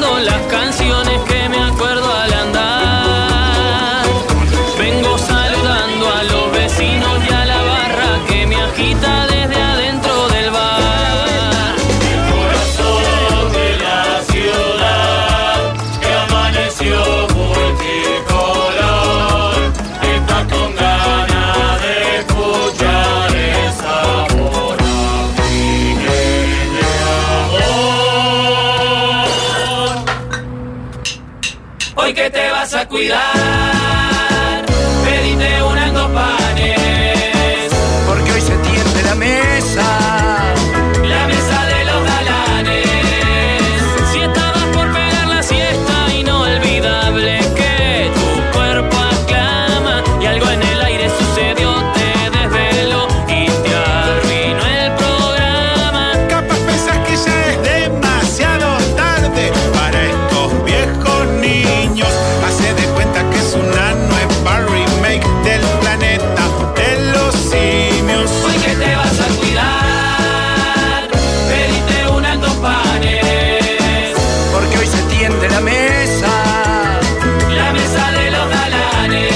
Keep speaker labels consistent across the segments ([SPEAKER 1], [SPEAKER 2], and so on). [SPEAKER 1] son las canciones que me acuerdo al andar. Vengo saludando a los vecinos y a la barra que me agita desde adentro del bar.
[SPEAKER 2] Corazón de la ciudad que amaneció multicolor, está con ganas de escuchar el sabor de amor.
[SPEAKER 1] Hoy que te vas a cuidar, pedite una en dos panes.
[SPEAKER 3] Porque hoy se tiende la mesa.
[SPEAKER 1] La mesa de los galanes. Si estabas por pegar la siesta, inolvidable que tu cuerpo aclama. Y algo en el aire sucedió, te desveló y te arruinó el programa.
[SPEAKER 4] Capaz pensás que ya es demasiado tarde para estos viejos niños. Hace de cuenta que es una nueva remake del planeta de los simios.
[SPEAKER 1] Hoy que te vas a cuidar, pedite una en dos panes.
[SPEAKER 3] Porque hoy se tiende la mesa.
[SPEAKER 1] La mesa de los galanes.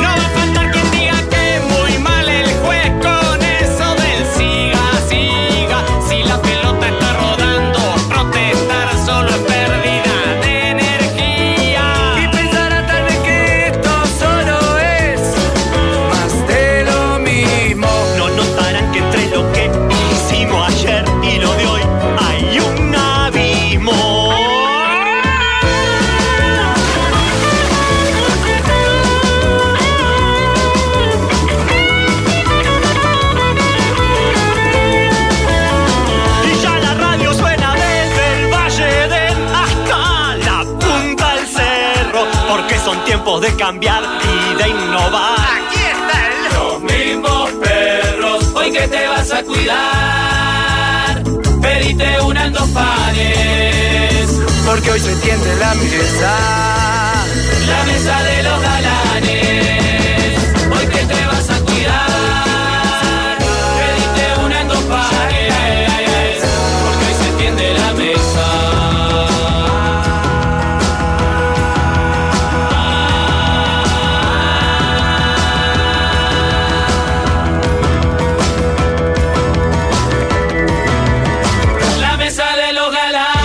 [SPEAKER 5] No va a faltar quien diga que muy mal el juez con eso del siga, siga. Si la pelota está rodando, protestar solo es pérdida de energía.
[SPEAKER 3] Y pensará tal vez que esto solo es más de lo mismo.
[SPEAKER 5] No notarán que entre lo que hicimos ayer y lo de hoy hay un abismo. Y ya la radio suena desde el Valle del hasta la punta del cerro, porque son tiempos de cambiar y de innovar.
[SPEAKER 2] Los mismos perros
[SPEAKER 1] Hoy que te vas a cuidar, pedite una en dos panes.
[SPEAKER 3] Porque hoy se tiende la mesa.
[SPEAKER 1] La mesa de los galanes. Hoy que te vas a cuidar, pedite una en dos panes. Porque hoy se tiende la mesa. La mesa de los galanes.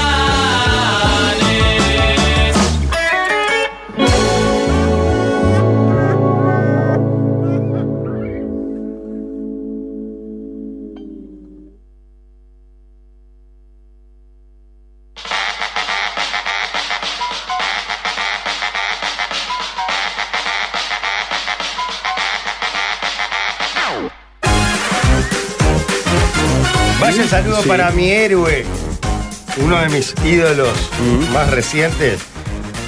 [SPEAKER 6] Vaya saludo
[SPEAKER 7] Sí.
[SPEAKER 6] para mi héroe, uno de mis ídolos más recientes,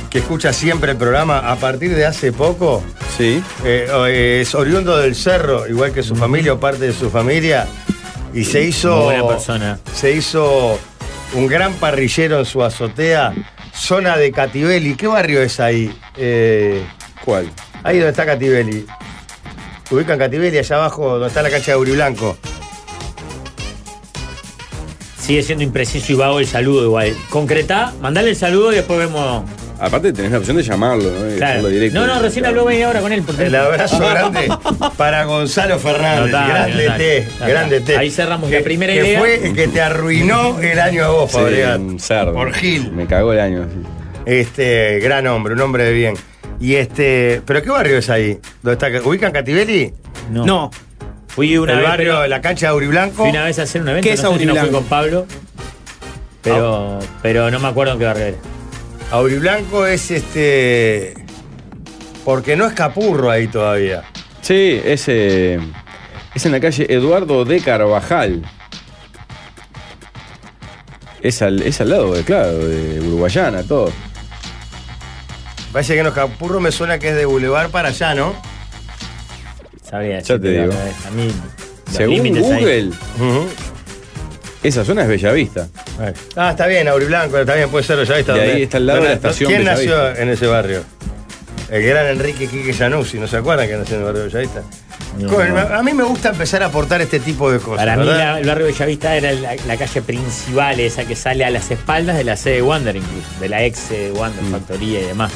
[SPEAKER 6] que escucha siempre el programa a partir de hace poco.
[SPEAKER 7] Sí.
[SPEAKER 6] eh, o- eh, es oriundo del cerro, igual que su familia o parte de su familia. Y se hizo.
[SPEAKER 8] Muy buena persona.
[SPEAKER 6] Se hizo un gran parrillero en su azotea, zona de Cativelli. ¿Qué barrio es ahí? Eh,
[SPEAKER 7] ¿Cuál?
[SPEAKER 6] ahí donde está Cativelli. Ubican Cativelli allá abajo, donde está la cancha de Uriblanco.
[SPEAKER 8] Sigue siendo impreciso y vago el saludo igual. Concretá, mandale el saludo y después vemos.
[SPEAKER 7] Aparte tenés la opción de llamarlo, ¿no? Y
[SPEAKER 8] Claro.
[SPEAKER 7] hacerlo directo.
[SPEAKER 8] No, no, recién habló media hora con él. por
[SPEAKER 6] El
[SPEAKER 8] teléfono.
[SPEAKER 6] abrazo grande para Gonzalo Fernández.
[SPEAKER 8] Notable,
[SPEAKER 6] grande
[SPEAKER 8] notable,
[SPEAKER 6] T,
[SPEAKER 8] notable.
[SPEAKER 6] grande T.
[SPEAKER 8] Ahí cerramos la
[SPEAKER 6] Que-
[SPEAKER 8] primera
[SPEAKER 6] que
[SPEAKER 8] idea.
[SPEAKER 6] fue el que te arruinó el año a vos,
[SPEAKER 7] Sí,
[SPEAKER 6] Fabregat.
[SPEAKER 7] un cerdo.
[SPEAKER 6] Por Gil.
[SPEAKER 7] Me cagó el año. sí.
[SPEAKER 6] Este, gran hombre, un hombre de bien. Y este, ¿pero qué barrio es ahí? ¿Dónde está? ¿Ubican Cativelli?
[SPEAKER 8] No.
[SPEAKER 9] No,
[SPEAKER 8] Fui una
[SPEAKER 6] el
[SPEAKER 8] vez.
[SPEAKER 6] barrio,
[SPEAKER 8] pero-
[SPEAKER 6] la cancha de Auriblanco.
[SPEAKER 8] Fui una vez a hacer un evento.
[SPEAKER 9] ¿Qué es Ah.
[SPEAKER 8] no sé si no fui
[SPEAKER 9] Aurilanco?
[SPEAKER 8] con Pablo. Pero, pero no me acuerdo en qué barrio era.
[SPEAKER 6] Auriblanco es este. Porque no es Capurro ahí todavía.
[SPEAKER 7] Sí, es, eh, es en la calle Eduardo de Carvajal. Es al, es al lado, de, claro, de Uruguayana, todo.
[SPEAKER 6] Parece que no es Capurro, me suena que es de Boulevard para allá, ¿no?
[SPEAKER 8] Sabría.
[SPEAKER 7] Ya te
[SPEAKER 8] la
[SPEAKER 7] digo.
[SPEAKER 8] verdad, A mí. los
[SPEAKER 7] Según
[SPEAKER 8] límites ahí.
[SPEAKER 7] Google, esa zona es Bellavista.
[SPEAKER 6] Ah, está bien, Auriblanco, está bien, puede ser, ya está.
[SPEAKER 7] De
[SPEAKER 6] donde-
[SPEAKER 7] ahí está al lado
[SPEAKER 6] ¿Dónde-
[SPEAKER 7] de la estación
[SPEAKER 6] ¿Quién
[SPEAKER 7] Bellavista?
[SPEAKER 6] nació en ese barrio? El gran Enrique Quique Januzzi, ¿no se acuerdan que nació en el barrio Bellavista? Con- a mí me gusta empezar a aportar este tipo de cosas.
[SPEAKER 8] Para mí
[SPEAKER 6] ¿verdad?
[SPEAKER 8] la- el barrio Bellavista era la, la calle principal, esa que sale a las espaldas de la sede de Wander incluso, de la ex sede de Wander,
[SPEAKER 7] Mm.
[SPEAKER 8] factoría y demás.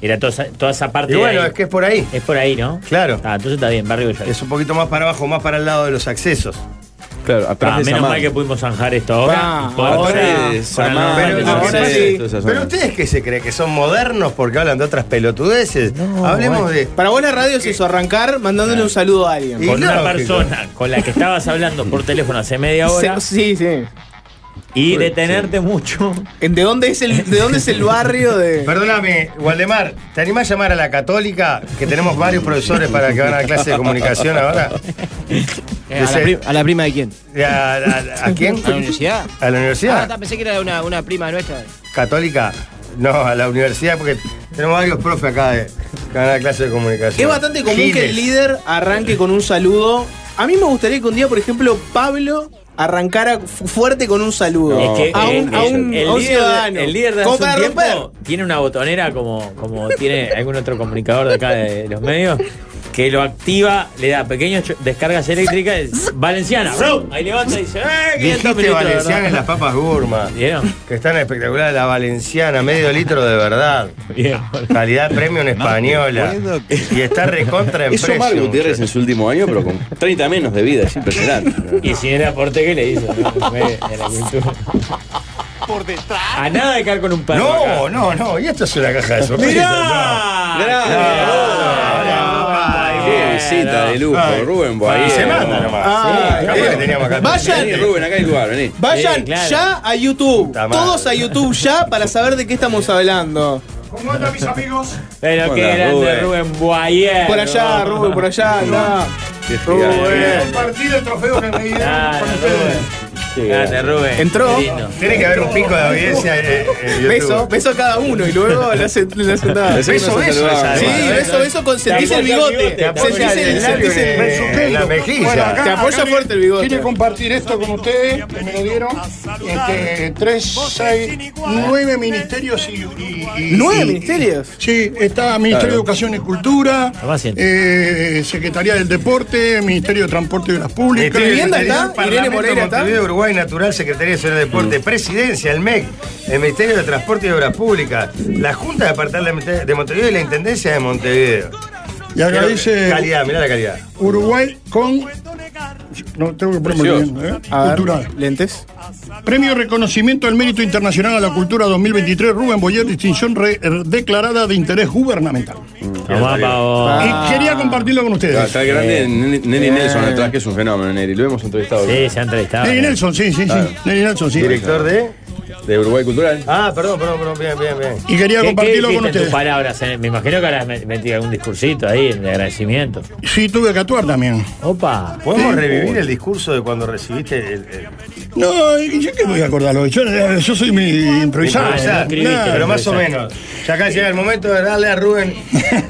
[SPEAKER 8] Era toda esa, toda esa parte
[SPEAKER 6] Y
[SPEAKER 8] de
[SPEAKER 6] bueno,
[SPEAKER 8] ahí.
[SPEAKER 6] es que es por ahí.
[SPEAKER 8] Es por ahí, ¿no?
[SPEAKER 6] Claro.
[SPEAKER 8] Ah, entonces está bien, barrio Bellavista.
[SPEAKER 6] Es un poquito más para abajo, más para el lado de los accesos.
[SPEAKER 7] Claro,
[SPEAKER 8] Ah,
[SPEAKER 7] atrás de
[SPEAKER 8] menos
[SPEAKER 7] Samán.
[SPEAKER 8] mal que pudimos zanjar esto ahora.
[SPEAKER 9] Ah,
[SPEAKER 8] Por-
[SPEAKER 7] Atrás de
[SPEAKER 8] por el
[SPEAKER 7] Samán,
[SPEAKER 8] nombre
[SPEAKER 6] Pero,
[SPEAKER 8] de
[SPEAKER 7] de
[SPEAKER 8] la
[SPEAKER 6] ahora
[SPEAKER 8] zona.
[SPEAKER 7] Mercedes,
[SPEAKER 6] sí.
[SPEAKER 7] toda esa
[SPEAKER 6] Pero
[SPEAKER 7] zona.
[SPEAKER 6] ustedes que se creen que son modernos porque hablan de otras pelotudeces.
[SPEAKER 8] No,
[SPEAKER 6] Hablemos
[SPEAKER 8] bueno.
[SPEAKER 6] de.
[SPEAKER 9] Para buena radio se hizo arrancar mandándole un saludo a alguien.
[SPEAKER 6] Y
[SPEAKER 8] con una
[SPEAKER 6] lógico.
[SPEAKER 8] persona con la que estabas hablando por teléfono hace media hora
[SPEAKER 9] Se- sí, sí.
[SPEAKER 8] y detenerte mucho.
[SPEAKER 9] ¿En ¿De dónde es el, de dónde es el barrio de.?
[SPEAKER 6] Perdóname, Waldemar, ¿te animás a llamar a la Católica? Que tenemos varios profesores para que van a clase de comunicación ahora.
[SPEAKER 10] Eh, a, la
[SPEAKER 6] Ese- eh,
[SPEAKER 10] pri- a la prima de quién?
[SPEAKER 6] ¿A, a- a quién?
[SPEAKER 10] ¿A la universidad?
[SPEAKER 6] ¿A la
[SPEAKER 10] Ah,
[SPEAKER 6] universidad?
[SPEAKER 10] está, pensé que era una, una prima nuestra.
[SPEAKER 6] ¿Católica? No, a la universidad porque tenemos varios profes acá de, que van a clase de comunicación.
[SPEAKER 9] Es bastante común que
[SPEAKER 6] Giles.
[SPEAKER 9] el líder arranque con un saludo. A mí me gustaría que un día, por ejemplo, Pablo arrancara fu- fuerte con un saludo.
[SPEAKER 8] Es que
[SPEAKER 9] a
[SPEAKER 8] eh,
[SPEAKER 9] un, a
[SPEAKER 8] el-
[SPEAKER 9] un-
[SPEAKER 8] el
[SPEAKER 9] a un
[SPEAKER 8] líder,
[SPEAKER 9] ciudadano.
[SPEAKER 8] de- el líder de
[SPEAKER 9] Como
[SPEAKER 8] hace un
[SPEAKER 9] para
[SPEAKER 8] tiempo
[SPEAKER 9] romper.
[SPEAKER 8] tiene una botonera como, como tiene algún otro comunicador de acá de los medios que lo activa, le da pequeñas cho- descargas eléctricas. es Valenciana, ¡brum! ahí levanta y dice, ¡eh! 500
[SPEAKER 6] Dijiste
[SPEAKER 8] minutos,
[SPEAKER 6] valenciana en las
[SPEAKER 8] ¿verdad?
[SPEAKER 6] papas gurma.
[SPEAKER 8] ¿Vieron?
[SPEAKER 6] Que están espectaculares la valenciana, medio litro de verdad.
[SPEAKER 8] Bien.
[SPEAKER 6] Calidad premium española. y está recontra en
[SPEAKER 7] Hizo
[SPEAKER 6] precio,
[SPEAKER 7] mal Gutiérrez en
[SPEAKER 6] muchacho.
[SPEAKER 7] su último año, pero con 30 menos de vida, es impresionante.
[SPEAKER 8] Y sin el aporte que le hizo, ¿no? Fue de la cultura. A nada de caer con un perro.
[SPEAKER 6] No,
[SPEAKER 8] acá.
[SPEAKER 6] no, no. Y esto es una caja de sorpresas. no.
[SPEAKER 8] ¡Mirá!
[SPEAKER 9] Ah,
[SPEAKER 6] Mirá.
[SPEAKER 7] Qué visita de lujo,
[SPEAKER 6] Ay.
[SPEAKER 7] Rubén Boyer.
[SPEAKER 6] Se manda nomás.
[SPEAKER 9] Ah,
[SPEAKER 6] Capaz que teníamos acá.
[SPEAKER 9] Vayan.
[SPEAKER 7] Vení, Rubén, acá hay lugar, vení.
[SPEAKER 9] Vayan
[SPEAKER 8] Sí, claro.
[SPEAKER 9] ya a YouTube.
[SPEAKER 6] Puta madre.
[SPEAKER 9] Todos a YouTube ya para saber de qué estamos hablando.
[SPEAKER 8] Pero qué
[SPEAKER 7] Hola,
[SPEAKER 8] grande
[SPEAKER 7] Rubén.
[SPEAKER 8] Rubén Boyer.
[SPEAKER 9] Por allá,
[SPEAKER 8] ¿no?
[SPEAKER 9] Rubén, por allá, anda.
[SPEAKER 7] Qué gigante.
[SPEAKER 8] Claro,
[SPEAKER 7] Qué
[SPEAKER 8] Rubén. Grande, Rubén.
[SPEAKER 9] Entró.
[SPEAKER 8] Qué lindo.
[SPEAKER 6] Tiene que haber un pico de audiencia eh, en YouTube.
[SPEAKER 9] Beso, beso a cada uno y luego le hacen le hacen nada. Sí,
[SPEAKER 7] Decí que
[SPEAKER 6] Beso,
[SPEAKER 7] no se
[SPEAKER 6] beso, eh,
[SPEAKER 7] saludaba.
[SPEAKER 6] esa, además.
[SPEAKER 9] beso, beso, con sentís el bigote.
[SPEAKER 8] Te apoya
[SPEAKER 9] Sentís
[SPEAKER 6] Ponerle
[SPEAKER 9] el-
[SPEAKER 6] el labio
[SPEAKER 9] sentís el-
[SPEAKER 6] en, en la mejilla.
[SPEAKER 9] Eh, Te apoya fuerte el bigote.
[SPEAKER 11] compartir esto con ustedes, que me lo dieron. Este, tres, seis, nueve ministerios y. y- y-
[SPEAKER 9] ¿Nueve
[SPEAKER 11] y-
[SPEAKER 9] ministerios?
[SPEAKER 11] Sí, está Ministerio de Educación y Cultura,
[SPEAKER 8] Tomá asiento.
[SPEAKER 11] eh, Secretaría del Deporte, Ministerio de Transporte y Obras Públicas.
[SPEAKER 9] Este, Vivienda está, Irene
[SPEAKER 6] Interior, Parlamento,
[SPEAKER 9] Moreira está. Mm.
[SPEAKER 6] Montevideo, Uruguay Natural, Secretaría Nacional de Deporte, Presidencia, el MEC, el Ministerio de Transporte y Obras Públicas, la Junta Departamental de Montevideo y la Intendencia de Montevideo.
[SPEAKER 11] Y acá
[SPEAKER 6] Creo-
[SPEAKER 11] dice
[SPEAKER 6] Calidad, mirá la calidad.
[SPEAKER 11] Uruguay con. No, tengo que ponerme
[SPEAKER 7] Precioso.
[SPEAKER 11] bien, ¿eh?
[SPEAKER 9] A ver,
[SPEAKER 11] Cultural.
[SPEAKER 9] lentes.
[SPEAKER 11] Premio Reconocimiento al Mérito Internacional a la Cultura 2023, Rubén Boyer, distinción re- eh, declarada de interés gubernamental.
[SPEAKER 8] Tomá, pavo.
[SPEAKER 11] Y quería compartirlo con
[SPEAKER 7] Está,
[SPEAKER 11] ustedes.
[SPEAKER 7] está el grande Nelly Nelly Nelson atrás, que es un fenómeno, Nelly. Lo hemos entrevistado.
[SPEAKER 8] Sí, se ha entrevistado.
[SPEAKER 11] Nelly Nelson, sí, sí,
[SPEAKER 7] Claro.
[SPEAKER 11] sí. Nelly Nelson, sí.
[SPEAKER 6] Director de.
[SPEAKER 7] De Uruguay Cultural.
[SPEAKER 6] Ah, perdón, perdón, perdón, bien, bien, bien.
[SPEAKER 11] Y quería
[SPEAKER 8] ¿Qué, qué
[SPEAKER 11] compartirlo con
[SPEAKER 8] dijiste en tus
[SPEAKER 11] ustedes.
[SPEAKER 8] palabras? Eh, Me imagino que habrás met- metido algún discursito ahí de agradecimiento.
[SPEAKER 11] Sí, tuve que actuar también.
[SPEAKER 8] Opa.
[SPEAKER 6] ¿Podemos revivir el discurso de cuando recibiste el. el-
[SPEAKER 11] No, ¿y ¿yo qué voy a acordarlo? Yo, eh, yo soy mi improvisado.
[SPEAKER 6] Ah, ya,
[SPEAKER 8] no escribiste,
[SPEAKER 11] Nada.
[SPEAKER 6] pero más o
[SPEAKER 8] interesante.
[SPEAKER 6] menos. Ya acá llega el momento de darle a Rubén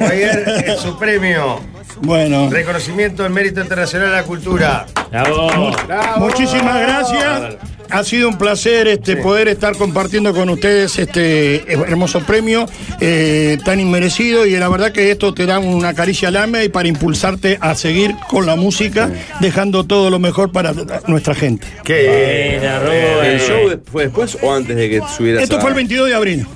[SPEAKER 6] Ayer su premio.
[SPEAKER 11] Bueno,
[SPEAKER 6] Reconocimiento al mérito internacional a la cultura.
[SPEAKER 8] Bravo.
[SPEAKER 11] muchísimas gracias. Ha sido un placer este, poder estar compartiendo con ustedes este hermoso premio eh, tan inmerecido y la verdad que esto te da una caricia al alma y para impulsarte a seguir con la música, dejando todo lo mejor para nuestra gente.
[SPEAKER 6] ¿Qué?
[SPEAKER 8] Buena,
[SPEAKER 7] ¿El show
[SPEAKER 8] Rubén.
[SPEAKER 7] de- fue después o antes de que subieras
[SPEAKER 11] Esto
[SPEAKER 7] a-
[SPEAKER 11] fue el 22 de abril.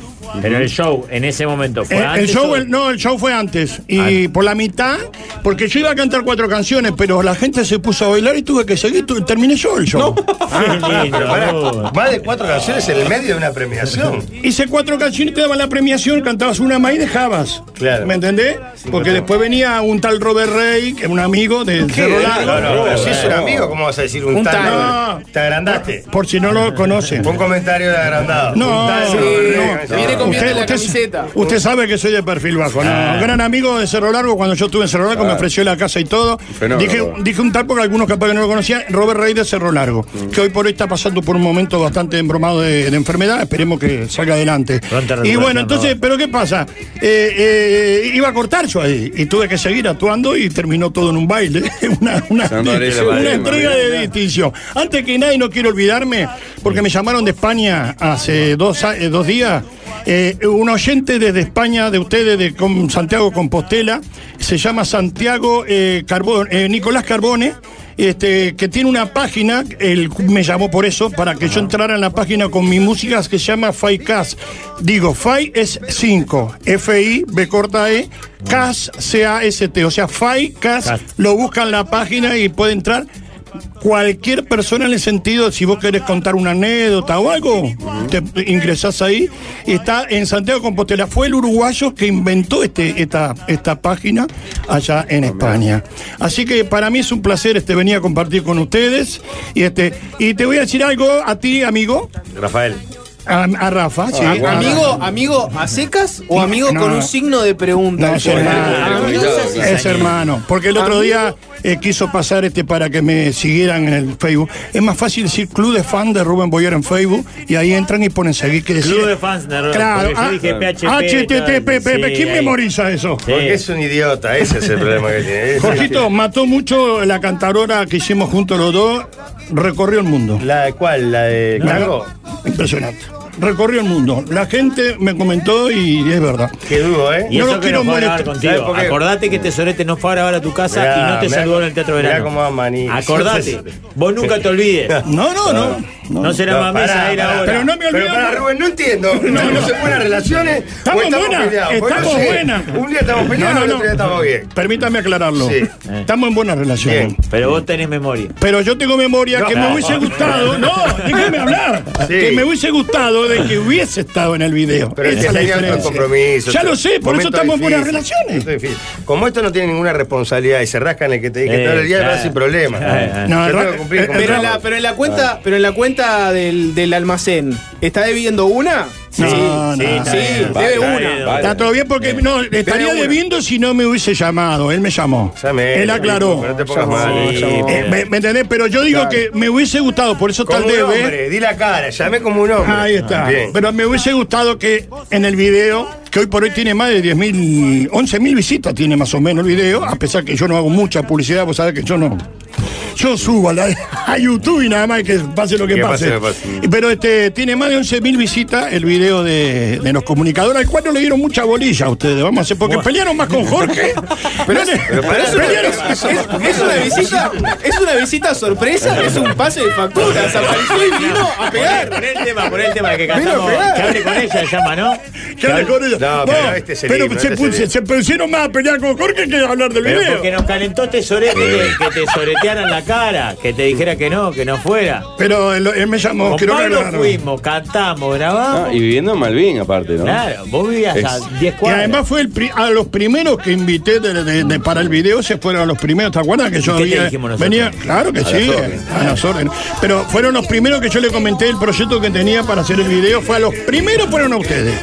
[SPEAKER 8] Pero el show en ese momento fue
[SPEAKER 11] Eh, el
[SPEAKER 8] antes.
[SPEAKER 11] show,
[SPEAKER 8] o-
[SPEAKER 11] el- no, el show fue antes. Y por la mitad, porque yo iba a cantar cuatro canciones, pero la gente se puso a bailar y tuve que seguir, tu- terminé yo el show.
[SPEAKER 8] Qué lindo,
[SPEAKER 6] Pero pará,
[SPEAKER 8] Rubén.
[SPEAKER 6] más de cuatro canciones en el medio de una premiación.
[SPEAKER 11] Hice cuatro canciones, te daban la premiación, cantabas una más y dejabas.
[SPEAKER 6] Claro.
[SPEAKER 11] ¿Me entendés? Porque después venía un tal Robert Rey, que es un amigo de
[SPEAKER 6] No,
[SPEAKER 11] Cerro Largo.
[SPEAKER 6] no, no, pero si es un amigo, ¿cómo vas a decir un,
[SPEAKER 11] Un
[SPEAKER 6] tal?
[SPEAKER 11] tal.
[SPEAKER 6] Te agrandaste.
[SPEAKER 11] Por si no lo conocen.
[SPEAKER 6] Un comentario de agrandado.
[SPEAKER 11] No,
[SPEAKER 6] Un tal,
[SPEAKER 11] sí,
[SPEAKER 6] Rodríguez,
[SPEAKER 11] no.
[SPEAKER 9] Viene con
[SPEAKER 6] Usted-
[SPEAKER 9] bien la camiseta.
[SPEAKER 11] usted sabe que soy de perfil bajo. ¿no? Gran amigo de Cerro Largo, cuando yo estuve en Cerro Largo, me ofreció la casa y todo.
[SPEAKER 7] Fenómeno.
[SPEAKER 11] Dije, dije un tal porque algunos capaz que no lo conocían, Robert Rey de Cerro Largo, que hoy por hoy está pasando por un momento bastante embromado de, de enfermedad. Esperemos que salga adelante.
[SPEAKER 8] Pronta
[SPEAKER 11] Y
[SPEAKER 8] recuperación,
[SPEAKER 11] bueno, entonces,
[SPEAKER 8] Robert.
[SPEAKER 11] ¿pero qué pasa? Eh, eh, iba a cortar yo ahí y tuve que seguir actuando y terminó todo en un baile. una una,
[SPEAKER 7] Santa Teresa,
[SPEAKER 11] una
[SPEAKER 7] madre,
[SPEAKER 11] entrega
[SPEAKER 7] madre.
[SPEAKER 11] de distinción. Antes que nadie, no quiero olvidarme, porque me llamaron de España hace dos, a- eh, dos días Eh, un oyente desde España, de ustedes, de Com- Santiago Compostela, se llama Santiago eh, Carbón- eh, Nicolás Carbone. Este, que tiene una página, él me llamó por eso, para que yo entrara en la página con mi música que se llama FICAS. Digo, FI es 5, F-I, B corta E, CAS, C-A-S-T. O sea, FICAS, lo buscan en la página y puede entrar cualquier persona en el sentido, si vos querés contar una anécdota o algo, te ingresás ahí. Está en Santiago de Compostela. Fue el uruguayo que inventó este, esta, esta página allá en España. Así que para mí es un placer este venir a compartir con ustedes. Y este, y te voy a decir algo a ti, amigo.
[SPEAKER 6] Rafael.
[SPEAKER 11] A, a Rafa, sí.
[SPEAKER 9] Ah,
[SPEAKER 11] a
[SPEAKER 9] amigo,
[SPEAKER 11] Rafa.
[SPEAKER 9] amigo a secas o amigo
[SPEAKER 11] No.
[SPEAKER 9] con un signo de pregunta.
[SPEAKER 11] No, es hermano. Es hermano. Porque el otro día eh, quiso pasar este para que me siguieran en el Facebook. Es más fácil decir club de fan de Rubén Boyer en Facebook y ahí entran y ponen seguir que decir.
[SPEAKER 8] Club de fans de Rubén,
[SPEAKER 11] Claro. ah,
[SPEAKER 8] porque yo dije PHP,
[SPEAKER 11] HTTP,
[SPEAKER 8] tal, sí,
[SPEAKER 11] ¿Quién
[SPEAKER 8] ahí.
[SPEAKER 11] memoriza eso?
[SPEAKER 6] Porque es un idiota, ese es el problema que tiene. Es-
[SPEAKER 11] Jorgito, mató mucho la cantarora que hicimos juntos los dos. Recorrió el mundo.
[SPEAKER 6] ¿La cuál? ¿La de Cargo?
[SPEAKER 11] Impresionante. Recorrió el mundo. La gente me comentó y es verdad.
[SPEAKER 6] Qué duro, ¿eh?
[SPEAKER 8] Y
[SPEAKER 11] No
[SPEAKER 8] eso
[SPEAKER 11] lo
[SPEAKER 8] que
[SPEAKER 11] quiero
[SPEAKER 8] no fue a grabar
[SPEAKER 11] molestar.
[SPEAKER 8] contigo.
[SPEAKER 11] ¿Sabe por qué?
[SPEAKER 8] Acordate que Tesorete no fue a grabar a tu casa
[SPEAKER 6] Mirá,
[SPEAKER 8] y no te
[SPEAKER 6] mirá
[SPEAKER 8] saludó
[SPEAKER 6] cómo-
[SPEAKER 8] en el Teatro
[SPEAKER 6] mirá
[SPEAKER 8] Verano.
[SPEAKER 6] cómo va Maní.
[SPEAKER 8] Acordate. Vos nunca te olvides.
[SPEAKER 11] No, no, no.
[SPEAKER 8] No, será
[SPEAKER 6] No,
[SPEAKER 8] más
[SPEAKER 6] pará,
[SPEAKER 8] mesa ir
[SPEAKER 6] pará.
[SPEAKER 8] ahora.
[SPEAKER 11] Pero no me
[SPEAKER 6] Pero
[SPEAKER 11] olvido.
[SPEAKER 6] para Rubén, no entiendo. No, no se buenas relaciones. o
[SPEAKER 11] Estamos buenas,
[SPEAKER 6] peleados? Porque
[SPEAKER 11] estamos
[SPEAKER 6] no sé.
[SPEAKER 11] buenas.
[SPEAKER 6] Un día estamos peleados, el otro día estamos bien.
[SPEAKER 11] Permítame aclararlo.
[SPEAKER 6] Sí.
[SPEAKER 11] Estamos en buena relación.
[SPEAKER 6] Bien.
[SPEAKER 8] Pero vos tenés memoria.
[SPEAKER 11] Pero yo tengo memoria
[SPEAKER 6] No.
[SPEAKER 11] que me hubiese gustado, no, déjame hablar,
[SPEAKER 6] Sí.
[SPEAKER 11] que me hubiese gustado de que hubiese estado en el video.
[SPEAKER 6] Pero
[SPEAKER 11] Esa
[SPEAKER 6] que
[SPEAKER 11] es la
[SPEAKER 6] tenía otros
[SPEAKER 11] diferencia.
[SPEAKER 6] compromisos.
[SPEAKER 11] Ya lo sé, por
[SPEAKER 6] Momento
[SPEAKER 11] eso estamos en buenas
[SPEAKER 6] difícil,
[SPEAKER 11] relaciones.
[SPEAKER 6] momento difícil. Como esto no tiene ninguna responsabilidad y se rascan el que te dije
[SPEAKER 8] Eh,
[SPEAKER 6] todo el día,
[SPEAKER 8] claro.
[SPEAKER 6] va sin problema.
[SPEAKER 8] Eh, eh.
[SPEAKER 11] No,
[SPEAKER 6] Yo
[SPEAKER 11] el
[SPEAKER 6] tengo
[SPEAKER 11] ra-
[SPEAKER 6] que cumplir
[SPEAKER 11] eh,
[SPEAKER 6] con
[SPEAKER 9] Pero en
[SPEAKER 6] mi
[SPEAKER 9] la,
[SPEAKER 6] trabajo.
[SPEAKER 9] pero en la cuenta, pero en la cuenta del, del almacén, ¿está debiendo una? Sí,
[SPEAKER 11] No,
[SPEAKER 9] sí,
[SPEAKER 11] no.
[SPEAKER 9] sí, debe
[SPEAKER 8] Vale,
[SPEAKER 9] una.
[SPEAKER 8] vale.
[SPEAKER 11] Está todo bien porque no, estaría
[SPEAKER 6] una.
[SPEAKER 11] debiendo si no me hubiese llamado. Él me llamó.
[SPEAKER 6] Llame,
[SPEAKER 11] Él aclaró.
[SPEAKER 6] pero no te pongas
[SPEAKER 11] Llamó,
[SPEAKER 6] mal, eh.
[SPEAKER 11] llamó. Eh, ¿me, me entendés? Pero yo digo
[SPEAKER 6] Claro.
[SPEAKER 11] que me hubiese gustado, por eso está
[SPEAKER 6] Como
[SPEAKER 11] el
[SPEAKER 6] un
[SPEAKER 11] debe.
[SPEAKER 6] hombre, eh. di la cara, llamé como un hombre.
[SPEAKER 11] Ahí está.
[SPEAKER 6] Bien.
[SPEAKER 11] Pero me hubiese gustado que en el video, que hoy por hoy tiene más de 10.000, 11.000 visitas tiene más o menos el video, a pesar que yo no hago mucha publicidad, vos sabés que yo no. Yo subo a, la- a YouTube y nada más que pase lo que,
[SPEAKER 6] Que
[SPEAKER 11] pase.
[SPEAKER 6] pase lo que pase.
[SPEAKER 11] Pero este tiene más de 11.000 visitas el video de, de los comunicadores, al cual no le dieron mucha bolilla a ustedes, vamos a hacer, porque pelearon más con Jorge. pero,
[SPEAKER 6] pero es una-
[SPEAKER 9] Es, es una visita, es una visita sorpresa, es un pase de facturas. Apareció y vino a pegar.
[SPEAKER 8] Pon Ah, el tema, pon el tema que
[SPEAKER 9] Vino a
[SPEAKER 8] cantamos.
[SPEAKER 9] pegar.
[SPEAKER 8] Que hable con ella, llama, ¿no?
[SPEAKER 11] Claro, con ellos.
[SPEAKER 6] No, pero este es el
[SPEAKER 11] pero
[SPEAKER 6] himno,
[SPEAKER 11] se,
[SPEAKER 6] este es
[SPEAKER 11] pus-
[SPEAKER 6] el himno.
[SPEAKER 11] se pusieron más a pelear con Jorge que a hablar del
[SPEAKER 8] Pero
[SPEAKER 11] video.
[SPEAKER 8] porque nos calentó tesorete que, que te soretearan la cara, que te dijera que no, que no fuera.
[SPEAKER 9] Oh,
[SPEAKER 11] Pero él, él me llamó,
[SPEAKER 8] Con
[SPEAKER 11] quiero que
[SPEAKER 8] Pablo
[SPEAKER 11] aclaro.
[SPEAKER 8] fuimos, cantamos, grabamos.
[SPEAKER 7] Ah, y viviendo en Malvin, aparte, ¿no?
[SPEAKER 8] Claro, vos vivías a
[SPEAKER 7] Es-
[SPEAKER 8] 10
[SPEAKER 11] Y
[SPEAKER 8] cuadras.
[SPEAKER 11] además fue el pri- a los primeros que invité de- de- de- para el video, se fueron a los primeros, ¿te acuerdas que yo
[SPEAKER 8] ¿Y qué te
[SPEAKER 11] había-
[SPEAKER 8] dijimos nosotros?
[SPEAKER 11] venía? Claro que sí, a las órdenes. Pero fueron los primeros que yo le comenté el proyecto que tenía para hacer el video, fue a los primeros fueron a ustedes.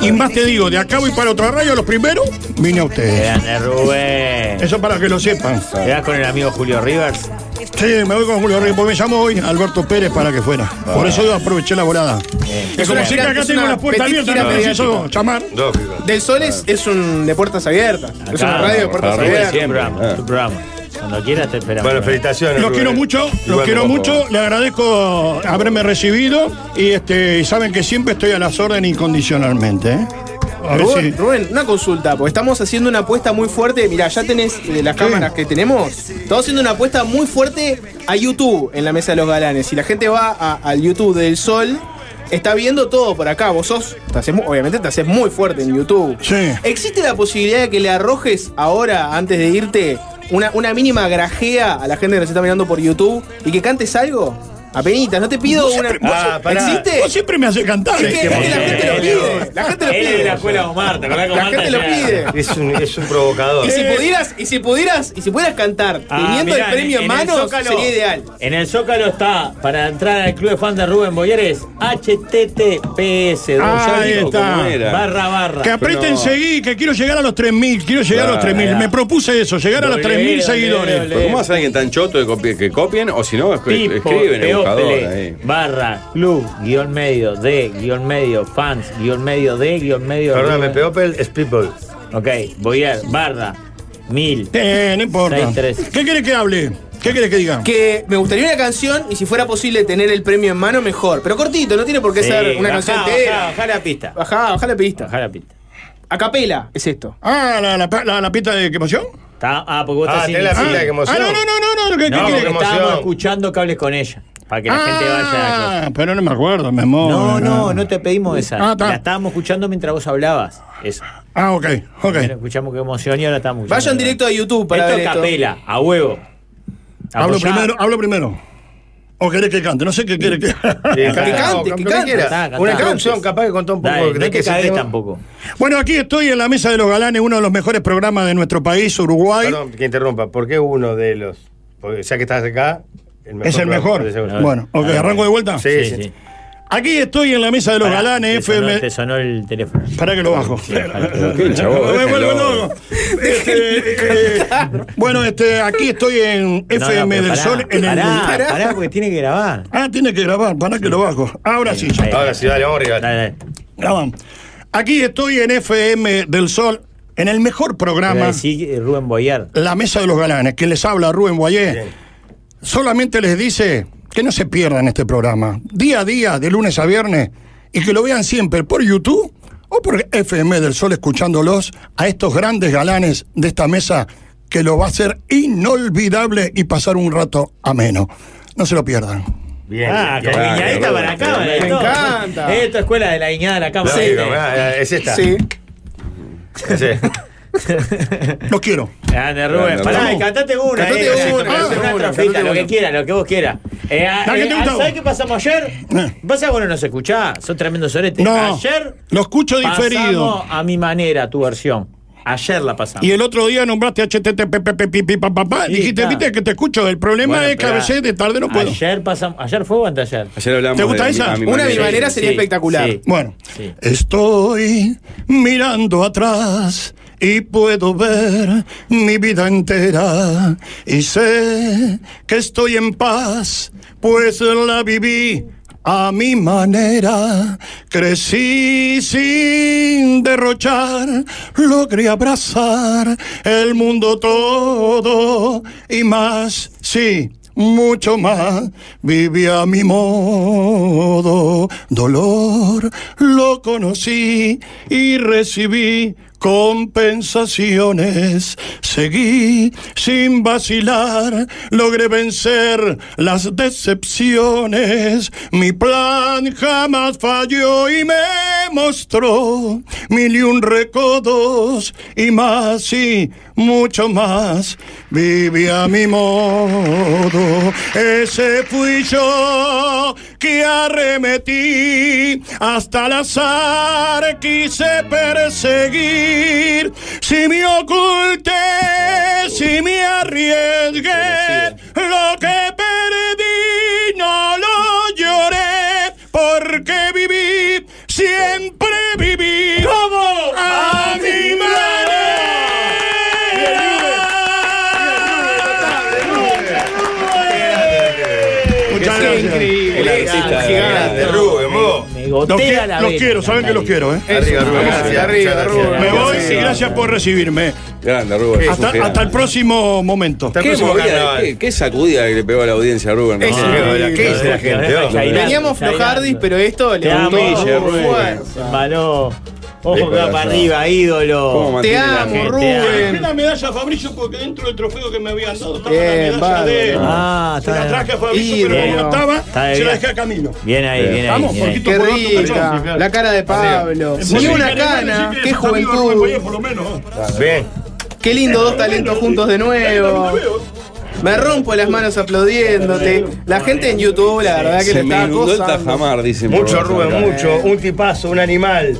[SPEAKER 11] Y más te digo, de acá voy para otra radio, a los primeros vine a ustedes.
[SPEAKER 8] Grande Rubén.
[SPEAKER 11] Eso para que lo sepan.
[SPEAKER 8] Quedás con el amigo Julio Rivers.
[SPEAKER 11] Sí, me voy con Julio Reyes, porque me llamo hoy Alberto Pérez para que fuera. Por eso yo aproveché la volada. Es como
[SPEAKER 9] una
[SPEAKER 11] si
[SPEAKER 9] gira-
[SPEAKER 11] acá
[SPEAKER 9] Eh, es
[SPEAKER 11] tengo
[SPEAKER 9] una
[SPEAKER 11] las puertas
[SPEAKER 9] petit
[SPEAKER 11] abiertas,
[SPEAKER 9] gira
[SPEAKER 11] no preciso llamar.
[SPEAKER 6] Dos, digo.
[SPEAKER 9] Del Sol es, es un de puertas abiertas. es una
[SPEAKER 8] Acá,
[SPEAKER 9] radio de
[SPEAKER 7] por
[SPEAKER 9] puertas
[SPEAKER 7] favor,
[SPEAKER 9] abiertas.
[SPEAKER 8] Tu
[SPEAKER 7] Siempre.
[SPEAKER 8] programa,
[SPEAKER 7] Ah.
[SPEAKER 8] tu programa. Cuando quieras te esperamos.
[SPEAKER 6] Bueno, felicitaciones.
[SPEAKER 11] Los
[SPEAKER 6] Rubén.
[SPEAKER 8] eh,
[SPEAKER 11] quiero mucho, los
[SPEAKER 6] Igual,
[SPEAKER 11] quiero
[SPEAKER 6] por
[SPEAKER 11] mucho,
[SPEAKER 6] favor.
[SPEAKER 11] le agradezco haberme recibido y este y saben que siempre estoy a las órdenes incondicionalmente. ¿eh? A ver si-
[SPEAKER 9] Rubén, Rubén, una consulta, porque estamos haciendo una apuesta muy fuerte. Mirá, ya tenés eh, las cámaras que tenemos. Estamos haciendo una apuesta muy fuerte a YouTube en la mesa de los galanes. Si la gente va a- al YouTube del Sol, está viendo todo por acá. Vos sos, te haces mu- obviamente te haces muy fuerte en YouTube.
[SPEAKER 11] Sí.
[SPEAKER 9] ¿Existe la posibilidad de que le arrojes ahora, antes de irte, una, una mínima grajea a la gente que nos está mirando por YouTube y que cantes algo? Apenitas, no te pido
[SPEAKER 11] Vos
[SPEAKER 9] una.
[SPEAKER 11] siempre- vos-
[SPEAKER 6] Ah, pará.
[SPEAKER 9] ¿Existe?
[SPEAKER 11] Vos siempre me haces cantar.
[SPEAKER 9] Es que-
[SPEAKER 11] ¿eh?
[SPEAKER 9] es que la gente lo pide. La gente lo
[SPEAKER 8] eh, Él es de
[SPEAKER 9] pide.
[SPEAKER 8] la escuela Omar, ¿te acordás que
[SPEAKER 9] La
[SPEAKER 8] Omar
[SPEAKER 9] gente lo
[SPEAKER 8] tenía-
[SPEAKER 9] pide.
[SPEAKER 6] Es un, es un provocador.
[SPEAKER 9] Y si pudieras, y si pudieras, y si pudieras cantar
[SPEAKER 8] Ah,
[SPEAKER 9] teniendo
[SPEAKER 8] mirá,
[SPEAKER 9] el premio en,
[SPEAKER 8] el
[SPEAKER 9] manos,
[SPEAKER 8] Zócalo-
[SPEAKER 9] sería ideal.
[SPEAKER 8] En el Zócalo está, para entrar al club de fans de Rubén Boyer es HTTPS. dos
[SPEAKER 11] Ahí
[SPEAKER 8] llaves,
[SPEAKER 11] está.
[SPEAKER 8] como era. Barra barra.
[SPEAKER 11] Que aprieten
[SPEAKER 7] No.
[SPEAKER 11] seguí, que quiero llegar a los 3.000, quiero llegar a los
[SPEAKER 7] Ah,
[SPEAKER 11] 3.000.
[SPEAKER 8] ya.
[SPEAKER 11] Me propuse eso, llegar a los
[SPEAKER 8] Doble,
[SPEAKER 11] 3.000
[SPEAKER 8] doble,
[SPEAKER 11] seguidores.
[SPEAKER 8] doble.
[SPEAKER 7] Pero ¿Cómo hace alguien tan choto de copi- que copien? O si no, es-
[SPEAKER 8] Pipo,
[SPEAKER 7] escriben en el buscador
[SPEAKER 8] Teófile,
[SPEAKER 7] ahí.
[SPEAKER 8] barra club guión medio de guión medio fans guión medio de guión medio
[SPEAKER 6] Perdóname,
[SPEAKER 8] Rubén.
[SPEAKER 6] Peopel es people.
[SPEAKER 8] Ok, Boyer barra mil
[SPEAKER 11] Eh, no importa.
[SPEAKER 8] Seis, tres.
[SPEAKER 11] ¿Qué querés que hable? ¿Qué querés que diga?
[SPEAKER 9] Que me gustaría una canción y si fuera posible tener el premio en mano, mejor. Pero cortito, no tiene por qué
[SPEAKER 8] Sí,
[SPEAKER 9] ser una
[SPEAKER 8] bajá,
[SPEAKER 9] canción
[SPEAKER 8] bajá,
[SPEAKER 9] entera.
[SPEAKER 8] bajá la pista.
[SPEAKER 9] Bajá, bajá la pista.
[SPEAKER 8] Bajá la pista.
[SPEAKER 9] A capela es esto.
[SPEAKER 11] Ah, la, la, la, la pista de qué emoción.
[SPEAKER 8] Está- ah, porque vos
[SPEAKER 11] Ah,
[SPEAKER 8] estás
[SPEAKER 11] tenés la pila de que emoción. Ah, no, no, no, no, no, ¿qué- qué
[SPEAKER 8] porque
[SPEAKER 11] querés?
[SPEAKER 8] estábamos
[SPEAKER 11] Emoción.
[SPEAKER 8] escuchando que hables con ella. Para que la gente vaya a
[SPEAKER 11] Ah, pero no me acuerdo, me mola.
[SPEAKER 8] No, no, no te pedimos esa.
[SPEAKER 11] Ah, está.
[SPEAKER 8] la estábamos escuchando mientras vos hablabas. Eso.
[SPEAKER 11] Ah, ok, ok.
[SPEAKER 8] Primero escuchamos qué emoción y ahora estamos escuchando.
[SPEAKER 9] Vayan directo a YouTube para
[SPEAKER 8] esto
[SPEAKER 9] ver
[SPEAKER 8] es
[SPEAKER 9] esto.
[SPEAKER 8] capela, a huevo.
[SPEAKER 11] Hablo
[SPEAKER 8] Apoyá.
[SPEAKER 11] primero, hablo primero. ¿O querés que cante? No sé qué querés que.
[SPEAKER 6] cante, cante, que cante. Una canción capaz que contó un poco
[SPEAKER 8] Dale,
[SPEAKER 6] de
[SPEAKER 8] no
[SPEAKER 6] qué
[SPEAKER 8] te
[SPEAKER 6] se
[SPEAKER 8] cagues
[SPEAKER 6] tema.
[SPEAKER 8] tampoco.
[SPEAKER 11] Bueno, aquí estoy en la mesa de los galanes, uno de los mejores programas de nuestro país, Uruguay.
[SPEAKER 6] Perdón que interrumpa, ¿por qué uno de los? Porque ya que estás acá,
[SPEAKER 11] Es el mejor.
[SPEAKER 6] de seguro. Ah.
[SPEAKER 11] Bueno, ok, arranco de vuelta.
[SPEAKER 6] Sí, sí.
[SPEAKER 11] Aquí estoy en la mesa de los
[SPEAKER 8] Pará,
[SPEAKER 11] galanes,
[SPEAKER 8] te sonó-
[SPEAKER 11] FM.
[SPEAKER 8] Te sonó el teléfono.
[SPEAKER 11] Para que lo bajo.
[SPEAKER 7] El chabón,
[SPEAKER 11] Bueno,
[SPEAKER 7] déjalo.
[SPEAKER 11] bueno, bueno. Este, eh, bueno, este, aquí estoy en
[SPEAKER 8] No, no,
[SPEAKER 11] FM
[SPEAKER 8] pero
[SPEAKER 11] del
[SPEAKER 8] pará,
[SPEAKER 11] Sol, en el
[SPEAKER 8] pará,
[SPEAKER 11] Mundial.
[SPEAKER 8] pará, porque tiene que grabar.
[SPEAKER 11] Ah, tiene que grabar, para que lo bajo. Ahora sí, ya está.
[SPEAKER 6] Ahora sí, dale, vamos arriba.
[SPEAKER 8] Dale, dale.
[SPEAKER 11] Graban. Aquí estoy en FM del Sol, en el mejor
[SPEAKER 8] Iba a
[SPEAKER 11] programa,
[SPEAKER 8] decir, eh, Rubén Boyar.
[SPEAKER 11] La Mesa de los Galanes, que les habla Rubén Boyer.
[SPEAKER 6] Bien.
[SPEAKER 11] Solamente les dice que no se pierdan este programa, día a día, de lunes a viernes, y que lo vean siempre por YouTube o por FM del Sol, escuchándolos a estos grandes galanes de esta mesa, que lo va a hacer inolvidable y pasar un rato ameno. No se lo pierdan.
[SPEAKER 6] Bien.
[SPEAKER 8] Ah,
[SPEAKER 6] bien,
[SPEAKER 8] con
[SPEAKER 6] bien.
[SPEAKER 8] guiñadita para acá.
[SPEAKER 6] Bien,
[SPEAKER 8] vale,
[SPEAKER 9] me
[SPEAKER 8] todo.
[SPEAKER 9] encanta.
[SPEAKER 8] Es tu escuela de la guiñada de la cámara.
[SPEAKER 6] Lógico,
[SPEAKER 8] ¿viste?
[SPEAKER 6] ah, Es esta.
[SPEAKER 9] Sí.
[SPEAKER 6] Ese.
[SPEAKER 11] Los quiero.
[SPEAKER 8] Grande, Rubén.
[SPEAKER 7] Grande,
[SPEAKER 8] Pará,
[SPEAKER 7] Rubén.
[SPEAKER 8] y cantate una.
[SPEAKER 9] Cantate
[SPEAKER 8] eh,
[SPEAKER 9] una,
[SPEAKER 8] una,
[SPEAKER 9] cantate
[SPEAKER 8] una
[SPEAKER 9] una,
[SPEAKER 8] trofita,
[SPEAKER 9] cantate
[SPEAKER 8] lo que
[SPEAKER 9] una.
[SPEAKER 8] quieras, lo que vos quieras. Eh, ah,
[SPEAKER 11] Dale,
[SPEAKER 8] eh,
[SPEAKER 11] que te
[SPEAKER 8] ah,
[SPEAKER 11] gustó.
[SPEAKER 8] ¿Sabés qué pasamos ayer?
[SPEAKER 11] Eh.
[SPEAKER 8] Vas a bueno, nos escuchás, sos tremendo sorete.
[SPEAKER 11] No,
[SPEAKER 8] ayer
[SPEAKER 11] lo escucho diferido.
[SPEAKER 8] pasamos a mi manera tu versión. Ayer la pasamos.
[SPEAKER 11] Y el otro día nombraste HTTP,
[SPEAKER 8] Sí,
[SPEAKER 11] dijiste,
[SPEAKER 8] está.
[SPEAKER 11] viste que te escucho, el problema
[SPEAKER 8] Bueno,
[SPEAKER 11] es que a
[SPEAKER 8] pero
[SPEAKER 11] veces de tarde no puedo.
[SPEAKER 8] Ayer pasamos, ayer fue o anteayer.
[SPEAKER 7] Ayer hablamos
[SPEAKER 11] ¿Te gusta
[SPEAKER 7] de
[SPEAKER 11] esa?
[SPEAKER 7] A mi
[SPEAKER 9] Una de mi
[SPEAKER 7] manera.
[SPEAKER 9] manera sería
[SPEAKER 8] Sí,
[SPEAKER 9] espectacular.
[SPEAKER 8] sí.
[SPEAKER 11] Bueno,
[SPEAKER 8] Sí.
[SPEAKER 11] estoy mirando atrás y puedo ver mi vida entera y sé que estoy en paz, pues la viví a mi manera. Crecí sin derrochar, logré abrazar el mundo todo y más, sí. Mucho más viví a mi modo, dolor lo conocí y recibí compensaciones. Seguí sin vacilar, logré vencer las decepciones. Mi plan jamás falló y me mostró mil y un recodos y más y mucho más. Viví a mi modo, ese fui yo que arremetí hasta el azar, quise perseguir. Si me oculté, si me arriesgué, lo que perdí no lo lloré, porque viví, siempre viví. como A mi manera. Muchas gracias.
[SPEAKER 7] El artista de verdad.
[SPEAKER 6] De Rubén, vos.
[SPEAKER 8] Me
[SPEAKER 11] Los,
[SPEAKER 8] gotea
[SPEAKER 11] qui-
[SPEAKER 8] la
[SPEAKER 11] los
[SPEAKER 8] vena,
[SPEAKER 11] quiero, saben que los
[SPEAKER 8] Natalia.
[SPEAKER 11] quiero, ¿eh?
[SPEAKER 6] Arriba, Rubén.
[SPEAKER 9] gracias,
[SPEAKER 6] Gracias,
[SPEAKER 9] arriba,
[SPEAKER 6] muchas
[SPEAKER 9] Rubén.
[SPEAKER 6] gracias.
[SPEAKER 11] Me voy
[SPEAKER 6] Sí.
[SPEAKER 11] y gracias por recibirme.
[SPEAKER 7] Grande, Rubén. es un
[SPEAKER 11] Hasta,
[SPEAKER 7] genio.
[SPEAKER 11] hasta el próximo momento.
[SPEAKER 6] Hasta el
[SPEAKER 7] ¿Qué,
[SPEAKER 6] próximo
[SPEAKER 7] movida,
[SPEAKER 6] carnaval.
[SPEAKER 7] qué- qué sacudida que le pegó a la audiencia, Rubén.
[SPEAKER 6] Sí,
[SPEAKER 7] Ah,
[SPEAKER 6] la- ¿Qué dice la gente?
[SPEAKER 8] Lo
[SPEAKER 6] oh?
[SPEAKER 8] deja ir.
[SPEAKER 9] Veníamos
[SPEAKER 8] Bailando.
[SPEAKER 9] flojardis, pero esto
[SPEAKER 8] Te
[SPEAKER 9] le
[SPEAKER 8] amo,
[SPEAKER 7] Guille, Rubén.
[SPEAKER 9] fuerza.
[SPEAKER 8] Maló. Ojo que va
[SPEAKER 7] corazón.
[SPEAKER 8] para arriba, ídolo.
[SPEAKER 7] ¿Cómo
[SPEAKER 9] Te
[SPEAKER 7] mantiene la
[SPEAKER 9] amo,
[SPEAKER 7] gente?
[SPEAKER 9] Rubén.
[SPEAKER 11] la medalla, Fabricio, porque dentro del trofeo que me habían dado estaba
[SPEAKER 9] Bien, bárbaro.
[SPEAKER 8] Ah,
[SPEAKER 11] Se
[SPEAKER 8] está
[SPEAKER 11] la
[SPEAKER 8] bien.
[SPEAKER 11] traje a Fabricio, pero
[SPEAKER 9] Ídolo.
[SPEAKER 11] como no estaba,
[SPEAKER 8] Está bien.
[SPEAKER 11] se la dejé a Camilo.
[SPEAKER 8] Bien ahí, bien ahí.
[SPEAKER 11] Vamos,
[SPEAKER 8] bien ahí.
[SPEAKER 11] Jorgito,
[SPEAKER 9] Qué
[SPEAKER 11] por otro cachón.
[SPEAKER 9] rica. La cara de Pablo.
[SPEAKER 11] Sí,
[SPEAKER 9] Ni una
[SPEAKER 11] querés
[SPEAKER 9] cana.
[SPEAKER 11] decir que
[SPEAKER 9] Qué
[SPEAKER 11] está vivo Rubén Boyer,
[SPEAKER 9] juventud.
[SPEAKER 11] por lo menos.
[SPEAKER 6] Bien.
[SPEAKER 9] Qué lindo, dos talentos juntos de nuevo. Me rompo las manos aplaudiéndote. La gente en YouTube, la verdad que le
[SPEAKER 7] Se me
[SPEAKER 9] está
[SPEAKER 7] inundó el
[SPEAKER 9] gozando.
[SPEAKER 7] tajamar, dicen. por
[SPEAKER 6] Mucho
[SPEAKER 7] acá.
[SPEAKER 6] Rubén, mucho. Un tipazo, un animal.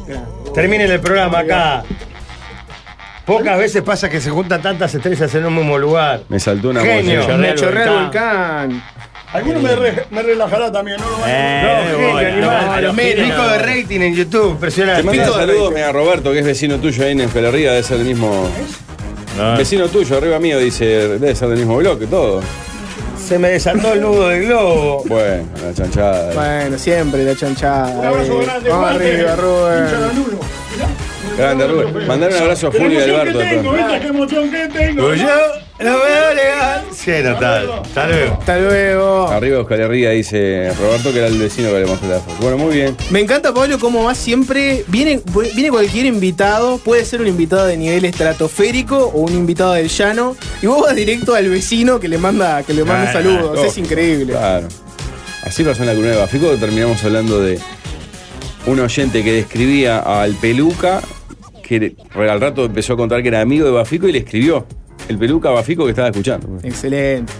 [SPEAKER 6] Terminen el programa acá. Pocas veces pasa que se juntan tantas estrellas en un mismo lugar.
[SPEAKER 7] Me saltó una
[SPEAKER 6] Genio.
[SPEAKER 7] voz.
[SPEAKER 9] Me chorrea el volcán.
[SPEAKER 11] Alguno me, re- me relajará también, ¿no? lo van a-
[SPEAKER 8] Eh,
[SPEAKER 6] No,
[SPEAKER 8] muy
[SPEAKER 6] genio,
[SPEAKER 8] bueno.
[SPEAKER 6] animal.
[SPEAKER 8] A los
[SPEAKER 6] Mira,
[SPEAKER 8] giros,
[SPEAKER 6] Pico de rating en YouTube,
[SPEAKER 7] Te mando
[SPEAKER 6] impresionante.
[SPEAKER 7] un saludo mira, a Roberto, que es vecino tuyo ahí en Felerría, debe ser el mismo. Vecino tuyo, arriba mío, dice, debe ser del mismo bloque, todo.
[SPEAKER 6] Se me desató el nudo del globo.
[SPEAKER 7] Bueno, la chanchada.
[SPEAKER 9] Bueno, siempre la chanchada. eh.
[SPEAKER 11] Un abrazo grande,
[SPEAKER 9] Vamos
[SPEAKER 11] Mate,
[SPEAKER 9] arriba,
[SPEAKER 11] hincha
[SPEAKER 9] Rubén.
[SPEAKER 11] del Lulo.
[SPEAKER 7] Grande, Rubén. Mandar un abrazo a
[SPEAKER 11] Pero
[SPEAKER 7] Julio y
[SPEAKER 11] emoción que
[SPEAKER 7] Alberto.
[SPEAKER 11] tengo,
[SPEAKER 7] entonces.
[SPEAKER 11] ¿viste qué emoción que tengo?
[SPEAKER 6] Yo, Lo veo legal. Sí, no, tal. Hasta luego.
[SPEAKER 9] Hasta luego.
[SPEAKER 7] Arriba Oscar Herría dice Roberto que era el vecino que le mostró la foto. Bueno, muy bien.
[SPEAKER 9] Me encanta, Pablo, cómo va siempre. Viene, viene cualquier invitado, puede ser un invitado de nivel estratosférico o un invitado del llano. Y vos vas directo al vecino que le manda, que le manda
[SPEAKER 7] Claro.
[SPEAKER 9] saludos. Es increíble.
[SPEAKER 7] Claro. Así pasó en la cuna de Bafico, terminamos hablando de un oyente que describía al Peluca, que re- al rato empezó a contar que era amigo de Bafico y le escribió el Peluca a Bafico que estaba escuchando.
[SPEAKER 9] Excelente.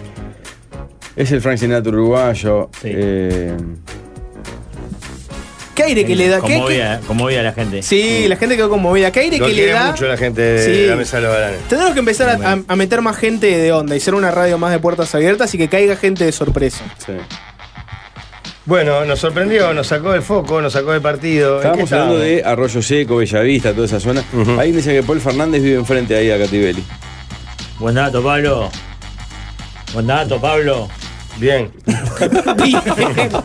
[SPEAKER 7] Es el Frank Sinatra uruguayo. eh,
[SPEAKER 9] ¿Qué aire que le da? ¿Qué, qué-
[SPEAKER 8] Conmovía, conmovía a la gente.
[SPEAKER 9] Sí, la gente quedó conmovida. ¿Qué aire
[SPEAKER 8] eh. Lo
[SPEAKER 9] que le
[SPEAKER 8] quiere
[SPEAKER 9] da?
[SPEAKER 8] mucho la
[SPEAKER 6] gente de
[SPEAKER 9] Sí.
[SPEAKER 6] la mesa de los galanes.
[SPEAKER 9] Tenemos que empezar a, a- a meter más gente de onda y ser una radio más de puertas abiertas y que caiga gente de sorpresa.
[SPEAKER 6] Bueno, nos sorprendió, nos sacó del foco, nos sacó del partido. ¿En qué
[SPEAKER 7] Estábamos hablando de Arroyo Seco, Bellavista, toda esa zona. Ahí me dice que Paul Fernández vive enfrente ahí a Cativelli.
[SPEAKER 8] Buen dato, Pablo. Buen dato, Pablo.
[SPEAKER 6] Bien.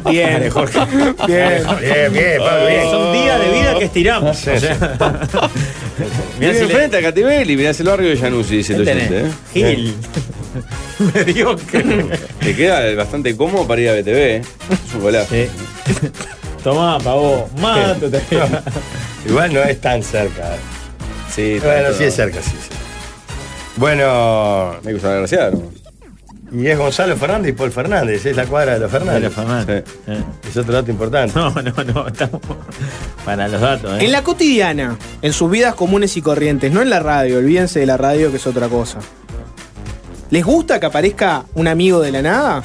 [SPEAKER 8] bien, Jorge.
[SPEAKER 6] Bien. Bien, bien, Pablo, bien.
[SPEAKER 8] Eh, Son días de vida que estiramos.
[SPEAKER 7] Sí,
[SPEAKER 8] o
[SPEAKER 7] sí.
[SPEAKER 8] sea,
[SPEAKER 7] Mirá
[SPEAKER 8] si le-
[SPEAKER 7] enfrente a Cativelli, mirá el barrio de Yanussi, dice el
[SPEAKER 8] Ahí tenés.
[SPEAKER 7] oyente. ¿eh?
[SPEAKER 8] Gil. Mediocre.
[SPEAKER 7] Te queda bastante cómodo para ir a BTV, ¿eh? Es un golazo.
[SPEAKER 8] Tomá, pavo. Mato. te-
[SPEAKER 6] Igual no es tan cerca.
[SPEAKER 7] Sí,
[SPEAKER 6] Bueno,
[SPEAKER 7] tanto
[SPEAKER 6] sí
[SPEAKER 7] no.
[SPEAKER 6] es cerca, sí, sí. Bueno.
[SPEAKER 7] Me gusta agraciar.
[SPEAKER 6] Y es Gonzalo Fernández y Paul Fernández, es la cuadra de los Fernández. Sí. Es otro dato importante.
[SPEAKER 8] Eh. No, no, no, estamos para los datos. ¿eh?
[SPEAKER 9] En la cotidiana, en sus vidas comunes y corrientes, no en la radio, olvídense de la radio que es otra cosa. ¿Les gusta que aparezca un amigo de la nada?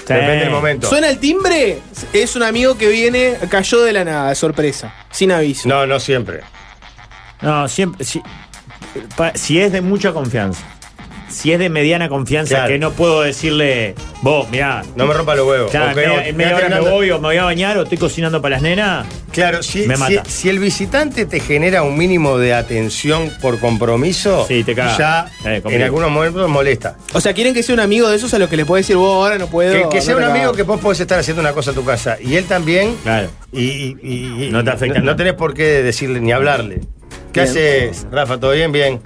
[SPEAKER 6] Depende del momento.
[SPEAKER 9] Suena el timbre, es un amigo que viene, cayó de la nada, de sorpresa, sin aviso.
[SPEAKER 6] No, no siempre.
[SPEAKER 8] No, siempre. Si, pa- si es de mucha confianza. Si es de mediana confianza,
[SPEAKER 6] Claro.
[SPEAKER 8] que no puedo decirle, vos, mirá.
[SPEAKER 6] No me rompa los huevos.
[SPEAKER 8] Claro,
[SPEAKER 6] Ok,
[SPEAKER 8] en media-
[SPEAKER 6] vos,
[SPEAKER 8] en media
[SPEAKER 6] quedate
[SPEAKER 8] hora me
[SPEAKER 6] hablando.
[SPEAKER 8] voy o me voy a bañar o estoy cocinando para las nenas.
[SPEAKER 6] Claro, si,
[SPEAKER 8] Me
[SPEAKER 6] si,
[SPEAKER 8] mata.
[SPEAKER 6] si el visitante te genera un mínimo de atención por compromiso,
[SPEAKER 8] Sí, te caga.
[SPEAKER 6] ya
[SPEAKER 8] Eh,
[SPEAKER 6] en
[SPEAKER 8] complica.
[SPEAKER 6] algunos momentos molesta.
[SPEAKER 9] O sea, quieren que sea un amigo de esos a los que les puede decir, vos ahora no puedo.
[SPEAKER 6] Que, que sea
[SPEAKER 9] no
[SPEAKER 6] un
[SPEAKER 9] te
[SPEAKER 6] amigo
[SPEAKER 9] acabo".
[SPEAKER 6] que vos podés estar haciendo una cosa a tu casa y él también.
[SPEAKER 8] Claro.
[SPEAKER 6] Y, y- y- y-
[SPEAKER 8] No te afecta
[SPEAKER 6] No,
[SPEAKER 8] nada.
[SPEAKER 6] tenés por qué decirle ni hablarle. ¿Qué
[SPEAKER 8] Bien.
[SPEAKER 6] haces, Rafa? ¿Todo bien? Bien.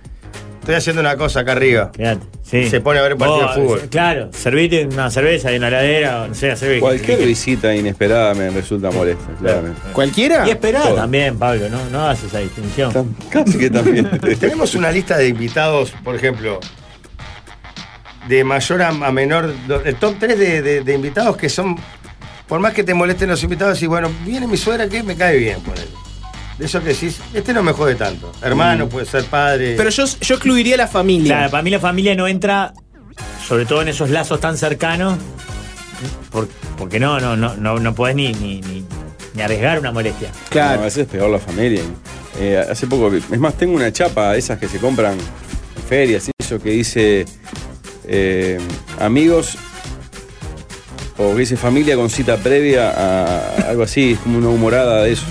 [SPEAKER 6] Estoy haciendo una cosa acá arriba.
[SPEAKER 8] Mirá, sí.
[SPEAKER 6] Se pone a ver un partido
[SPEAKER 8] Vos, eh,
[SPEAKER 6] de fútbol.
[SPEAKER 8] Claro, servite una cerveza y una heladera, o no sé, hacer
[SPEAKER 7] Cualquier visita inesperada me resulta molesta, claramente.
[SPEAKER 9] ¿Cualquiera?
[SPEAKER 8] Y esperá
[SPEAKER 7] Todo.
[SPEAKER 8] también, Pablo, ¿no? No haces esa distinción.
[SPEAKER 7] Casi que también.
[SPEAKER 6] Tenemos una lista de invitados, por ejemplo, de mayor a, a menor, do- el top 3 de, de- de invitados que son, por más que te molesten los invitados, y bueno, viene mi suegra que me cae bien, por él. De eso que decís, este no me jode tanto. Hermano, puede ser padre.
[SPEAKER 9] Pero yo, yo excluiría a la familia.
[SPEAKER 8] Claro, para mí la familia no entra, sobre todo en esos lazos tan cercanos, por- porque no, no, no, no, no podés ni, ni, ni- ni arriesgar una molestia.
[SPEAKER 9] Claro.
[SPEAKER 7] No, a veces es peor la familia. Eh, hace poco, es más, tengo una chapa, esas que se compran en ferias, y eso que dice eh, amigos o que dice familia con cita previa a algo así, es como una humorada de eso.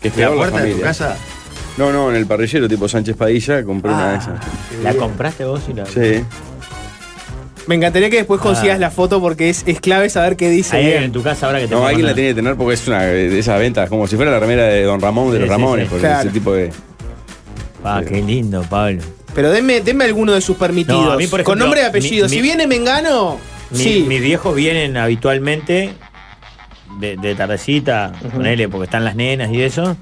[SPEAKER 7] Que es
[SPEAKER 6] ¿La
[SPEAKER 7] peor la,
[SPEAKER 6] puerta de
[SPEAKER 7] familia.
[SPEAKER 6] tu casa?
[SPEAKER 7] No, no, en el parrillero tipo Sánchez Padilla compré una de
[SPEAKER 6] Ah.
[SPEAKER 7] esas.
[SPEAKER 8] ¿La compraste vos y la.?
[SPEAKER 7] Sí.
[SPEAKER 9] Me encantaría que
[SPEAKER 6] Ah.
[SPEAKER 9] después consigas la foto porque es, es clave saber qué dice.
[SPEAKER 8] Hay
[SPEAKER 9] bien.
[SPEAKER 8] alguien en tu casa ahora que te
[SPEAKER 7] No,
[SPEAKER 8] puede
[SPEAKER 7] alguien la
[SPEAKER 8] mandar.
[SPEAKER 7] tiene que tener porque es una de esas ventas, como si fuera la remera de Don Ramón de
[SPEAKER 8] Sí,
[SPEAKER 7] los
[SPEAKER 8] sí,
[SPEAKER 7] Ramones,
[SPEAKER 8] sí.
[SPEAKER 7] porque
[SPEAKER 9] Claro.
[SPEAKER 7] ese tipo de.
[SPEAKER 8] Ah, qué lindo, Pablo.
[SPEAKER 9] Pero denme, denme alguno de sus permitidos.
[SPEAKER 8] No, a mí, por
[SPEAKER 9] con
[SPEAKER 8] ejemplo,
[SPEAKER 9] nombre y apellido.
[SPEAKER 8] mi-
[SPEAKER 9] si
[SPEAKER 8] mi-
[SPEAKER 9] viene Mengano,
[SPEAKER 8] Mi- eh.
[SPEAKER 9] sí.
[SPEAKER 8] Mis viejos vienen habitualmente de, de tardecita, ponele, porque están las nenas y eso.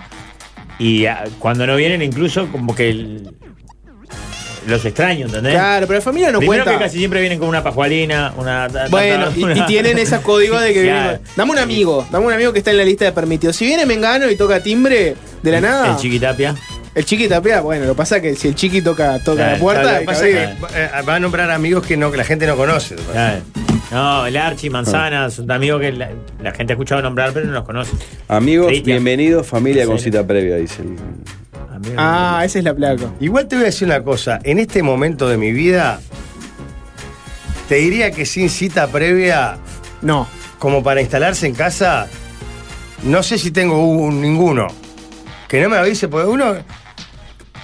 [SPEAKER 8] Y ah, cuando no vienen, incluso como que el- los extraño, ¿entendés?
[SPEAKER 9] Claro, pero la familia no
[SPEAKER 8] Primero que
[SPEAKER 9] cuenta.
[SPEAKER 8] casi siempre vienen con una pajualina, una. ta- ta-
[SPEAKER 9] Bueno,
[SPEAKER 8] ta-
[SPEAKER 9] y,
[SPEAKER 8] una-
[SPEAKER 9] y tienen esos códigos de que
[SPEAKER 8] Claro.
[SPEAKER 9] vienen. Dame un amigo, dame un amigo que está en la lista de permitidos. Si viene Mengano y toca timbre de la nada,
[SPEAKER 8] El chiquitapia.
[SPEAKER 9] el chiqui tapea, bueno, lo pasa que si el chiqui toca, toca
[SPEAKER 8] Claro,
[SPEAKER 9] la puerta,
[SPEAKER 6] Lo
[SPEAKER 9] hay
[SPEAKER 6] que
[SPEAKER 9] que
[SPEAKER 6] pasa
[SPEAKER 9] abrir.
[SPEAKER 6] es que, eh, va a nombrar amigos que, no, que la gente no conoce.
[SPEAKER 8] Claro. No, el Archi, Manzana, son amigos que la, la gente ha escuchado nombrar, pero no los conoce.
[SPEAKER 7] Amigos,
[SPEAKER 8] Cristian.
[SPEAKER 7] bienvenidos, familia con
[SPEAKER 8] Sí.
[SPEAKER 7] cita previa, dice el.
[SPEAKER 8] Amigos.
[SPEAKER 9] Ah, esa es la placa.
[SPEAKER 6] Igual te voy a decir una cosa, en este momento de mi vida, te diría que sin cita previa,
[SPEAKER 9] No.
[SPEAKER 6] como para instalarse en casa, no sé si tengo un- ninguno. Que no me avise, porque uno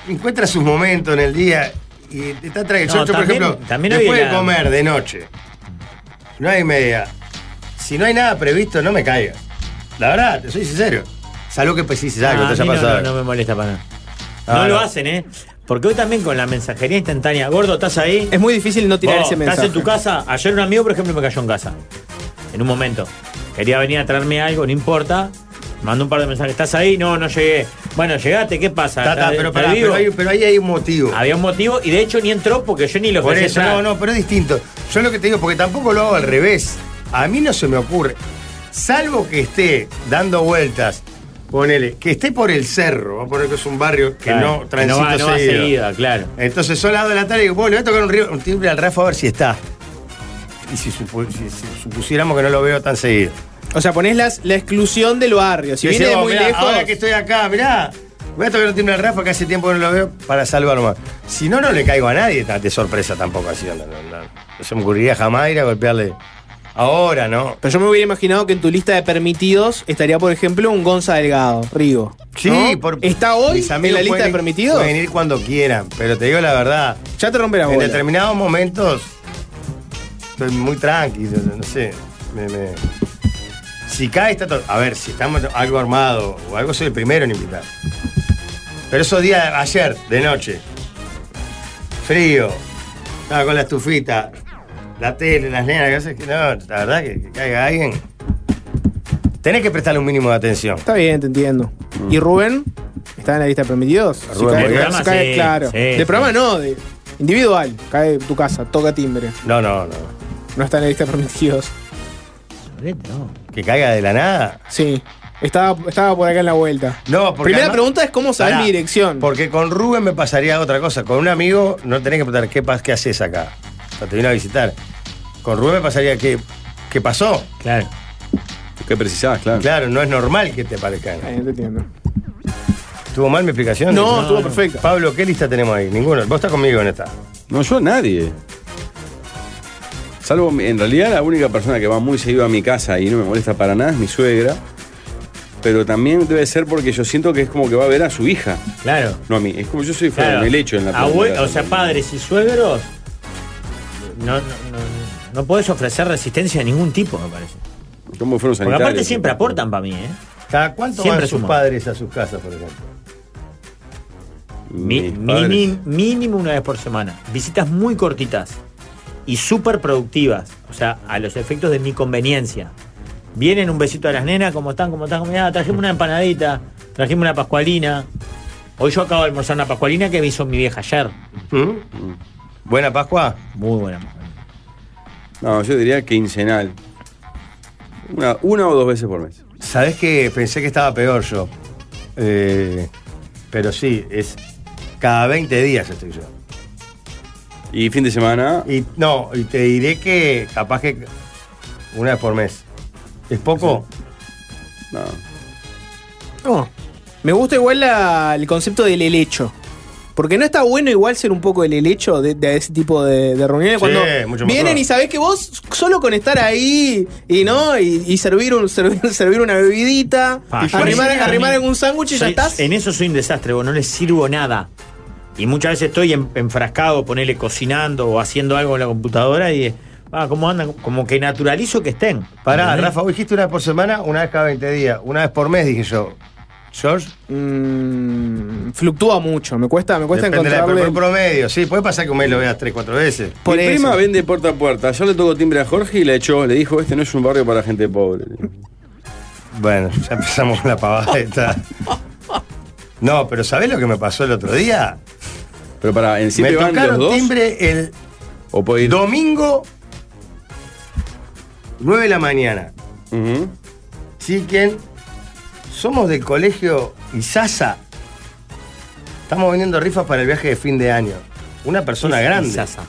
[SPEAKER 6] encuentra sus momentos en el día y está tra-
[SPEAKER 8] No,
[SPEAKER 6] Yo, yo, por
[SPEAKER 8] también-
[SPEAKER 6] ejemplo,
[SPEAKER 8] también
[SPEAKER 6] después
[SPEAKER 8] había
[SPEAKER 6] de
[SPEAKER 8] la-
[SPEAKER 6] comer de noche, no hay media. Si no hay nada previsto, no me caiga. La verdad, te soy sincero. Salvo que pues, sí,
[SPEAKER 8] Ah,
[SPEAKER 6] algo,
[SPEAKER 8] a
[SPEAKER 6] te haya
[SPEAKER 8] mí no,
[SPEAKER 6] pasado.
[SPEAKER 8] no, no me molesta para nada.
[SPEAKER 6] Ah,
[SPEAKER 8] no,
[SPEAKER 6] no.
[SPEAKER 8] lo hacen, ¿eh? Porque hoy también con la mensajería instantánea, gordo, ¿estás ahí?
[SPEAKER 9] Es muy difícil no tirar ese mensaje.
[SPEAKER 8] ¿Estás en tu casa? Ayer un amigo, por ejemplo, me cayó en casa. En un momento. Quería venir a traerme algo, no importa. Mandó un par de mensajes. ¿Estás ahí? No, no llegué. Bueno, llegaste, ¿qué pasa?
[SPEAKER 6] Ta, ta,
[SPEAKER 8] ¿Estás-
[SPEAKER 6] pero,
[SPEAKER 8] estás
[SPEAKER 6] pará,
[SPEAKER 8] vivo?
[SPEAKER 6] pero, hay- pero ahí hay un motivo.
[SPEAKER 8] Había un motivo y de hecho ni entró porque yo ni lo
[SPEAKER 6] Por
[SPEAKER 8] dejé
[SPEAKER 6] eso,
[SPEAKER 8] entrar.
[SPEAKER 6] no, no, pero es distinto. Yo lo que te digo, porque tampoco lo hago al revés. A mí no se me ocurre. Salvo que esté dando vueltas, ponele, que esté por el cerro, vamos a poner que es un barrio que
[SPEAKER 8] Claro,
[SPEAKER 6] no
[SPEAKER 8] que no
[SPEAKER 6] transito
[SPEAKER 8] va- no va
[SPEAKER 6] seguido.
[SPEAKER 8] seguida, claro.
[SPEAKER 6] Entonces son las 2 de la tarde y digo, bueno, le voy a tocar un, río- un timbre al Rafa a ver si está. Y si, supu- si- si supusiéramos que no lo veo tan seguido.
[SPEAKER 9] O sea, ponés las- la exclusión del barrio. Si
[SPEAKER 6] Le
[SPEAKER 9] viene de
[SPEAKER 6] decía, "Oh,
[SPEAKER 9] muy
[SPEAKER 6] mirá,
[SPEAKER 9] lejos.
[SPEAKER 6] Ahora que estoy acá, mirá. Voy a tocar un timbre al Rafa que hace tiempo que no lo veo para salvarlo más. Si no, no le caigo a nadie ta- de sorpresa tampoco así. No, no, no. No se me ocurriría jamás ir a golpearle. Ahora no.
[SPEAKER 9] Pero yo me hubiera imaginado que en tu lista de permitidos estaría, por ejemplo, un Gonza Delgado, Rigo.
[SPEAKER 6] Sí,
[SPEAKER 9] ¿no?
[SPEAKER 6] por-
[SPEAKER 9] ¿Está hoy
[SPEAKER 6] mis
[SPEAKER 9] en
[SPEAKER 6] amigos
[SPEAKER 9] la lista
[SPEAKER 6] pueden
[SPEAKER 9] de
[SPEAKER 6] ir-
[SPEAKER 9] permitidos?
[SPEAKER 6] Pueden ir cuando quieran, pero te digo la verdad.
[SPEAKER 9] Ya te rompe la
[SPEAKER 6] En
[SPEAKER 9] bola.
[SPEAKER 6] determinados momentos estoy muy tranquilo, no sé. me- me- Si cae está todo. A ver, si estamos algo armado o algo, soy el primero en invitar. Pero esos días, ayer, de noche, frío, estaba con la estufita, la tele, las nenas, que haces que no, la verdad que, que caiga alguien. Tenés que prestarle un mínimo de atención.
[SPEAKER 9] Está bien, te entiendo. ¿Y Rubén? ¿Está en la lista de permitidos? Si
[SPEAKER 6] Rubén
[SPEAKER 9] cae-
[SPEAKER 6] Borges.
[SPEAKER 9] si
[SPEAKER 6] Programa,
[SPEAKER 9] cae,
[SPEAKER 6] sí,
[SPEAKER 9] claro.
[SPEAKER 6] sí,
[SPEAKER 9] de
[SPEAKER 6] sí.
[SPEAKER 9] programa no, de individual. Cae en tu casa, toca timbre.
[SPEAKER 6] No, no, no.
[SPEAKER 9] No está en la lista de permitidos.
[SPEAKER 6] Que caiga de la nada.
[SPEAKER 9] Sí. Estaba, estaba por acá en la vuelta.
[SPEAKER 6] No, porque
[SPEAKER 9] Primera
[SPEAKER 6] además-
[SPEAKER 9] pregunta es cómo sabes
[SPEAKER 6] Pará,
[SPEAKER 9] mi dirección.
[SPEAKER 6] Porque con Rubén me pasaría otra cosa. Con un amigo no tenés que preguntar qué, pas- qué haces acá. O sea, te vino a visitar. Con Rubén me pasaría qué, qué pasó.
[SPEAKER 8] Claro.
[SPEAKER 7] ¿Qué precisabas, claro?
[SPEAKER 6] Claro, no es normal que te parezcan.
[SPEAKER 9] Eh, no te entiendo.
[SPEAKER 6] ¿Estuvo mal mi explicación?
[SPEAKER 9] No, estuvo perfecta.
[SPEAKER 6] Pablo, ¿qué lista tenemos ahí? Ninguno. Vos estás conmigo en esta.
[SPEAKER 7] No, yo a nadie. Salvo, en realidad, la única persona que va muy seguido a mi casa y no me molesta para nada es mi suegra. Pero también debe ser porque yo siento que es como que va a ver a su hija,
[SPEAKER 8] Claro.
[SPEAKER 7] no a mí. Es como yo soy fuera
[SPEAKER 8] claro.
[SPEAKER 7] en el hecho en la
[SPEAKER 8] Abue-
[SPEAKER 7] primera
[SPEAKER 8] O sea, padres y suegros. No, no, no, no podés ofrecer resistencia de ningún tipo, me parece.
[SPEAKER 7] casa. Como fueron
[SPEAKER 8] Porque
[SPEAKER 7] sanitarios.
[SPEAKER 8] aparte siempre aportan para mí, ¿eh?
[SPEAKER 6] ¿Cada cuánto
[SPEAKER 8] Siempre
[SPEAKER 6] van sus
[SPEAKER 8] suma.
[SPEAKER 6] padres a sus casas, por ejemplo?
[SPEAKER 8] Mi-
[SPEAKER 7] Mis padres.
[SPEAKER 8] mini- mínimo una vez por semana. Visitas muy cortitas y súper productivas. O sea, a los efectos de mi conveniencia. Vienen un besito a las nenas, ¿cómo están? ¿Cómo están? Mirá, trajimos una empanadita, trajimos una pascualina. Hoy yo acabo de almorzar una pascualina que me hizo mi vieja ayer.
[SPEAKER 6] ¿Mm? ¿Buena Pascua?
[SPEAKER 8] Muy buena. mujer.
[SPEAKER 7] No, yo diría quincenal. Una, una o dos veces por mes.
[SPEAKER 6] Sabés que pensé que estaba peor yo. Eh, pero sí, es cada 20 días estoy yo.
[SPEAKER 7] Y fin de semana.
[SPEAKER 6] Y no, y te diré que capaz que una vez por mes. ¿Es poco?
[SPEAKER 7] No.
[SPEAKER 9] No. Me gusta igual la- el concepto del helecho. Porque no está bueno igual ser un poco el helecho de, de ese tipo de, de reuniones.
[SPEAKER 6] Sí, mucho
[SPEAKER 9] cuando
[SPEAKER 6] más
[SPEAKER 9] vienen
[SPEAKER 6] claro.
[SPEAKER 9] y sabés que vos solo con estar ahí y no y, y servir, un, servir, servir una bebidita,
[SPEAKER 8] Ah, yo
[SPEAKER 9] arrimar,
[SPEAKER 8] soy-
[SPEAKER 9] arrimar algún sándwich y ya
[SPEAKER 8] Soy-
[SPEAKER 9] estás.
[SPEAKER 8] En eso soy un desastre, vos no les sirvo nada. Y muchas veces estoy en- enfrascado, ponele cocinando o haciendo algo en la computadora y. Ah, ¿cómo andan? Como que naturalizo que estén.
[SPEAKER 6] Pará,
[SPEAKER 8] ¿Entendés?
[SPEAKER 6] Rafa, vos dijiste una vez por semana, una vez cada 20 días. Una vez por mes, dije yo. George,
[SPEAKER 9] Mm, fluctúa mucho, me cuesta, me cuesta
[SPEAKER 6] depende de la-
[SPEAKER 9] encontrarle.
[SPEAKER 6] por promedio. Sí, puede pasar que un mes lo veas 3, 4 veces.
[SPEAKER 9] Por
[SPEAKER 7] mi
[SPEAKER 9] eso.
[SPEAKER 7] prima vende puerta a puerta. Yo le tocó timbre a Jorge y le echó. Le dijo: Este no es un barrio para gente pobre.
[SPEAKER 6] Bueno, ya empezamos con la pavada esta. No, pero ¿sabés lo que me pasó el otro día?
[SPEAKER 7] Pero para, ¿en siempre
[SPEAKER 6] me
[SPEAKER 7] van los
[SPEAKER 6] tocaron
[SPEAKER 7] dos?
[SPEAKER 6] timbre el
[SPEAKER 7] ¿O puede ir?
[SPEAKER 6] domingo 9 de la mañana.
[SPEAKER 7] Ujú.
[SPEAKER 6] Chiquen, somos del colegio Isasa. Estamos vendiendo rifas para el viaje de fin de año. Una persona
[SPEAKER 8] Es-
[SPEAKER 6] grande.
[SPEAKER 8] es Sasa.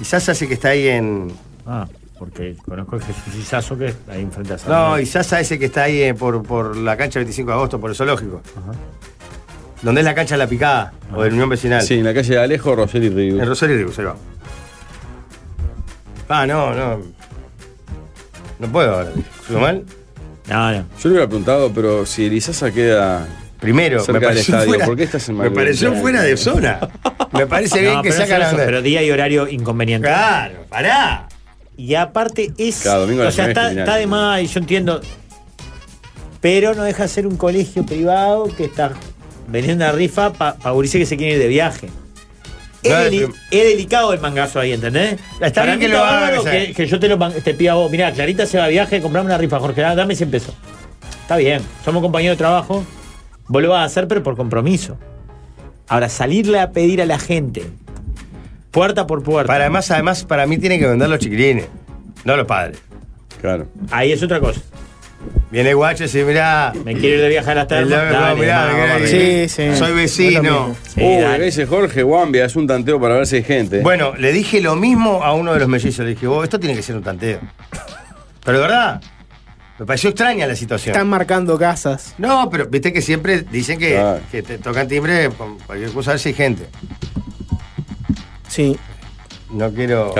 [SPEAKER 6] Isasa sí que está ahí en.
[SPEAKER 8] Ah, porque conozco el Jesús Isazo que es ahí enfrente a San
[SPEAKER 6] No,
[SPEAKER 8] Miguel.
[SPEAKER 6] Isasa ese que está ahí eh, por, por la cancha 25 de agosto, por el zoológico. Donde es la cancha de la picada, o de la Unión Vecinal.
[SPEAKER 7] Sí, en la calle de Alejo, Rosel y
[SPEAKER 6] En
[SPEAKER 7] Río.
[SPEAKER 6] Rosario Ríos, ahí va. Ah, no, no. No puedo ahora. ¿Subo mal?
[SPEAKER 8] No, no.
[SPEAKER 7] Yo le hubiera preguntado, pero si Elizaza queda.
[SPEAKER 6] Primero,
[SPEAKER 7] Cerca
[SPEAKER 6] me
[SPEAKER 7] del
[SPEAKER 6] pareció,
[SPEAKER 7] estadio,
[SPEAKER 6] fuera,
[SPEAKER 7] ¿por qué estás en
[SPEAKER 6] me
[SPEAKER 7] Malvin?
[SPEAKER 6] pareció fuera de zona. Me parece bien
[SPEAKER 8] No,
[SPEAKER 6] que
[SPEAKER 8] pero
[SPEAKER 6] saca
[SPEAKER 8] eso-
[SPEAKER 6] la
[SPEAKER 8] eso,
[SPEAKER 6] bandera.
[SPEAKER 8] Pero día y horario inconveniente.
[SPEAKER 6] Claro, pará.
[SPEAKER 8] Y aparte es.
[SPEAKER 7] Claro, domingo a
[SPEAKER 8] o
[SPEAKER 7] las
[SPEAKER 8] sea,
[SPEAKER 7] nueve
[SPEAKER 8] está,
[SPEAKER 7] es
[SPEAKER 8] está de
[SPEAKER 7] criminal.
[SPEAKER 8] más y yo entiendo. Pero no deja de ser un colegio privado que está vendiendo una rifa para pa gurises que se quieren ir de viaje. es,
[SPEAKER 6] No, es
[SPEAKER 8] deli- es delicado el mangazo ahí, ¿entendés?
[SPEAKER 6] Está
[SPEAKER 8] Para
[SPEAKER 6] bien
[SPEAKER 8] mí
[SPEAKER 6] que lo
[SPEAKER 8] está
[SPEAKER 6] haga,
[SPEAKER 8] bárbaro
[SPEAKER 6] o sea.
[SPEAKER 8] que, que yo te, lo, man- te pida a vos, mirá, Clarita se va a viaje, comprame una rifa, Jorge, ah, dame 100 pesos. Está bien, somos compañeros de trabajo, vos lo vas a hacer, pero por compromiso. Ahora, salirle a pedir a la gente, puerta por puerta.
[SPEAKER 6] Para además, además, para mí tienen que vender los chiquilines, no los padres.
[SPEAKER 7] Claro.
[SPEAKER 8] Ahí es otra cosa.
[SPEAKER 6] Viene guacho y dice, mirá.
[SPEAKER 8] Me quiero ir de viaje a las termas.
[SPEAKER 6] El loco,
[SPEAKER 8] Dale,
[SPEAKER 6] mirá,
[SPEAKER 8] vamos,
[SPEAKER 6] mirá,
[SPEAKER 8] vamos
[SPEAKER 6] mirá.
[SPEAKER 8] arriba. Sí, sí.
[SPEAKER 6] Soy vecino.
[SPEAKER 7] Uy, a veces Jorge Guambia es un tanteo para ver si hay gente.
[SPEAKER 6] Bueno, le dije lo mismo a uno de los mellizos. Le dije, vos, esto tiene que ser un tanteo. Pero de verdad, me pareció extraña la situación.
[SPEAKER 9] Están marcando casas.
[SPEAKER 6] No, pero viste que siempre dicen que,
[SPEAKER 9] Claro.
[SPEAKER 6] que te tocan timbre con cualquier cosa, a ver si hay gente.
[SPEAKER 9] Sí.
[SPEAKER 6] No quiero.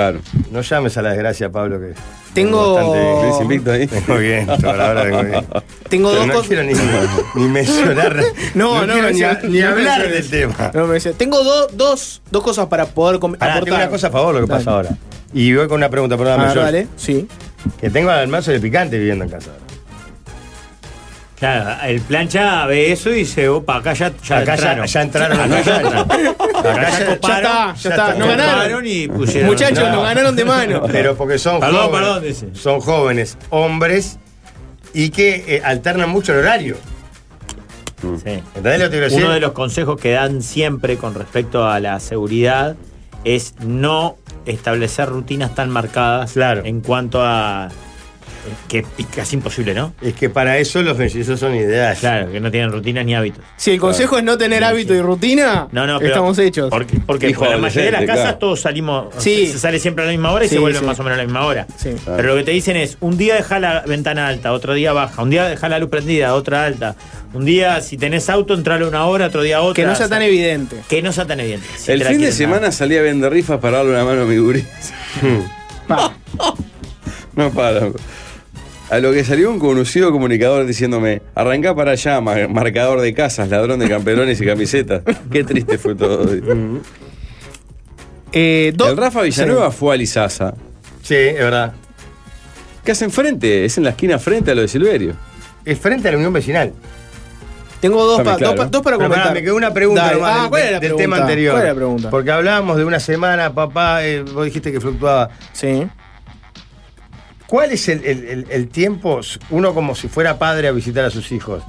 [SPEAKER 6] No llames a la desgracia, Pablo, que.
[SPEAKER 9] Tengo- Luis
[SPEAKER 7] invicto ahí.
[SPEAKER 6] Tengo bien, por ahora vengo bien.
[SPEAKER 9] Tengo
[SPEAKER 6] Pero
[SPEAKER 9] dos
[SPEAKER 6] no
[SPEAKER 9] cosas-
[SPEAKER 6] quiero ni, ni mencionar.
[SPEAKER 9] No,
[SPEAKER 6] no,
[SPEAKER 9] no,
[SPEAKER 6] quiero
[SPEAKER 9] me
[SPEAKER 6] ni,
[SPEAKER 9] decía-
[SPEAKER 6] a- ni
[SPEAKER 9] no me
[SPEAKER 6] hablar
[SPEAKER 9] decía
[SPEAKER 6] del tema.
[SPEAKER 9] No, me decía- Tengo do- dos, dos cosas para poder com-
[SPEAKER 6] Pará,
[SPEAKER 9] aportar.
[SPEAKER 6] tengo una cosa a favor lo que pasa ahora. Y voy con una pregunta, perdóname.
[SPEAKER 9] Ah,
[SPEAKER 6] George.
[SPEAKER 9] dale, sí.
[SPEAKER 6] Que tengo al almazo de picante viviendo en casa. ahora.
[SPEAKER 8] Claro, el plancha ve eso y dice, opa, acá ya, ya
[SPEAKER 6] Acá ya-
[SPEAKER 8] entraron.
[SPEAKER 6] ya
[SPEAKER 9] Ah,
[SPEAKER 6] entraron
[SPEAKER 8] Acá
[SPEAKER 6] los
[SPEAKER 8] ya
[SPEAKER 6] planchas.
[SPEAKER 8] Acá ya coparon.
[SPEAKER 9] ya está, ya está, no
[SPEAKER 8] coparon
[SPEAKER 9] ganaron.
[SPEAKER 8] y pusieron.
[SPEAKER 9] Muchachos, nos ganaron de mano.
[SPEAKER 6] Pero porque son
[SPEAKER 8] Perdón,
[SPEAKER 6] jóvenes.
[SPEAKER 8] perdón, dice.
[SPEAKER 6] Son jóvenes, hombres, y que eh, alternan mucho el horario.
[SPEAKER 8] Sí.
[SPEAKER 6] ¿Entendés lo que te quiero decir?
[SPEAKER 8] Uno de los consejos que dan siempre con respecto a la seguridad es no establecer rutinas tan marcadas en cuanto a. que es casi imposible, ¿no?
[SPEAKER 6] Es que para eso los mellizos son ideas.
[SPEAKER 8] Claro, que no tienen rutinas ni hábitos.
[SPEAKER 9] Si el consejo es no tener hábito y rutina,
[SPEAKER 8] No, no, pero-
[SPEAKER 9] estamos hechos.
[SPEAKER 8] Porque, porque
[SPEAKER 7] Hijo
[SPEAKER 8] en la mayoría de las
[SPEAKER 7] adolescente,
[SPEAKER 8] casas
[SPEAKER 7] claro.
[SPEAKER 8] todos salimos,
[SPEAKER 9] Sí.
[SPEAKER 8] se sale siempre a la misma hora y
[SPEAKER 9] Sí,
[SPEAKER 8] se vuelve
[SPEAKER 9] sí.
[SPEAKER 8] más o menos a la misma hora.
[SPEAKER 9] Sí.
[SPEAKER 8] Pero lo que te dicen es, un día deja la ventana alta, otro día baja, un día deja la luz prendida, otra alta. Un día, si tenés auto, entralo una hora, otro día otra.
[SPEAKER 9] Que no sea tan evidente.
[SPEAKER 8] Que no sea tan evidente. Si
[SPEAKER 7] el
[SPEAKER 8] te la
[SPEAKER 7] fin de
[SPEAKER 8] quieren dar.
[SPEAKER 7] semana salí a vender rifas para darle una mano a mi gurí.
[SPEAKER 9] Pa.
[SPEAKER 7] No para. A lo que salió un conocido comunicador diciéndome, arrancá para allá, ma- marcador de casas, ladrón de camperones y camisetas. Qué triste fue todo.
[SPEAKER 9] Mm. Eh, do-
[SPEAKER 7] El Rafa Villanueva fue a Lizaza.
[SPEAKER 6] Sí, es verdad.
[SPEAKER 7] ¿Qué hacen frente? Es en la esquina frente a lo de Silverio.
[SPEAKER 6] Es frente a la unión vecinal.
[SPEAKER 9] Tengo dos,
[SPEAKER 7] Dame
[SPEAKER 9] pa-
[SPEAKER 7] claro.
[SPEAKER 9] dos pa- dos para
[SPEAKER 6] Pero pará,
[SPEAKER 9] comentar.
[SPEAKER 6] me quedó una pregunta
[SPEAKER 9] Dale.
[SPEAKER 6] nomás
[SPEAKER 9] Ah,
[SPEAKER 6] del,
[SPEAKER 9] ¿cuál era la
[SPEAKER 6] del
[SPEAKER 9] pregunta?
[SPEAKER 6] tema anterior.
[SPEAKER 9] ¿Cuál era la pregunta?
[SPEAKER 6] Porque hablábamos de una semana, papá, eh, vos dijiste que fluctuaba.
[SPEAKER 9] Sí.
[SPEAKER 6] ¿Cuál es el, el- el- el tiempo, uno como si fuera padre a visitar a sus hijos,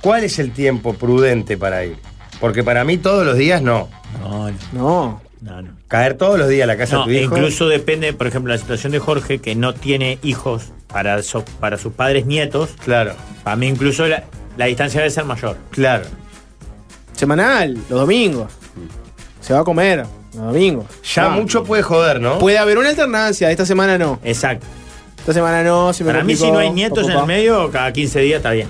[SPEAKER 6] cuál es el tiempo prudente para ir? Porque para mí todos los días no.
[SPEAKER 8] No, no,
[SPEAKER 9] No.
[SPEAKER 8] no, no.
[SPEAKER 6] Caer todos los días a la casa
[SPEAKER 8] No, e
[SPEAKER 6] de tu hijo.
[SPEAKER 8] incluso depende, por ejemplo, la situación de Jorge, que no tiene hijos para, so- para sus padres nietos.
[SPEAKER 6] Claro,
[SPEAKER 8] Para mí incluso la, la distancia debe ser mayor.
[SPEAKER 6] claro.
[SPEAKER 9] Semanal, los domingos. Se va a comer, los domingos.
[SPEAKER 6] Ya
[SPEAKER 9] Ah.
[SPEAKER 6] mucho puede joder, ¿no?
[SPEAKER 9] Puede haber una alternancia, esta semana no.
[SPEAKER 8] Exacto.
[SPEAKER 9] Esta semana no, se me
[SPEAKER 8] Para mí si
[SPEAKER 9] complicó,
[SPEAKER 8] no hay
[SPEAKER 9] pa,
[SPEAKER 8] nietos
[SPEAKER 9] pa,
[SPEAKER 8] en el
[SPEAKER 9] pa.
[SPEAKER 8] medio, cada 15 días está bien.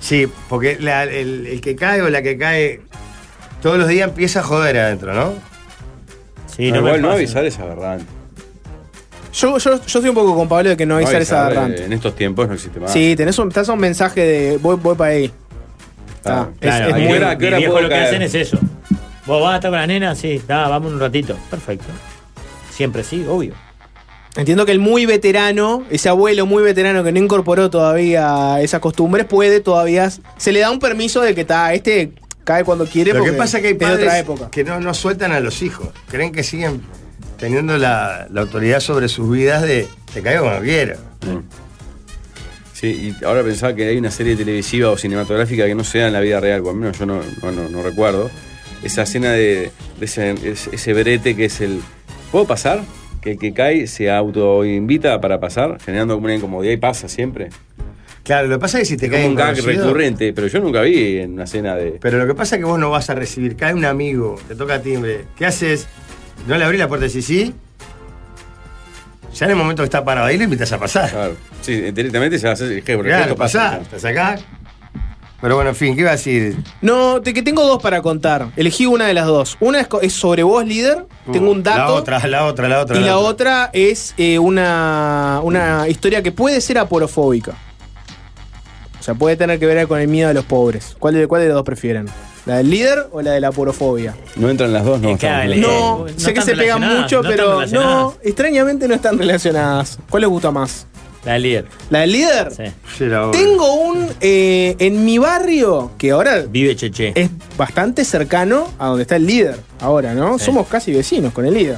[SPEAKER 6] Sí, porque la- el, el que cae o la que cae todos los días empieza a joder adentro, ¿no?
[SPEAKER 8] Sí,
[SPEAKER 7] No,
[SPEAKER 8] no me
[SPEAKER 7] Ah, igual no
[SPEAKER 8] pasa.
[SPEAKER 7] avisar es aberrante.
[SPEAKER 9] Yo, yo, yo soy un poco con Pablo de que no avisar es
[SPEAKER 7] avisar, eh,
[SPEAKER 9] aberrante.
[SPEAKER 7] En estos tiempos no existe más.
[SPEAKER 9] Sí, tenés un, estás a un mensaje de voy, voy para ahí. Ah,
[SPEAKER 7] Claro.
[SPEAKER 9] Es-
[SPEAKER 8] Claro,
[SPEAKER 9] es
[SPEAKER 8] mi
[SPEAKER 9] muy-
[SPEAKER 7] hora-
[SPEAKER 8] viejo,
[SPEAKER 7] ¿a qué hora
[SPEAKER 8] mi viejo
[SPEAKER 7] puedo
[SPEAKER 8] lo que
[SPEAKER 7] caer?
[SPEAKER 8] hacen es eso. Vos vas a estar con la nena, sí, da, vamos un ratito. Perfecto. Siempre sí, obvio.
[SPEAKER 9] Entiendo que el muy veterano, ese abuelo muy veterano que no incorporó todavía esas costumbres, puede todavía. Se le da un permiso de que está, este cae cuando quiere.
[SPEAKER 6] Lo que
[SPEAKER 9] porque
[SPEAKER 6] pasa es que hay
[SPEAKER 9] es de otra
[SPEAKER 6] padres
[SPEAKER 9] época.
[SPEAKER 6] que no, no sueltan a los hijos. Creen que siguen teniendo la, la autoridad sobre sus vidas de te caigo cuando quiero.
[SPEAKER 7] Sí, y ahora pensaba que hay una serie televisiva o cinematográfica que no sea en la vida real, o al menos yo no, no, no- no recuerdo. Esa escena de, de ese, es- ese brete que es el. ¿Puedo pasar? Que el que cae se autoinvita para pasar, generando como una incomodidad y pasa siempre.
[SPEAKER 6] Claro, lo que pasa es que si te
[SPEAKER 7] Es como
[SPEAKER 6] cae
[SPEAKER 7] un gag
[SPEAKER 6] conocido-
[SPEAKER 7] recurrente, pero yo nunca vi en una escena de.
[SPEAKER 6] Pero lo que pasa es que vos no vas a recibir, cae un amigo, te toca timbre. ¿Qué haces? ¿No le abrís la puerta y decís sí? Ya en el momento que está parado ahí lo invitas a pasar.
[SPEAKER 7] Claro. Sí, directamente se hace el jefe.
[SPEAKER 6] Claro, pasá, estás acá. Pero bueno, en fin, ¿qué iba a decir?
[SPEAKER 9] No, te, que tengo dos para contar. Elegí una de las dos. Una es, co- es sobre vos, líder. Tengo un dato.
[SPEAKER 6] Uh, La otra, la otra, la otra. Mm.
[SPEAKER 9] y la otra es eh, una, una historia que puede ser aporofóbica. O sea, puede tener que ver con el miedo de los pobres. ¿Cuál de, cuál de las dos prefieren? ¿La del líder o la de la aporofobia?
[SPEAKER 7] No entran las dos, no.
[SPEAKER 8] Es que
[SPEAKER 7] estamos-
[SPEAKER 8] dale.
[SPEAKER 9] No,
[SPEAKER 8] no
[SPEAKER 7] Eh,
[SPEAKER 9] sé que
[SPEAKER 8] están
[SPEAKER 9] se pegan
[SPEAKER 8] relacionadas,
[SPEAKER 9] mucho,
[SPEAKER 8] no están
[SPEAKER 9] pero
[SPEAKER 8] relacionadas.
[SPEAKER 9] no, extrañamente no están relacionadas. ¿Cuál les gusta más?
[SPEAKER 8] La del líder.
[SPEAKER 9] ¿La del líder?
[SPEAKER 8] Sí.
[SPEAKER 9] Tengo un. eh, en mi barrio, que ahora
[SPEAKER 8] Vive Cheche.
[SPEAKER 9] es bastante cercano a donde está el líder. Ahora, ¿no? Somos casi vecinos con el líder.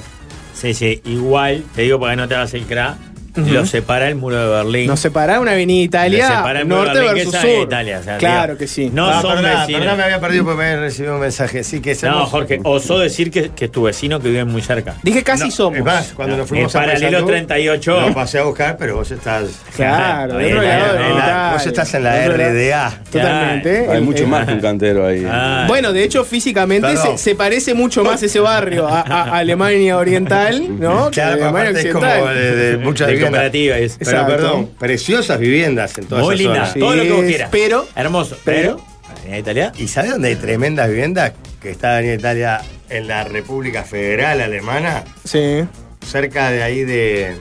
[SPEAKER 8] Sí, sí. Igual, te digo para que no te hagas el cra, lo separa el muro de Berlín.
[SPEAKER 9] Nos separa una avenida Italia,
[SPEAKER 8] Lo separa el muro de
[SPEAKER 9] norte
[SPEAKER 8] Berlín, que
[SPEAKER 9] versus
[SPEAKER 8] esa es
[SPEAKER 9] sur.
[SPEAKER 8] Italia, o sea,
[SPEAKER 9] claro
[SPEAKER 8] digo,
[SPEAKER 9] que sí.
[SPEAKER 8] No
[SPEAKER 6] Ah,
[SPEAKER 8] son
[SPEAKER 6] perdón,
[SPEAKER 8] vecinos.
[SPEAKER 6] me había perdido porque me recibió un mensaje. Sí, que es
[SPEAKER 8] No,
[SPEAKER 6] hermoso.
[SPEAKER 8] Jorge, osó decir que, que es tu vecino que vive muy cerca.
[SPEAKER 9] Dije casi
[SPEAKER 6] No,
[SPEAKER 9] somos.
[SPEAKER 6] Es más, cuando
[SPEAKER 8] No,
[SPEAKER 6] nos fuimos
[SPEAKER 8] en
[SPEAKER 6] a
[SPEAKER 8] paralelo
[SPEAKER 6] Paysandú,
[SPEAKER 8] 38.
[SPEAKER 6] Lo pasé a buscar, pero vos estás.
[SPEAKER 9] Claro,
[SPEAKER 8] Está
[SPEAKER 9] de otro
[SPEAKER 8] bien,
[SPEAKER 9] lado
[SPEAKER 8] está
[SPEAKER 9] de
[SPEAKER 8] bien,
[SPEAKER 6] en la-
[SPEAKER 9] Italia.
[SPEAKER 6] vos estás en la
[SPEAKER 9] Es verdad.
[SPEAKER 6] RDA.
[SPEAKER 9] Totalmente.
[SPEAKER 7] Hay
[SPEAKER 9] El-
[SPEAKER 7] mucho
[SPEAKER 9] el-
[SPEAKER 7] más que un cantero ahí.
[SPEAKER 8] Ah,
[SPEAKER 9] Bueno, de hecho, físicamente se,
[SPEAKER 6] Perdón.
[SPEAKER 9] se parece mucho más ese barrio a, a Alemania Oriental, ¿no? Que
[SPEAKER 6] Claro,
[SPEAKER 9] a
[SPEAKER 6] pero
[SPEAKER 9] Alemania
[SPEAKER 6] aparte es como
[SPEAKER 9] Occidental.
[SPEAKER 6] de, de muchas
[SPEAKER 8] de
[SPEAKER 6] viviendas.
[SPEAKER 8] cooperativa es.
[SPEAKER 6] Pero
[SPEAKER 9] Exacto.
[SPEAKER 6] perdón, preciosas viviendas en todas
[SPEAKER 8] Muy
[SPEAKER 6] esas
[SPEAKER 8] linda,
[SPEAKER 6] zonas.
[SPEAKER 8] todo lo que vos
[SPEAKER 9] Sí,
[SPEAKER 8] quieras.
[SPEAKER 9] pero-
[SPEAKER 8] Hermoso.
[SPEAKER 9] pero-
[SPEAKER 8] Pero. En Italia.
[SPEAKER 6] ¿Y sabe dónde hay tremendas viviendas? Que está en Italia, en la República Federal Alemana,
[SPEAKER 9] Sí.
[SPEAKER 6] cerca de ahí de,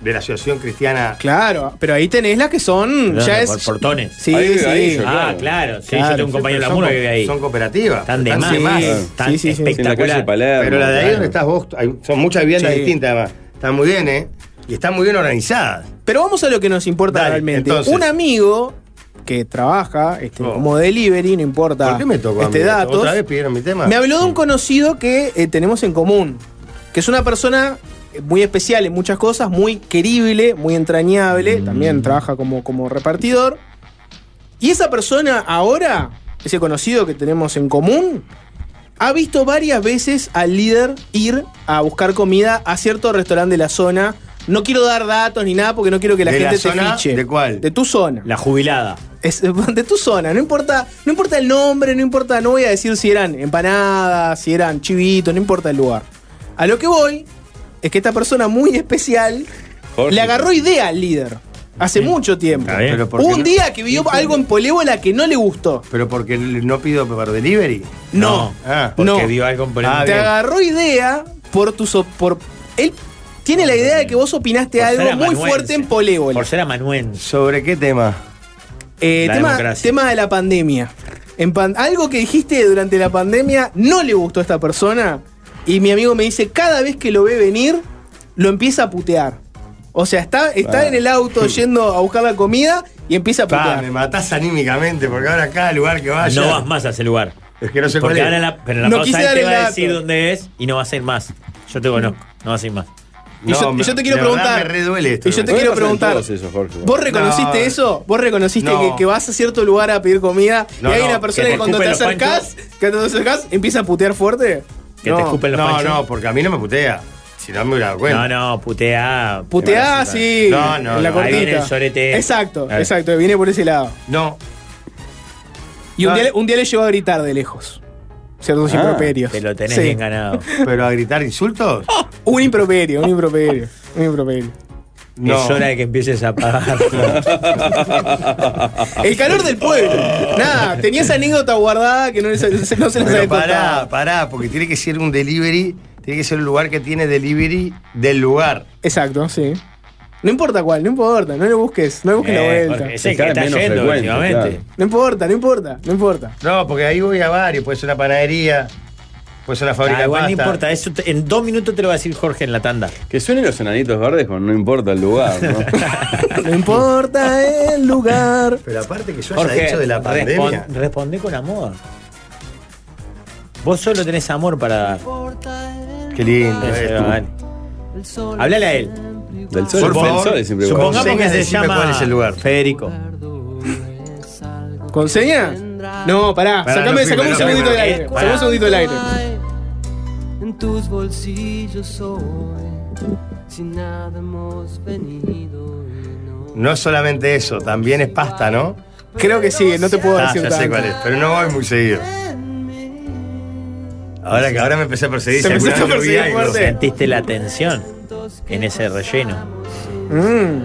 [SPEAKER 6] de la Asociación Cristiana.
[SPEAKER 9] Claro, pero ahí tenés las que son.
[SPEAKER 8] Perdón,
[SPEAKER 9] ya
[SPEAKER 8] por
[SPEAKER 9] es.
[SPEAKER 8] portones.
[SPEAKER 9] Sí,
[SPEAKER 7] Ahí,
[SPEAKER 9] sí.
[SPEAKER 7] ahí, yo-
[SPEAKER 8] Ah,
[SPEAKER 7] Claro.
[SPEAKER 8] claro. Sí,
[SPEAKER 9] Claro,
[SPEAKER 8] yo tengo un
[SPEAKER 9] sí,
[SPEAKER 8] compañero de
[SPEAKER 6] Son
[SPEAKER 8] laburo
[SPEAKER 6] co-
[SPEAKER 8] que vive ahí.
[SPEAKER 6] Son cooperativas.
[SPEAKER 8] Tan de
[SPEAKER 6] están
[SPEAKER 8] más.
[SPEAKER 9] sí,
[SPEAKER 8] Tan
[SPEAKER 9] sí, sí, sí.
[SPEAKER 7] en la calle
[SPEAKER 8] espectacular.
[SPEAKER 7] Palermo.
[SPEAKER 6] Pero la de ahí
[SPEAKER 7] claro.
[SPEAKER 6] donde estás vos, hay- son muchas viviendas
[SPEAKER 9] Sí.
[SPEAKER 6] distintas además. Están muy bien, ¿eh? Y están muy bien organizadas.
[SPEAKER 9] Pero vamos a lo que nos importa
[SPEAKER 6] Dale,
[SPEAKER 9] realmente.
[SPEAKER 6] entonces.
[SPEAKER 9] Un amigo que trabaja este,
[SPEAKER 6] Oh.
[SPEAKER 9] como delivery, no importa
[SPEAKER 6] ¿Por qué me tocó a
[SPEAKER 9] este
[SPEAKER 6] mí?
[SPEAKER 9] datos.
[SPEAKER 6] ¿Otra vez pidieron mi tema?
[SPEAKER 9] Me habló de un conocido que eh, tenemos en común, que es una persona eh, muy especial en muchas cosas, muy querible, muy entrañable,
[SPEAKER 6] Mm.
[SPEAKER 9] también trabaja como, como repartidor. Y esa persona ahora, ese conocido que tenemos en común, ha visto varias veces al líder ir a buscar comida a cierto restaurante de la zona. No quiero dar datos ni nada porque no quiero que la
[SPEAKER 6] ¿De la
[SPEAKER 9] gente
[SPEAKER 6] zona?
[SPEAKER 9] te fiche.
[SPEAKER 6] ¿De cuál?
[SPEAKER 9] De tu zona.
[SPEAKER 8] La jubilada.
[SPEAKER 9] Es de tu zona, no importa, no importa el nombre, no importa, no voy a decir si eran empanadas, si eran chivitos, no importa el lugar. A lo que voy es que esta persona muy especial
[SPEAKER 7] Jorge.
[SPEAKER 9] le agarró idea al líder hace mucho tiempo.
[SPEAKER 8] Está bien.
[SPEAKER 6] Pero ¿por qué
[SPEAKER 9] Un
[SPEAKER 6] no?
[SPEAKER 9] día que vio algo en Polébola que no le gustó.
[SPEAKER 6] Pero porque no pido por delivery.
[SPEAKER 9] No.
[SPEAKER 6] Ah,
[SPEAKER 8] Porque
[SPEAKER 9] No.
[SPEAKER 8] vio algo en
[SPEAKER 6] Ah,
[SPEAKER 9] Te
[SPEAKER 6] bien.
[SPEAKER 9] agarró idea por tus op- por él tiene la idea de que vos opinaste
[SPEAKER 8] Por ser
[SPEAKER 9] algo muy
[SPEAKER 8] amanuense.
[SPEAKER 9] fuerte en Polébola.
[SPEAKER 8] Por ser amanuense.
[SPEAKER 6] ¿Sobre qué tema?
[SPEAKER 9] Eh,
[SPEAKER 8] La
[SPEAKER 9] tema,
[SPEAKER 8] democracia.
[SPEAKER 9] tema de la pandemia. En pan- algo que dijiste durante la pandemia no le gustó a esta persona. Y mi amigo me dice, cada vez que lo ve venir, lo empieza a putear. O sea, está, está
[SPEAKER 7] Ah.
[SPEAKER 9] en el auto yendo a buscar la comida y empieza a
[SPEAKER 6] Pa,
[SPEAKER 9] putear.
[SPEAKER 6] me matás anímicamente, porque ahora cada lugar que
[SPEAKER 9] Ah,
[SPEAKER 6] vaya.
[SPEAKER 8] No vas más a ese lugar.
[SPEAKER 6] Es que no sé cuál
[SPEAKER 8] Porque
[SPEAKER 6] es.
[SPEAKER 8] ahora la, pero en la
[SPEAKER 9] No quise
[SPEAKER 8] pausa
[SPEAKER 9] dar
[SPEAKER 8] él te
[SPEAKER 9] el
[SPEAKER 8] va a
[SPEAKER 9] dato.
[SPEAKER 8] decir dónde es y no vas a ir más. Yo te conozco. No vas a ir más.
[SPEAKER 9] y yo- y yo te quiero
[SPEAKER 6] de verdad
[SPEAKER 9] preguntar-
[SPEAKER 6] Me re duele esto.
[SPEAKER 9] y yo te
[SPEAKER 7] Puede
[SPEAKER 9] quiero
[SPEAKER 7] pasar en
[SPEAKER 9] preguntar,
[SPEAKER 7] todos esos, Jorge.
[SPEAKER 9] ¿Vos reconociste
[SPEAKER 6] No.
[SPEAKER 9] eso? ¿Vos reconociste
[SPEAKER 6] No.
[SPEAKER 9] que, que vas a cierto lugar a pedir comida
[SPEAKER 6] No,
[SPEAKER 9] y hay
[SPEAKER 6] no,
[SPEAKER 9] una persona
[SPEAKER 8] que
[SPEAKER 9] que,
[SPEAKER 8] te
[SPEAKER 9] cuando te
[SPEAKER 8] escupen los
[SPEAKER 9] acercás, que cuando te acercás, empieza a putear fuerte?
[SPEAKER 8] Que
[SPEAKER 9] No.
[SPEAKER 8] te escupen los
[SPEAKER 6] No,
[SPEAKER 8] panchos.
[SPEAKER 6] no, porque a mí no me putea. Si no me hubiera dado
[SPEAKER 8] No,
[SPEAKER 6] cuenta.
[SPEAKER 8] no, putea.
[SPEAKER 9] Puteá
[SPEAKER 8] Te van a sentar.
[SPEAKER 9] así.
[SPEAKER 6] No, no,
[SPEAKER 9] en la
[SPEAKER 6] no, ahí
[SPEAKER 9] cortita.
[SPEAKER 8] viene el sorete.
[SPEAKER 9] Exacto,
[SPEAKER 8] Claro.
[SPEAKER 9] exacto, viene por ese lado.
[SPEAKER 6] No.
[SPEAKER 9] Y un
[SPEAKER 6] Ah.
[SPEAKER 9] día, le- un día le llegó a gritar de lejos. Ciertos
[SPEAKER 7] Ah,
[SPEAKER 9] improperios.
[SPEAKER 8] Te lo tenés
[SPEAKER 9] Sí.
[SPEAKER 8] bien ganado.
[SPEAKER 6] Pero a gritar insultos.
[SPEAKER 9] Un improperio, un improperio. Un improperio.
[SPEAKER 6] No.
[SPEAKER 8] Es hora de que empieces a pagar.
[SPEAKER 6] Ah,
[SPEAKER 9] El calor del pueblo. Nada, tenía esa anécdota guardada que no, les- no se las había
[SPEAKER 6] Pero
[SPEAKER 9] contado.
[SPEAKER 6] pará, pará, porque tiene que ser un delivery. Tiene que ser un lugar que tiene delivery del lugar.
[SPEAKER 9] Exacto, sí. No importa cuál, no importa, no le busques, no le busques la
[SPEAKER 8] Eh,
[SPEAKER 9] vuelta.
[SPEAKER 8] Jorge, es el
[SPEAKER 7] Está
[SPEAKER 8] que está
[SPEAKER 7] menos
[SPEAKER 8] yendo
[SPEAKER 7] frecuente,
[SPEAKER 8] últimamente.
[SPEAKER 7] claro.
[SPEAKER 9] No importa, no importa, no importa.
[SPEAKER 6] No, porque ahí voy a varios. Puede ser una panadería, puede ser una fábrica
[SPEAKER 8] Ah,
[SPEAKER 6] de
[SPEAKER 8] igual no
[SPEAKER 6] pasta.
[SPEAKER 8] importa, eso te- en dos minutos te lo va a decir Jorge en la tanda.
[SPEAKER 7] Que suenen los enanitos verdes con no importa el lugar, ¿no?
[SPEAKER 6] Ah,
[SPEAKER 9] No importa el lugar.
[SPEAKER 6] Pero aparte que yo haya
[SPEAKER 8] Jorge,
[SPEAKER 6] dicho de la
[SPEAKER 8] respon-
[SPEAKER 6] pandemia.
[SPEAKER 8] responde con amor. Vos solo tenés amor para dar.
[SPEAKER 6] Qué lindo.
[SPEAKER 8] Eso,
[SPEAKER 6] esto.
[SPEAKER 8] vale. Háblale a él.
[SPEAKER 7] Del sol,
[SPEAKER 6] Por
[SPEAKER 7] del
[SPEAKER 6] favor,
[SPEAKER 7] sol es siempre
[SPEAKER 6] supongo-
[SPEAKER 7] igual.
[SPEAKER 8] Supongamos que
[SPEAKER 6] Señas,
[SPEAKER 8] se
[SPEAKER 6] decime
[SPEAKER 8] llama
[SPEAKER 6] cuál es el lugar.
[SPEAKER 8] Federico.
[SPEAKER 9] ¿Con seña? No, pará,
[SPEAKER 6] Pará,
[SPEAKER 9] sacame,
[SPEAKER 6] no fui,
[SPEAKER 9] sacame un
[SPEAKER 6] no fui,
[SPEAKER 9] segundito
[SPEAKER 6] no
[SPEAKER 9] del
[SPEAKER 6] fui.
[SPEAKER 9] aire. Sacame un segundito del aire.
[SPEAKER 1] En tus bolsillos hoy, sin nada hemos venido.
[SPEAKER 6] No solamente eso, también es pasta, ¿no?
[SPEAKER 9] Creo que sí, no te puedo
[SPEAKER 6] Ah,
[SPEAKER 9] decir
[SPEAKER 6] ya
[SPEAKER 9] tanto.
[SPEAKER 6] sé cuál es, pero no voy muy seguido. Ahora que ahora me empecé a perseguir,
[SPEAKER 9] Se
[SPEAKER 6] seguro
[SPEAKER 9] empezó a
[SPEAKER 6] que lo vi
[SPEAKER 9] perseguir
[SPEAKER 6] algo.
[SPEAKER 9] fuerte.
[SPEAKER 8] Sentiste la tensión en ese relleno.
[SPEAKER 9] Mm,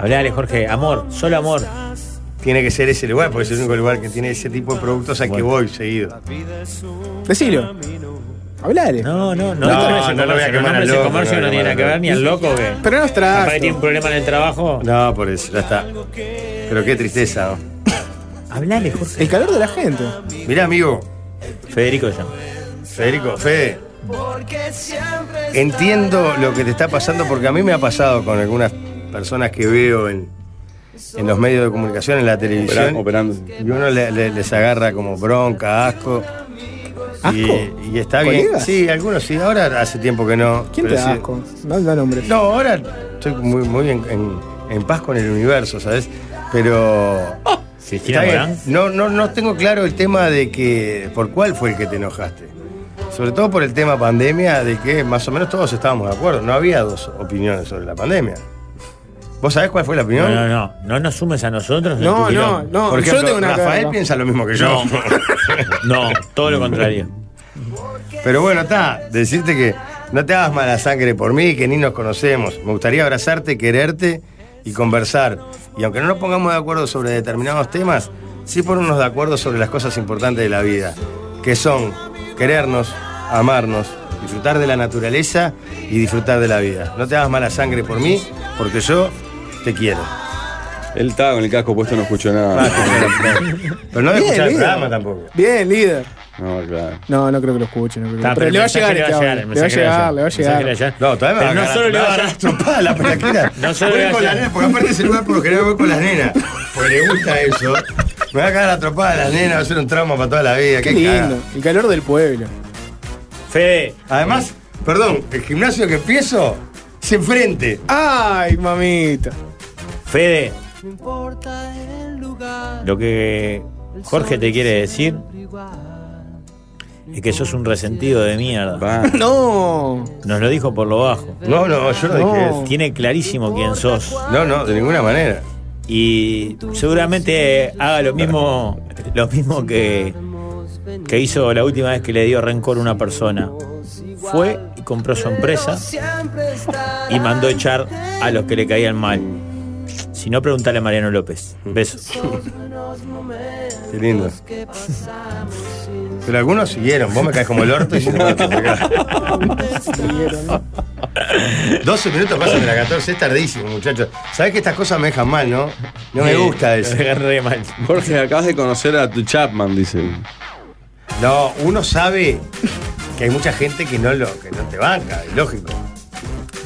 [SPEAKER 8] Hablale, Jorge. Amor, solo amor.
[SPEAKER 6] Tiene que ser ese lugar, porque es el único lugar que tiene ese tipo de productos al que voy seguido.
[SPEAKER 9] decilo. Hablale.
[SPEAKER 8] No, no, no.
[SPEAKER 6] No,
[SPEAKER 8] esto
[SPEAKER 6] no lo voy a quemar al
[SPEAKER 8] ese
[SPEAKER 6] loco,
[SPEAKER 8] comercio
[SPEAKER 6] no
[SPEAKER 8] no,
[SPEAKER 6] lo voy a
[SPEAKER 8] tiene nada que
[SPEAKER 6] quemar
[SPEAKER 8] ver ni al loco que.
[SPEAKER 9] Pero no es
[SPEAKER 8] Capaz que tiene
[SPEAKER 9] trasto.
[SPEAKER 8] un problema en el trabajo.
[SPEAKER 6] No, por eso, ya está. Pero qué tristeza, ¿no?
[SPEAKER 8] Hablale, Jorge.
[SPEAKER 9] El calor de la gente.
[SPEAKER 6] Mirá, amigo,
[SPEAKER 8] Federico ya.
[SPEAKER 6] Federico, Fede, Entiendo lo que te está pasando porque a mí me ha pasado con algunas personas que veo en, en los medios de comunicación, en la televisión. Y uno le- le- les agarra como bronca, asco. Y, y está bien.
[SPEAKER 9] ¿Colegas?
[SPEAKER 6] Sí, algunos sí. Ahora hace tiempo que no.
[SPEAKER 9] ¿Quién te da
[SPEAKER 6] pero sí.
[SPEAKER 9] asco? No, da nombre.
[SPEAKER 6] No, ahora estoy muy, muy en, en- en paz con el universo, ¿sabes? Pero.
[SPEAKER 8] Cristina
[SPEAKER 6] Está bien.
[SPEAKER 8] Morán.
[SPEAKER 6] No, no, no tengo claro el tema de que. ¿Por cuál fue el que te enojaste? Sobre todo por el tema pandemia, de que más o menos todos estábamos de acuerdo. No había dos opiniones sobre la pandemia. ¿Vos sabés cuál fue la opinión?
[SPEAKER 8] No, no, no. No nos sumes a nosotros. en
[SPEAKER 6] No,
[SPEAKER 8] tu
[SPEAKER 6] no,
[SPEAKER 8] quilombo.
[SPEAKER 6] no. Por Yo ejemplo, tengo una Rafael cara. piensa lo mismo que yo.
[SPEAKER 8] No, no, todo
[SPEAKER 6] Mm.
[SPEAKER 8] lo contrario.
[SPEAKER 6] Pero bueno, está, decirte que no te hagas mala sangre por mí, que ni nos conocemos. Me gustaría abrazarte, quererte y conversar. Y aunque no nos pongamos de acuerdo sobre determinados temas, sí ponernos de acuerdo sobre las cosas importantes de la vida, que son querernos, amarnos, disfrutar de la naturaleza y disfrutar de la vida. No te hagas mala sangre por mí, porque yo te quiero.
[SPEAKER 7] Él estaba con el casco puesto, no escuchó
[SPEAKER 6] Ah,
[SPEAKER 7] nada.
[SPEAKER 6] Pero no voy a
[SPEAKER 9] Bien,
[SPEAKER 6] escuchar el
[SPEAKER 9] líder.
[SPEAKER 6] programa tampoco.
[SPEAKER 9] Bien, líder.
[SPEAKER 7] No, claro.
[SPEAKER 9] No, no creo que lo escuche. No creo que
[SPEAKER 7] Está,
[SPEAKER 9] pero
[SPEAKER 7] pero
[SPEAKER 9] le va a
[SPEAKER 7] el
[SPEAKER 9] llegar,
[SPEAKER 7] mensaje
[SPEAKER 9] este
[SPEAKER 7] le va a llegar,
[SPEAKER 9] audio.
[SPEAKER 7] el
[SPEAKER 9] le va a
[SPEAKER 7] mensaje le va a
[SPEAKER 9] llegar, le va a llegar.
[SPEAKER 7] llegar, el mensaje le va a llegar. No, todavía me va a
[SPEAKER 6] Pero no
[SPEAKER 7] agarrar-
[SPEAKER 6] solo le
[SPEAKER 7] me
[SPEAKER 6] va a
[SPEAKER 7] va a
[SPEAKER 6] agarrar trompada la pelaquina.
[SPEAKER 7] No solo
[SPEAKER 6] Voy
[SPEAKER 7] le va a
[SPEAKER 6] con la
[SPEAKER 7] llegar.
[SPEAKER 6] nena, porque aparte ese lugar por lo general voy con las nenas. Porque le gusta eso. Me va a cagar atropada a las nenas, va a ser un trauma para toda la vida.
[SPEAKER 9] Qué
[SPEAKER 6] Qué,
[SPEAKER 9] lindo. El calor del pueblo.
[SPEAKER 8] Fede.
[SPEAKER 6] Además, perdón, el gimnasio que empiezo se enfrente.
[SPEAKER 9] Ay, mamita.
[SPEAKER 8] Fede. Lo que Jorge te quiere decir es que sos un resentido de mierda.
[SPEAKER 9] No.
[SPEAKER 8] Nos lo dijo por lo bajo.
[SPEAKER 6] No, no, yo no dije No. eso.
[SPEAKER 8] Tiene clarísimo quién sos.
[SPEAKER 6] No, no, de ninguna manera.
[SPEAKER 8] Y seguramente haga lo mismo, lo mismo que, que hizo la última vez que le dio rencor a una persona. Fue y compró su empresa y mandó echar a los que le caían mal. Si no, pregúntale a Mariano López. Besos.
[SPEAKER 6] Qué lindo. Pero algunos siguieron, vos me caes como el orto y sin embargo te pegás. 12 minutos pasan de las 14, es tardísimo, muchachos. Sabés que estas cosas me dejan mal, ¿no? No me
[SPEAKER 7] Sí,
[SPEAKER 6] gusta eso.
[SPEAKER 7] me dejan
[SPEAKER 8] re mal.
[SPEAKER 7] Jorge, acabas de conocer a tu Chapman, dice.
[SPEAKER 6] No, uno sabe que hay mucha gente que no, lo, que no te banca, es lógico.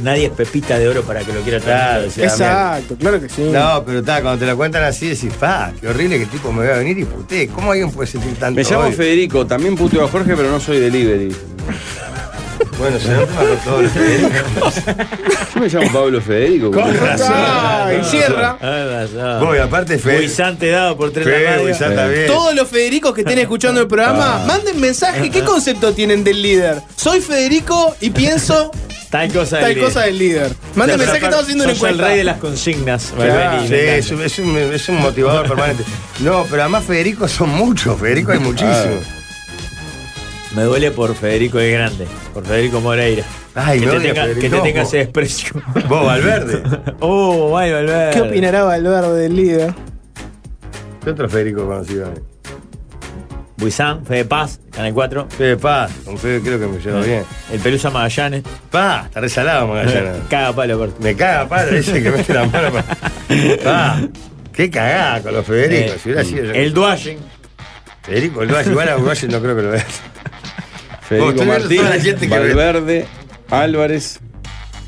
[SPEAKER 8] Nadie es pepita de oro para que lo quiera
[SPEAKER 6] Claro,
[SPEAKER 8] tratar.
[SPEAKER 6] o sea,
[SPEAKER 9] Exacto, claro que sí.
[SPEAKER 6] No, pero está, cuando te la cuentan así decís, fa, qué horrible que el tipo me va a venir y puté. ¿Cómo alguien puede sentir tanto
[SPEAKER 7] Me llamo
[SPEAKER 6] odio?
[SPEAKER 7] Federico, también puteo a Jorge, pero no soy delivery.
[SPEAKER 6] Bueno, se nota con todos los Federicos.
[SPEAKER 7] Yo me llamo Pablo Federico.
[SPEAKER 6] Con razón.
[SPEAKER 9] Ay,
[SPEAKER 6] No,
[SPEAKER 9] cierra.
[SPEAKER 8] Ah,
[SPEAKER 6] Voy, aparte Fede.
[SPEAKER 8] Guisante dado por tres
[SPEAKER 6] Fede,
[SPEAKER 8] la radio.
[SPEAKER 6] Guisante también.
[SPEAKER 9] Todos los Federicos que estén escuchando el programa,
[SPEAKER 8] Ah.
[SPEAKER 9] manden mensaje. ¿Qué concepto tienen del líder? Soy Federico y pienso
[SPEAKER 8] Tal cosa
[SPEAKER 9] tal cosa del líder. Manden mensaje que estamos haciendo una
[SPEAKER 8] Sos
[SPEAKER 9] encuesta.
[SPEAKER 8] el rey de las consignas.
[SPEAKER 6] Claro,
[SPEAKER 8] Barberini,
[SPEAKER 6] sí,
[SPEAKER 8] me
[SPEAKER 6] es, un- es un, es un motivador permanente. No, pero además Federico son muchos, Federico hay muchísimos.
[SPEAKER 8] Me duele por Federico el Grande, por Federico Moreira.
[SPEAKER 6] Ay,
[SPEAKER 8] que,
[SPEAKER 6] me
[SPEAKER 8] te
[SPEAKER 6] odia
[SPEAKER 8] tenga,
[SPEAKER 6] Federico.
[SPEAKER 8] que te
[SPEAKER 6] No,
[SPEAKER 8] tenga
[SPEAKER 6] vos.
[SPEAKER 8] ese desprecio.
[SPEAKER 6] Vos, Valverde.
[SPEAKER 8] oh, vaya, Valverde.
[SPEAKER 9] ¿Qué opinará Valverde del líder?
[SPEAKER 6] ¿Qué otro Federico conocido?
[SPEAKER 8] Buizán, Fede Paz, Canal 4.
[SPEAKER 6] Fede Paz, con Fede creo que me llevo bien.
[SPEAKER 8] El Pelusa Magallanes.
[SPEAKER 6] Pa, está resalado Magallanes.
[SPEAKER 8] Caga palo, corto.
[SPEAKER 6] Me caga, padre, dice que mete la mano. para- Pa, qué cagada con los Federicos.
[SPEAKER 8] Eh,
[SPEAKER 6] si hubiera sido yo-
[SPEAKER 8] El Duayen.
[SPEAKER 6] Federico, lo vas igual a Uruguayo, no creo que lo veas. Vos,
[SPEAKER 7] Federico
[SPEAKER 6] estoy viendo toda la
[SPEAKER 7] Martínez,
[SPEAKER 6] gente que ve.
[SPEAKER 7] Valverde, Álvarez.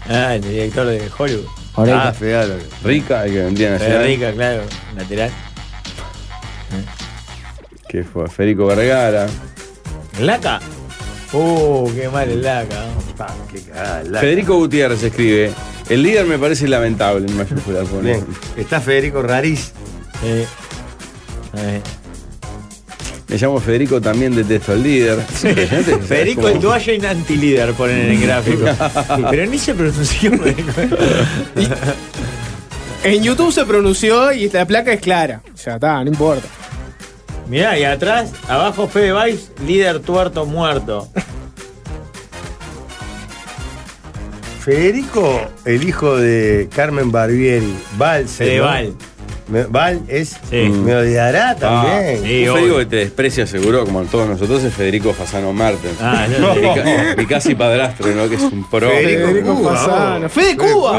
[SPEAKER 8] Ah, el director de Hollywood.
[SPEAKER 6] Ah, Fede Álvarez.
[SPEAKER 7] Rica, el que vendía Nacional.
[SPEAKER 8] Federica, claro. Lateral.
[SPEAKER 7] Que fue Federico Vergara.
[SPEAKER 8] Laca. Oh, qué mal el Laca.
[SPEAKER 6] Pa, qué cagada. el Laca.
[SPEAKER 7] Federico Gutiérrez escribe. El líder me parece lamentable en mayúsculas. pone.
[SPEAKER 6] Bien. Está Federico Rariz.
[SPEAKER 8] Eh, eh.
[SPEAKER 7] Me llamo Federico, también detesto al líder.
[SPEAKER 8] Federico el Duayen antilíder ponen en el gráfico. Pero ni se pronunció.
[SPEAKER 9] En YouTube se pronunció y la placa es clara. Ya está, no importa.
[SPEAKER 8] Mirá, y atrás, abajo Fede Valls, líder tuerto muerto.
[SPEAKER 6] Federico, el hijo de Carmen Barbieri. Val se
[SPEAKER 8] Fede
[SPEAKER 6] llama.
[SPEAKER 8] Val.
[SPEAKER 6] Me- Val es.
[SPEAKER 8] Sí.
[SPEAKER 6] Me odiará
[SPEAKER 7] Ah,
[SPEAKER 6] también.
[SPEAKER 8] Sí,
[SPEAKER 7] un
[SPEAKER 8] obvio.
[SPEAKER 7] Federico que te desprecia seguro, como a todos nosotros, es Federico Fasano Martens.
[SPEAKER 8] Ah,
[SPEAKER 6] No.
[SPEAKER 8] no, sí.
[SPEAKER 7] Mi- Mi casi padrastro, ¿no? Que es un pro.
[SPEAKER 6] Federico
[SPEAKER 9] Federico
[SPEAKER 6] Cuba,
[SPEAKER 9] Fasano.
[SPEAKER 6] vos.
[SPEAKER 9] ¡Fede Cuba!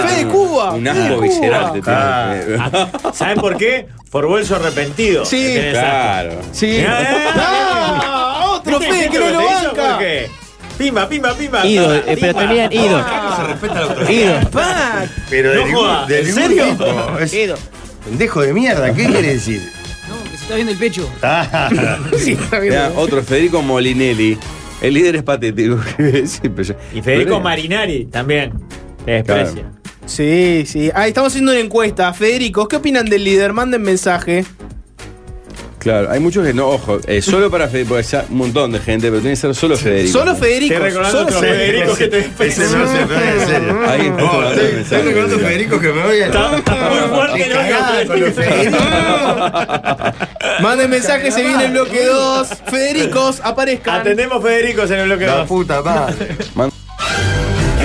[SPEAKER 7] Ah,
[SPEAKER 9] ¡Fede
[SPEAKER 7] un-
[SPEAKER 9] Cuba!
[SPEAKER 7] Un
[SPEAKER 9] Fede
[SPEAKER 7] asco
[SPEAKER 9] Cuba.
[SPEAKER 7] visceral te
[SPEAKER 6] Ah.
[SPEAKER 7] tiene.
[SPEAKER 8] Ah, ¿Saben por qué? Por bolso arrepentido.
[SPEAKER 9] Sí.
[SPEAKER 8] que tenés asco.
[SPEAKER 7] Claro.
[SPEAKER 9] Sí.
[SPEAKER 8] Mirá, eh.
[SPEAKER 9] ¡Ah! ¡Otro
[SPEAKER 8] ¿Viste
[SPEAKER 9] Fede que no
[SPEAKER 8] lo
[SPEAKER 9] lo
[SPEAKER 8] te hizo? ¿Por
[SPEAKER 9] banca!
[SPEAKER 8] qué? Pimba, pimba, pimba.
[SPEAKER 10] Ido, eh, pero tenían ido.
[SPEAKER 6] Acá no se respeta la autoridad.
[SPEAKER 10] Ido.
[SPEAKER 6] Pero de
[SPEAKER 8] No joda,
[SPEAKER 6] ningún, de
[SPEAKER 8] ¿en
[SPEAKER 6] ningún
[SPEAKER 8] serio?
[SPEAKER 6] tipo. Es
[SPEAKER 10] Ido.
[SPEAKER 6] pendejo de mierda, ¿qué quiere decir?
[SPEAKER 10] No, que se está viendo el pecho.
[SPEAKER 6] Ah,
[SPEAKER 10] Sí, está
[SPEAKER 7] Mirá, otro, Federico Molinelli. El líder es patético. Siempre ya-
[SPEAKER 8] Y Federico
[SPEAKER 7] Pero-
[SPEAKER 8] Marinari también. Te desprecia.
[SPEAKER 9] Sí, sí. Ah, estamos haciendo una encuesta. Federico, ¿qué opinan del líder? Manden mensaje.
[SPEAKER 7] Claro, hay muchos que no, ojo, eh, solo para Federico, porque ya un montón de gente, pero tiene que ser solo Federico.
[SPEAKER 9] Solo Federico.
[SPEAKER 8] Estoy recordando
[SPEAKER 9] Solo
[SPEAKER 8] otro
[SPEAKER 9] Federico.
[SPEAKER 8] Federico que te
[SPEAKER 6] ese no se puede en serio.
[SPEAKER 7] Ahí está, está,
[SPEAKER 6] Oh, estoy-
[SPEAKER 7] está,
[SPEAKER 6] estoy
[SPEAKER 7] está,
[SPEAKER 6] recordando
[SPEAKER 7] está.
[SPEAKER 6] Federico que me voy a
[SPEAKER 8] Está- está muy fuerte el odio,
[SPEAKER 6] Cagada con los Federico.
[SPEAKER 9] Manden mensaje, se viene el bloque 2. Federicos, aparezcan.
[SPEAKER 8] Atendemos Federico en el bloque
[SPEAKER 6] La
[SPEAKER 8] 2.
[SPEAKER 6] puta madre.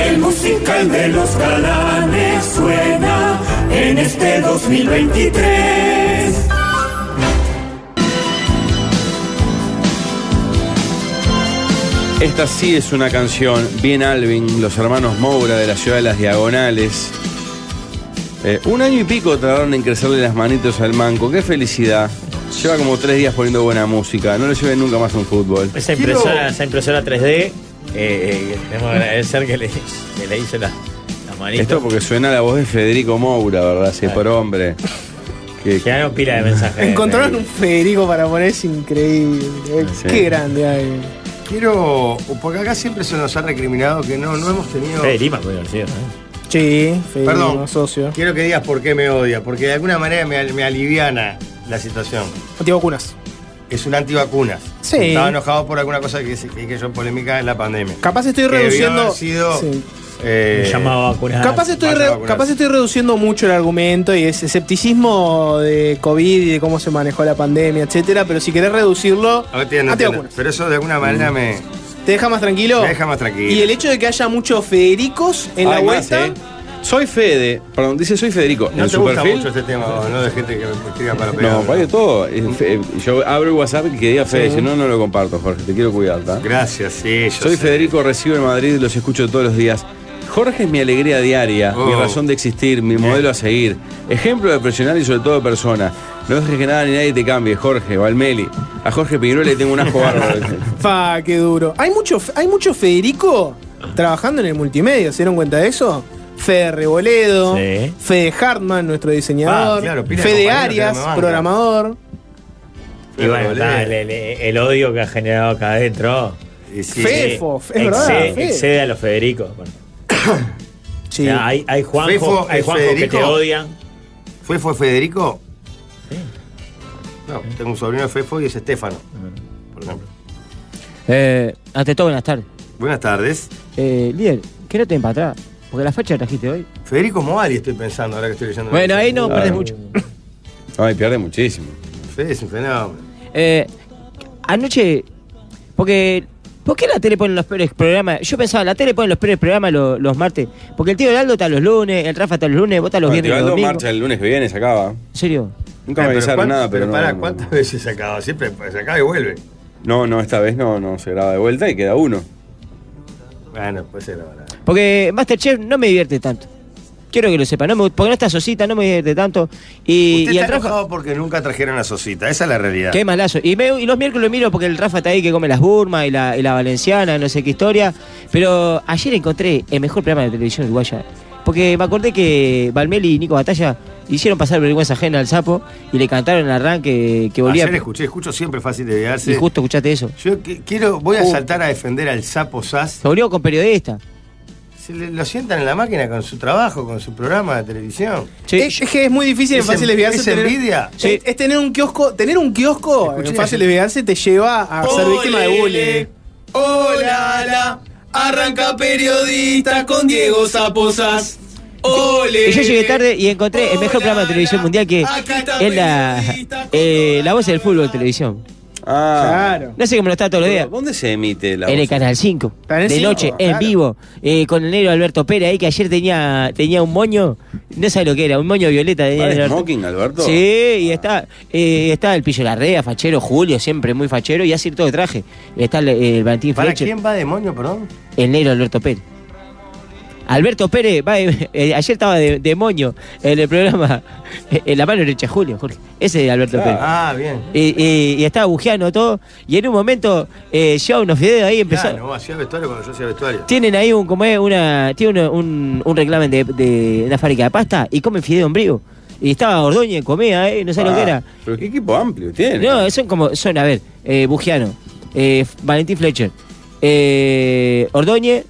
[SPEAKER 2] El musical de los galanes suena en este 2023.
[SPEAKER 7] Esta sí es una canción, bien Alvin, los hermanos Moura de la ciudad de las Diagonales. Eh, un año y pico tardaron en crecerle las manitos al manco, qué felicidad. Lleva como tres días poniendo buena música, no le lleven nunca más un fútbol.
[SPEAKER 8] Esa impresora, esa impresora 3D, eh, eh, tenemos que agradecer que le, que le hizo la, la manito.
[SPEAKER 7] Esto porque suena la voz de Federico Moura, ¿verdad? Sí, por hombre. Que-
[SPEAKER 8] Llegaron pila de mensajes.
[SPEAKER 9] Encontraron un Federico para poner, es increíble. Eh,
[SPEAKER 7] Sí.
[SPEAKER 9] Qué grande hay.
[SPEAKER 6] Quiero. Porque acá siempre se nos ha recriminado que no, no hemos tenido.
[SPEAKER 8] Fede Lima, puede haber sido, ¿no?
[SPEAKER 9] Sí, Federico,
[SPEAKER 6] Perdón.
[SPEAKER 9] socio.
[SPEAKER 6] Quiero que digas por qué me odia, porque de alguna manera me, al- me aliviana la situación.
[SPEAKER 9] Antivacunas.
[SPEAKER 6] Es un antivacunas.
[SPEAKER 9] Sí.
[SPEAKER 6] Estaba enojado por alguna cosa que, se- que, que yo en polémica en la pandemia.
[SPEAKER 9] Capaz estoy
[SPEAKER 6] Que debió
[SPEAKER 9] reduciendo.
[SPEAKER 6] haber sido,
[SPEAKER 9] Sí.
[SPEAKER 6] eh,
[SPEAKER 8] Llamado a vacunar.
[SPEAKER 9] Capaz estoy,
[SPEAKER 6] vaya
[SPEAKER 9] re-
[SPEAKER 6] a vacunarse.
[SPEAKER 9] capaz estoy reduciendo mucho el argumento y ese escepticismo de COVID y de cómo se manejó la pandemia, etcétera, pero si querés reducirlo,
[SPEAKER 6] no entiendo, entiendo.
[SPEAKER 9] antivacunas.
[SPEAKER 6] Pero eso de alguna manera me,
[SPEAKER 9] ¿Te deja más tranquilo?
[SPEAKER 6] me deja más tranquilo.
[SPEAKER 9] Y el hecho de que haya muchos Federicos en la
[SPEAKER 7] Hay más,
[SPEAKER 9] vuelta.
[SPEAKER 7] ¿eh? Soy Fede, perdón, dice soy Federico.
[SPEAKER 6] no
[SPEAKER 7] en
[SPEAKER 6] te
[SPEAKER 7] su
[SPEAKER 6] gusta
[SPEAKER 7] perfil,
[SPEAKER 6] mucho este tema, vos, ¿no? De gente que me escriba para pegar.
[SPEAKER 7] No, vale todo. Eh, Fe- Yo abro el WhatsApp y que diga Fede, si no, no lo comparto, Jorge, te quiero cuidar, ¿tá?
[SPEAKER 6] Gracias, sí, yo
[SPEAKER 7] Soy
[SPEAKER 6] sé.
[SPEAKER 7] Federico, recibo en Madrid, los escucho todos los días. Jorge es mi alegría diaria, mi
[SPEAKER 6] Oh.
[SPEAKER 7] razón de existir, mi modelo a seguir, ejemplo de profesional y sobre todo de persona. No dejes que nada ni nadie te cambie, Jorge, Valmeli. A Jorge Piñuelo le tengo un asco bárbaro.
[SPEAKER 9] Fa, qué duro. Hay mucho, hay mucho Federico trabajando en el multimedia, ¿se dieron cuenta de eso? Fede Reboledo,
[SPEAKER 8] Sí.
[SPEAKER 9] Fede Hartman, nuestro diseñador,
[SPEAKER 6] Ah, claro, pila de
[SPEAKER 9] Fede
[SPEAKER 6] compañeros que
[SPEAKER 9] Arias,
[SPEAKER 6] me bancan.
[SPEAKER 9] programador.
[SPEAKER 8] Y bueno, está, el, el- el odio que ha generado acá adentro. Eh,
[SPEAKER 6] Y sí,
[SPEAKER 9] Fefo, es
[SPEAKER 8] Excede-
[SPEAKER 9] verdad, Fe.
[SPEAKER 8] Excede a los Federicos. Bueno,
[SPEAKER 9] Sí.
[SPEAKER 8] o sea, hay, hay Juanjo,
[SPEAKER 6] Fefo,
[SPEAKER 8] hay
[SPEAKER 6] el
[SPEAKER 8] Juanjo que
[SPEAKER 6] Federico.
[SPEAKER 8] te odian.
[SPEAKER 6] ¿Fue, fue Federico? No, tengo un sobrino de Fefo y es Estefano, por ejemplo.
[SPEAKER 10] Eh, ante todo, buenas tardes.
[SPEAKER 6] Buenas tardes.
[SPEAKER 10] Eh, líder, quédate en para atrás. Porque la fecha trajiste hoy.
[SPEAKER 6] Federico Moali estoy pensando ahora que estoy leyendo.
[SPEAKER 10] Bueno, ahí no
[SPEAKER 7] Claro.
[SPEAKER 10] perdés mucho.
[SPEAKER 7] Ay, pierde muchísimo.
[SPEAKER 6] Fede es un fenómeno.
[SPEAKER 10] Eh, anoche, porque. ¿Por qué la tele pone los peores programas? Yo pensaba, la tele pone los peores programas lo- los, martes. Porque el tío Heraldo está los lunes, el Rafa está los lunes, vos estás los
[SPEAKER 7] Bueno,
[SPEAKER 10] viernes y los
[SPEAKER 7] Tebaldo
[SPEAKER 10] domingos.
[SPEAKER 7] marcha el lunes que viene, se acaba.
[SPEAKER 10] ¿En serio?
[SPEAKER 7] Nunca
[SPEAKER 6] Eh,
[SPEAKER 7] me avisaron
[SPEAKER 6] ¿cuán-
[SPEAKER 7] nada, pero, no,
[SPEAKER 6] pará,
[SPEAKER 7] no,
[SPEAKER 6] ¿cuántas veces se acaba? Siempre se acaba y vuelve.
[SPEAKER 7] no, no, esta vez no, no se graba de vuelta y queda uno.
[SPEAKER 6] Bueno, pues se grabará.
[SPEAKER 10] Porque Masterchef no me divierte tanto. Quiero que lo sepa. No me, porque no está Sosita, no me divierte tanto. Y,
[SPEAKER 6] Usted
[SPEAKER 10] y el
[SPEAKER 6] está
[SPEAKER 10] Rafa.
[SPEAKER 6] enojado porque nunca trajeron a Sosita. Esa es la realidad.
[SPEAKER 10] Qué malazo. Y, me- y los miércoles lo miro porque el Rafa está ahí que come las Burmas y la, y la Valenciana, no sé qué historia. Pero ayer encontré el mejor programa de televisión uruguaya. Porque me acordé que Valmeli y Nico Batalla hicieron pasar vergüenza ajena al sapo y le cantaron el arranque que volvía.
[SPEAKER 6] Ayer escuché, escucho siempre fácil de
[SPEAKER 10] Y
[SPEAKER 6] llegarse.
[SPEAKER 10] justo escuchaste eso.
[SPEAKER 6] Yo que- quiero, voy a
[SPEAKER 10] Uh.
[SPEAKER 6] saltar a defender al sapo Sass.
[SPEAKER 10] Se volvió con periodista.
[SPEAKER 6] Se le- lo sientan en la máquina con su trabajo, con su programa de televisión.
[SPEAKER 10] Sí,
[SPEAKER 9] Eh, Es, es que es muy difícil en
[SPEAKER 6] Es en-
[SPEAKER 9] fáciles Vigarse
[SPEAKER 6] es
[SPEAKER 9] tener-
[SPEAKER 6] envidia.
[SPEAKER 9] es-
[SPEAKER 10] Sí.
[SPEAKER 9] Es, tener un kiosco. Tener un kiosco
[SPEAKER 6] Escuché.
[SPEAKER 9] en fáciles Vigarse te lleva a ser víctima de bullying. Hola, Arranca periodista con Diego Zaposas. Ole.
[SPEAKER 10] Y yo llegué tarde y encontré el mejor programa de televisión mundial que es la, eh, la voz del fútbol de televisión.
[SPEAKER 7] Ah,
[SPEAKER 9] Claro.
[SPEAKER 10] No sé cómo lo está todos los días.
[SPEAKER 7] ¿Dónde se emite la
[SPEAKER 10] En el
[SPEAKER 7] voz?
[SPEAKER 10] Canal 5,
[SPEAKER 9] Canal
[SPEAKER 10] de
[SPEAKER 9] 5,
[SPEAKER 10] noche, en
[SPEAKER 9] claro.
[SPEAKER 10] vivo, eh, con el negro Alberto Pérez ahí, que ayer tenía, tenía un moño, no sabe lo que era, un moño violeta. tenía
[SPEAKER 7] ¿Vale
[SPEAKER 10] el Alberto.
[SPEAKER 7] smoking, Alberto?
[SPEAKER 10] Sí, y está, eh, está el Pillo Larrea, fachero, Julio, siempre muy fachero, y así todo de traje. Está el, el Valentín
[SPEAKER 6] ¿Para
[SPEAKER 10] Fletcher,
[SPEAKER 6] quién va demonio, perdón?
[SPEAKER 10] el negro Alberto Pérez. Alberto Pérez, va, eh, eh, ayer estaba de, de moño en el programa eh, en la mano derecha, Julio, Jorge. Ese es Alberto Pérez.
[SPEAKER 6] Ah, bien.
[SPEAKER 10] Y, y- y estaba bujeando todo. Y en un momento eh, lleva unos videos ahí empezó.
[SPEAKER 6] Claro, Ah, no, hacía vestuario cuando yo hacía vestuario.
[SPEAKER 10] Tienen ahí un, como es, una, tiene uno- un, un reclamen de, de una fábrica de pasta y comen fideo en brío. Y estaba Ordóñez, comía, eh, no sé
[SPEAKER 6] Ah.
[SPEAKER 10] lo que era.
[SPEAKER 7] Ah, Pero qué equipo amplio tiene.
[SPEAKER 10] No, son como, son, a ver, eh, Bugiano, eh, F- Valentín Fletcher, eh, Ordóñez,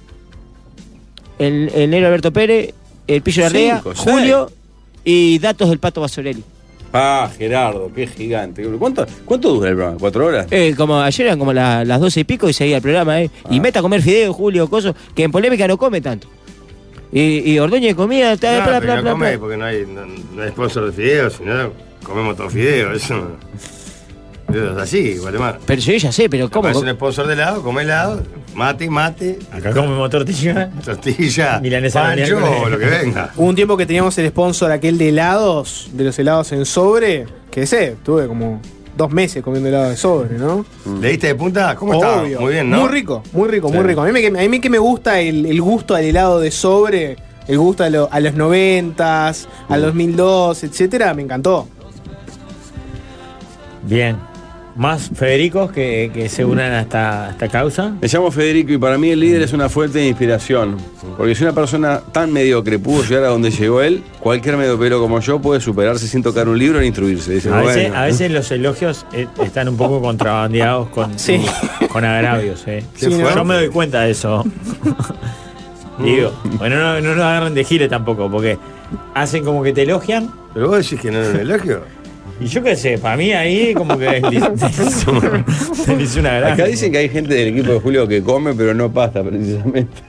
[SPEAKER 10] el, el negro Alberto Pérez, el Pillo de Ardea,
[SPEAKER 7] Cinco, seis.
[SPEAKER 10] Julio y datos del Pato Basorelli.
[SPEAKER 7] Ah, Gerardo, qué gigante. ¿Cuánto, cuánto dura el programa? ¿Cuatro horas?
[SPEAKER 10] Eh, como ayer eran como la- las doce y pico y seguía el programa, ¿eh?
[SPEAKER 6] Ah.
[SPEAKER 10] Y meta a comer fideo, Julio, coso, que en polémica no come tanto. Y, y Ordóñez comía,
[SPEAKER 6] No,
[SPEAKER 10] ta,
[SPEAKER 6] pero
[SPEAKER 10] pla, pla,
[SPEAKER 6] no
[SPEAKER 10] pla,
[SPEAKER 6] come
[SPEAKER 10] pla.
[SPEAKER 6] porque no hay, no, no hay sponsor de fideos, sino comemos todos fideos. Eso, no- eso es así, Guatemala.
[SPEAKER 10] Pero yo ya sé, pero ¿cómo?
[SPEAKER 6] Aparece un sponsor de helado, come helado, mate, mate,
[SPEAKER 8] Acá comemos tortilla.
[SPEAKER 6] tortilla,
[SPEAKER 8] Milanesa de
[SPEAKER 6] pancho
[SPEAKER 8] miércoles.
[SPEAKER 6] o lo que venga.
[SPEAKER 9] Hubo un tiempo que teníamos el sponsor aquel de helados, de los helados en sobre, que sé, tuve como dos meses comiendo helado de sobre, ¿no?
[SPEAKER 6] ¿Le diste de punta? ¿Cómo está?
[SPEAKER 9] Obvio.
[SPEAKER 6] Muy bien, ¿no?
[SPEAKER 9] Muy rico, muy rico, muy
[SPEAKER 7] Sí.
[SPEAKER 9] rico. A mí, me, a mí que me gusta el, el gusto al helado de sobre, el gusto a, lo- a los noventas, al 2002, etcétera, me encantó.
[SPEAKER 8] Bien. Más Federicos que, que se unan a esta, a esta causa.
[SPEAKER 7] Me llamo Federico y para mí el líder es una fuente de inspiración. Porque si una persona tan mediocre pudo llegar a donde llegó él, cualquier mediopero como yo puede superarse sin tocar un libro ni instruirse. Dice,
[SPEAKER 8] A veces,
[SPEAKER 7] bueno.
[SPEAKER 8] a veces los elogios eh, están un poco contrabandeados con,
[SPEAKER 9] Sí.
[SPEAKER 8] con agravios. eh.
[SPEAKER 6] Qué fuerte.
[SPEAKER 8] Yo me doy cuenta de eso. Digo, bueno, no, no lo agarren de gire tampoco, porque hacen como que te elogian.
[SPEAKER 6] Pero vos decís que no era un elogio.
[SPEAKER 8] Y yo qué sé, para mí ahí como que se le hizo una gracia.
[SPEAKER 7] Acá dicen que hay gente del equipo de Julio que come, pero no pasta precisamente.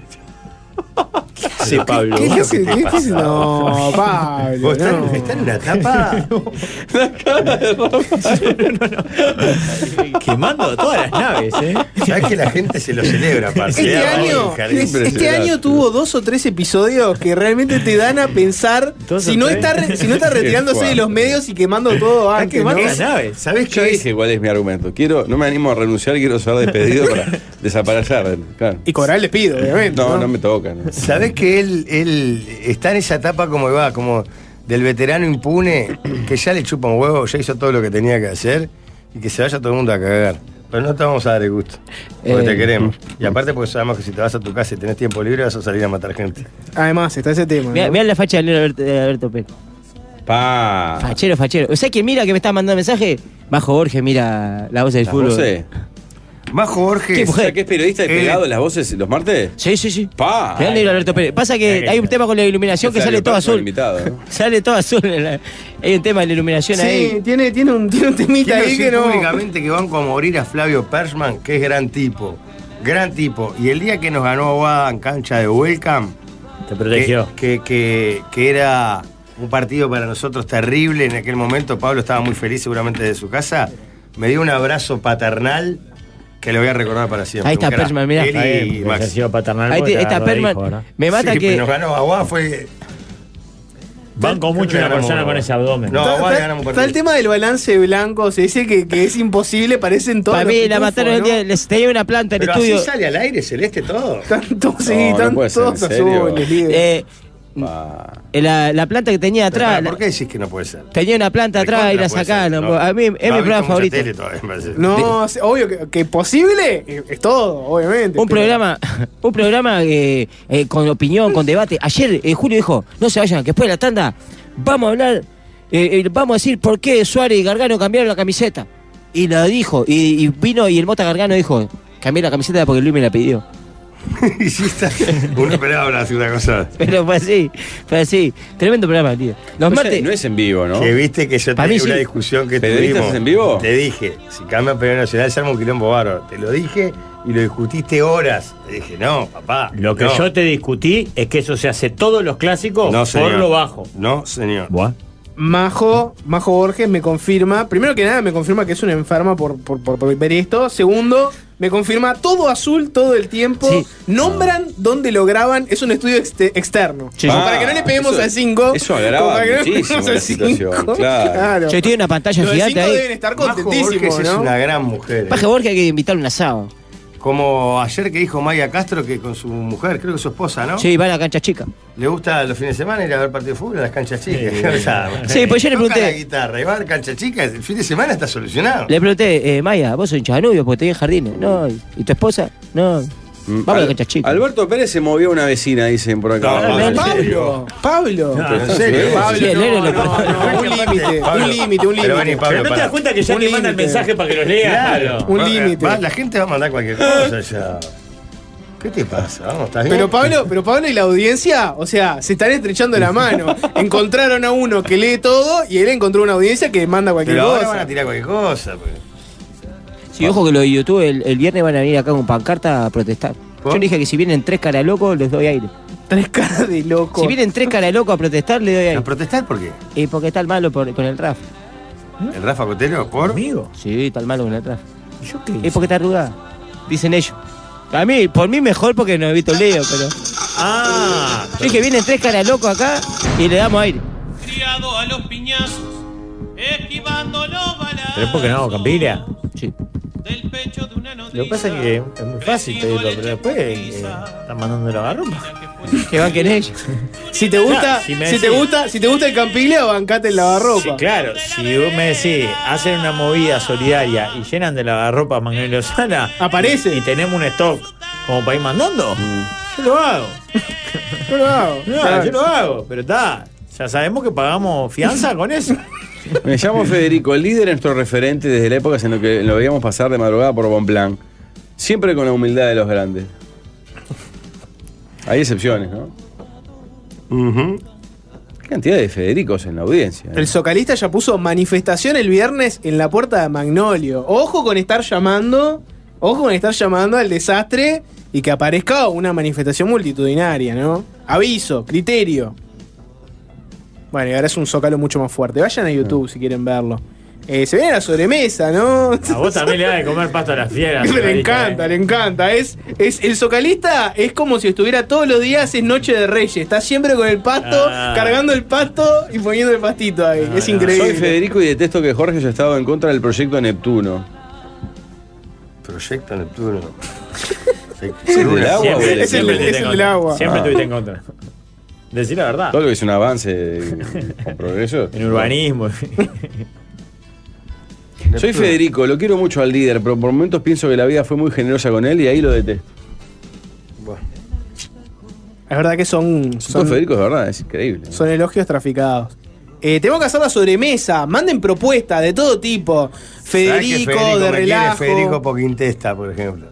[SPEAKER 6] Sí, Pablo.
[SPEAKER 9] ¿Qué,
[SPEAKER 6] vos
[SPEAKER 9] qué hace-
[SPEAKER 6] lo que te
[SPEAKER 9] qué- qué
[SPEAKER 6] pasa.
[SPEAKER 9] hace- No, Pablo.
[SPEAKER 6] Vos
[SPEAKER 9] no.
[SPEAKER 6] estás- estás en una etapa.
[SPEAKER 8] Quemando todas las naves, ¿eh?
[SPEAKER 6] Sabés que la gente se lo celebra, ¿eh? parce.
[SPEAKER 9] Este
[SPEAKER 6] Ya,
[SPEAKER 9] año,
[SPEAKER 6] vamos, jardín.
[SPEAKER 9] este
[SPEAKER 7] impresionante.
[SPEAKER 9] año tuvo dos o tres episodios que realmente te dan a pensar
[SPEAKER 8] Dos o
[SPEAKER 9] si no,
[SPEAKER 8] tres.
[SPEAKER 9] está, re- si no está retirándose de los medios y quemando todo
[SPEAKER 8] Está
[SPEAKER 9] antes.
[SPEAKER 8] quemando
[SPEAKER 9] ¿no?
[SPEAKER 8] las naves.
[SPEAKER 6] ¿Sabés
[SPEAKER 7] Yo
[SPEAKER 6] qué es?
[SPEAKER 7] dije cuál es mi argumento. Quiero, no me animo a renunciar, quiero ser despedido para desaparecer. Claro.
[SPEAKER 9] Y cobrar les pido, obviamente.
[SPEAKER 7] No, no me tocan.
[SPEAKER 6] ¿Sabés que él, él está en esa etapa como va, como del veterano impune, que ya le chupa un huevo, ya hizo todo lo que tenía que hacer y que se vaya todo el mundo a cagar? Pero no te vamos a dar el gusto, porque
[SPEAKER 10] Eh.
[SPEAKER 6] te queremos. Y aparte porque sabemos que si te vas a tu casa y tenés tiempo libre vas a salir a matar gente.
[SPEAKER 9] Además, está ese tema.
[SPEAKER 10] Mirá,
[SPEAKER 9] ¿no?
[SPEAKER 10] mirá la facha del negro Alberto, de Alberto Pérez.
[SPEAKER 7] Pa.
[SPEAKER 10] Fachero, fachero. O sea, quien mira que me está mandando mensaje, bajo Borges mira la voz del fútbol.
[SPEAKER 7] No sé.
[SPEAKER 6] Bajo Jorge,
[SPEAKER 10] ¿Qué
[SPEAKER 7] O sea, que es periodista y
[SPEAKER 6] Eh.
[SPEAKER 7] pegado en las voces los martes.
[SPEAKER 10] Sí, sí, sí.
[SPEAKER 7] Pa.
[SPEAKER 10] Mirá el negro Alberto Pérez. Pasa que hay un tema con la iluminación que
[SPEAKER 7] Claro,
[SPEAKER 10] sale todo
[SPEAKER 7] próximo
[SPEAKER 10] azul.
[SPEAKER 7] invitado, ¿no?
[SPEAKER 10] Sale todo azul. en la- Hay un tema de la iluminación
[SPEAKER 9] Sí,
[SPEAKER 10] ahí.
[SPEAKER 9] tiene, tiene, un, tiene un temita
[SPEAKER 6] quiero
[SPEAKER 9] ahí
[SPEAKER 6] decir
[SPEAKER 9] que no.
[SPEAKER 6] públicamente que van a morir a Flavio Persman, que es gran tipo. Gran tipo. Y el día que nos ganó Aguada en cancha de Welcome,
[SPEAKER 8] Te
[SPEAKER 6] que,
[SPEAKER 8] protegió.
[SPEAKER 6] que, que- que era un partido para nosotros terrible en aquel momento. Pablo estaba muy feliz seguramente de su casa. Me dio un abrazo paternal que lo voy a recordar para siempre.
[SPEAKER 10] Ahí está
[SPEAKER 6] Un crack.
[SPEAKER 10] Persman, mirá.
[SPEAKER 6] Él y
[SPEAKER 8] Está bien, porque
[SPEAKER 6] Maxi.
[SPEAKER 8] ha sido paternal
[SPEAKER 10] Ahí
[SPEAKER 8] porque
[SPEAKER 10] te- está
[SPEAKER 8] agarró el
[SPEAKER 10] Perman.
[SPEAKER 8] hijo, ¿no?
[SPEAKER 10] Me mata
[SPEAKER 6] Sí,
[SPEAKER 10] que.
[SPEAKER 6] pero nos ganó Aguada, fue...
[SPEAKER 8] Banco
[SPEAKER 6] Creo
[SPEAKER 8] mucho
[SPEAKER 6] que
[SPEAKER 8] una
[SPEAKER 6] ganamos,
[SPEAKER 8] persona
[SPEAKER 6] ¿no?
[SPEAKER 8] con ese abdomen.
[SPEAKER 6] No,
[SPEAKER 9] Está,
[SPEAKER 6] Aguada
[SPEAKER 9] está-
[SPEAKER 6] le ganamos un
[SPEAKER 9] está el
[SPEAKER 6] partido.
[SPEAKER 9] tema del balance de blanco, se dice que, que es imposible, parecen todos.
[SPEAKER 10] Para
[SPEAKER 9] los
[SPEAKER 10] mí la
[SPEAKER 9] pitufos,
[SPEAKER 10] mataron el
[SPEAKER 9] ¿no?
[SPEAKER 10] día. Les tenía una planta en el
[SPEAKER 6] Pero
[SPEAKER 10] estudio.
[SPEAKER 6] así sale al aire celeste todo.
[SPEAKER 9] Tanto, sí,
[SPEAKER 7] No, no
[SPEAKER 9] tan-
[SPEAKER 7] puede ser,
[SPEAKER 9] todos
[SPEAKER 7] ¿en serio?
[SPEAKER 9] azules, líder.
[SPEAKER 10] Eh,
[SPEAKER 7] Pa.
[SPEAKER 10] la, la planta que tenía
[SPEAKER 6] Pero
[SPEAKER 10] atrás.
[SPEAKER 6] pará, ¿Por
[SPEAKER 10] la-
[SPEAKER 6] qué decís que no puede ser?
[SPEAKER 10] Tenía una planta atrás y la
[SPEAKER 6] Recontra puede ser,
[SPEAKER 10] sacaron.
[SPEAKER 6] ¿no?
[SPEAKER 10] A mí es
[SPEAKER 6] No,
[SPEAKER 10] mi
[SPEAKER 6] ha visto
[SPEAKER 10] programa
[SPEAKER 6] mucha
[SPEAKER 10] favorito.
[SPEAKER 6] tele todavía, me parece.
[SPEAKER 9] no, es obvio que, que posible eh, es todo, obviamente.
[SPEAKER 10] Un
[SPEAKER 9] pero-
[SPEAKER 10] programa, un programa eh, eh, con opinión, con debate. Ayer eh, Julio dijo, no se vayan, que después de la tanda vamos a hablar, eh, eh, vamos a decir por qué Suárez y Gargano cambiaron la camiseta. Y lo dijo, y, y vino y el Mota Gargano dijo, cambié la camiseta porque Luis me la pidió.
[SPEAKER 6] Y sí está- Uno esperaba hablar así una cosa.
[SPEAKER 10] Pero fue así, fue así. Tremendo programa, tío. Los
[SPEAKER 7] No sé,
[SPEAKER 10] martes...
[SPEAKER 7] no es en vivo, ¿no?
[SPEAKER 6] Que viste que yo
[SPEAKER 10] Pa'
[SPEAKER 6] te
[SPEAKER 10] mí
[SPEAKER 6] una
[SPEAKER 10] sí.
[SPEAKER 6] discusión que
[SPEAKER 7] ¿Periodistas
[SPEAKER 6] tuvimos.
[SPEAKER 7] en vivo?
[SPEAKER 6] Te dije, si cambia Primera Nacional se arma un quilombo bárbaro. Te lo dije y lo discutiste horas. Te dije, no, papá.
[SPEAKER 8] Lo que
[SPEAKER 6] no.
[SPEAKER 8] yo te discutí es que eso se hace todos los clásicos
[SPEAKER 6] No,
[SPEAKER 8] por
[SPEAKER 6] señor.
[SPEAKER 8] lo bajo.
[SPEAKER 6] No, señor.
[SPEAKER 8] Buah.
[SPEAKER 9] Majo, Majo Borges me confirma, primero que nada me confirma que es una enferma por, por, por- por ver esto, segundo, me confirma todo azul todo el tiempo,
[SPEAKER 10] Sí.
[SPEAKER 9] nombran dónde lo graban, es un estudio exte- externo.
[SPEAKER 10] Sí.
[SPEAKER 9] Como
[SPEAKER 7] Ah,
[SPEAKER 9] para que no le peguemos
[SPEAKER 7] eso-
[SPEAKER 9] al 5.
[SPEAKER 7] eso agrava muchísimo la situación, claro.
[SPEAKER 10] Yo tiene una pantalla
[SPEAKER 9] Los del
[SPEAKER 10] gigante
[SPEAKER 9] cinco
[SPEAKER 10] ahí.
[SPEAKER 9] deben estar
[SPEAKER 6] Majo Borges
[SPEAKER 9] contentísimos,
[SPEAKER 6] es
[SPEAKER 9] ¿no?
[SPEAKER 6] una gran mujer. ¿eh?
[SPEAKER 10] Paje Borges hay que invitarle un asado.
[SPEAKER 6] Como ayer que dijo Maya Castro que con su mujer, creo que su esposa, ¿no?
[SPEAKER 10] Sí, va a la cancha chica.
[SPEAKER 6] Le gusta los fines de semana ir a ver partido de fútbol a las canchas chicas.
[SPEAKER 10] Sí.
[SPEAKER 6] O sea,
[SPEAKER 10] Sí, pues yo le
[SPEAKER 6] toca
[SPEAKER 10] pregunté.
[SPEAKER 6] la guitarra y va a ver canchas chicas, el fin de semana está solucionado.
[SPEAKER 10] Le pregunté, eh, Maya, vos sos hincha de Danubio porque te vi en jardines. No, ¿y y tu esposa? No. Vamos a la cancha chica.
[SPEAKER 7] Mm, Alberto Pérez se movió a una vecina, dicen por acá.
[SPEAKER 10] No, no, no,
[SPEAKER 9] Pablo, Pablo.
[SPEAKER 7] No,
[SPEAKER 6] en serio. ¿eh?
[SPEAKER 9] Pablo,
[SPEAKER 10] Sí, el héroe lo-
[SPEAKER 9] un límite,
[SPEAKER 6] Pablo.
[SPEAKER 9] un límite, un
[SPEAKER 6] Pero vení,
[SPEAKER 9] límite.
[SPEAKER 6] Pablo,
[SPEAKER 8] Pero no te
[SPEAKER 6] pará.
[SPEAKER 8] das cuenta que ya
[SPEAKER 9] Un
[SPEAKER 8] te mandan
[SPEAKER 9] límite.
[SPEAKER 8] mensajes para que los leas,
[SPEAKER 6] Claro.
[SPEAKER 8] Pablo.
[SPEAKER 9] Un
[SPEAKER 6] Va-
[SPEAKER 9] límite.
[SPEAKER 6] va- La gente va a mandar cualquier cosa ya. ¿Qué te pasa? Vamos, ¿estás
[SPEAKER 8] ¿Eh?
[SPEAKER 6] bien?
[SPEAKER 9] Pero Pablo, pero Pablo y la audiencia, o sea, se están estrechando la mano. Encontraron a uno que lee todo y él encontró una audiencia que manda cualquier
[SPEAKER 6] Pero ahora van a
[SPEAKER 9] cosa.
[SPEAKER 6] tirar cualquier cosa. pues.
[SPEAKER 10] Sí, ojo que los de YouTube el, el viernes van a venir acá con pancarta a protestar.
[SPEAKER 6] ¿Por?
[SPEAKER 10] Yo le dije que si vienen tres cara locos, les doy aire.
[SPEAKER 9] Tres caras de loco.
[SPEAKER 10] Si vienen tres cara locos a protestar, les doy
[SPEAKER 6] ¿A
[SPEAKER 10] aire.
[SPEAKER 6] protestar por qué?
[SPEAKER 10] Y porque está el malo por- con el RAF.
[SPEAKER 6] ¿El Rafa Cotero? ¿Por?
[SPEAKER 8] ¿Conmigo?
[SPEAKER 10] Sí, está el malo con el RAF.
[SPEAKER 8] ¿Yo
[SPEAKER 9] Eh,
[SPEAKER 8] qué
[SPEAKER 10] Es
[SPEAKER 8] hice?
[SPEAKER 10] porque está arrugada. Dicen ellos. A mí, por mí mejor porque no evito el lío, pero.
[SPEAKER 8] Ah,
[SPEAKER 10] Yo dije, vienen tres cara locos acá y le damos aire.
[SPEAKER 5] Criado a los piñazos, esquivando los balazos.
[SPEAKER 8] pero es porque no, Campira.
[SPEAKER 10] Sí.
[SPEAKER 5] Del pecho de una noticia.
[SPEAKER 8] Lo que pasa es que es muy fácil pedirlo, pero después eh, están mandándolo a la ropa.
[SPEAKER 10] Que van que en ellos.
[SPEAKER 9] Si te gusta,
[SPEAKER 8] Claro, Ah, si
[SPEAKER 9] si,
[SPEAKER 8] me
[SPEAKER 9] te
[SPEAKER 8] decís-
[SPEAKER 9] gusta, si te gusta el campileo, bancate el lavarropa.
[SPEAKER 8] Sí, claro, si vos me decís, hacen una movida solidaria y llenan de lavarropa a Manuel Osana
[SPEAKER 9] Aparece.
[SPEAKER 8] y tenemos un stock como para ir mandando,
[SPEAKER 6] Mm.
[SPEAKER 8] yo lo hago.
[SPEAKER 9] Yo lo hago.
[SPEAKER 8] No,
[SPEAKER 9] Claro.
[SPEAKER 8] yo lo hago, pero está. Ya sabemos que pagamos fianza con eso.
[SPEAKER 7] Me llamo Federico, el líder es nuestro referente desde la época en la que lo veíamos pasar de madrugada por Bonplan. Siempre con la humildad de los grandes. Hay excepciones, ¿no? Qué cantidad de Federicos en la audiencia. ¿eh?
[SPEAKER 9] El socalista ya puso manifestación el viernes en la puerta de Magnolio. Ojo con estar llamando, ojo con estar llamando al desastre y que aparezca una manifestación multitudinaria, ¿no? Aviso, criterio. Bueno, y ahora es un zócalo mucho más fuerte. Vayan a YouTube si quieren verlo. Eh, se viene la sobremesa, ¿no?
[SPEAKER 8] A vos también le das de comer pasto a las fieras.
[SPEAKER 9] le
[SPEAKER 8] señorita,
[SPEAKER 9] encanta,
[SPEAKER 8] ¿eh?
[SPEAKER 9] le encanta. Es, es, el socalista es como si estuviera todos los días en Noche de Reyes. Está siempre con el pasto,
[SPEAKER 8] Ah.
[SPEAKER 9] cargando el pasto y poniendo el pastito ahí. es
[SPEAKER 8] no,
[SPEAKER 9] increíble.
[SPEAKER 7] Soy Federico y detesto que Jorge haya estado en contra del proyecto Neptuno.
[SPEAKER 6] Proyecto Neptuno. Se-
[SPEAKER 7] el
[SPEAKER 6] Seguro.
[SPEAKER 7] agua o
[SPEAKER 8] Siempre,
[SPEAKER 9] Es
[SPEAKER 7] del
[SPEAKER 9] el-
[SPEAKER 8] siempre
[SPEAKER 9] es
[SPEAKER 8] estuviste
[SPEAKER 9] el
[SPEAKER 8] en
[SPEAKER 9] del
[SPEAKER 8] contra.
[SPEAKER 9] agua.
[SPEAKER 8] Siempre
[SPEAKER 7] Ah.
[SPEAKER 8] estuviste en contra. Decí la verdad.
[SPEAKER 7] Todo lo que es un avance eh, con progreso.
[SPEAKER 8] En urbanismo.
[SPEAKER 7] Soy Federico, lo quiero mucho al líder, pero por momentos pienso que la vida fue muy generosa con él y ahí lo detesto.
[SPEAKER 6] Bueno,
[SPEAKER 9] Es verdad que son,
[SPEAKER 7] Son
[SPEAKER 9] son,
[SPEAKER 7] Federico, de verdad, es increíble.
[SPEAKER 9] son elogios traficados. Eh, tenemos que hacer la sobremesa. Manden propuestas de todo tipo.
[SPEAKER 6] ¿sabés que
[SPEAKER 9] Federico, de
[SPEAKER 6] me quiere?
[SPEAKER 9] relajo.
[SPEAKER 6] Federico porque intesta, por ejemplo.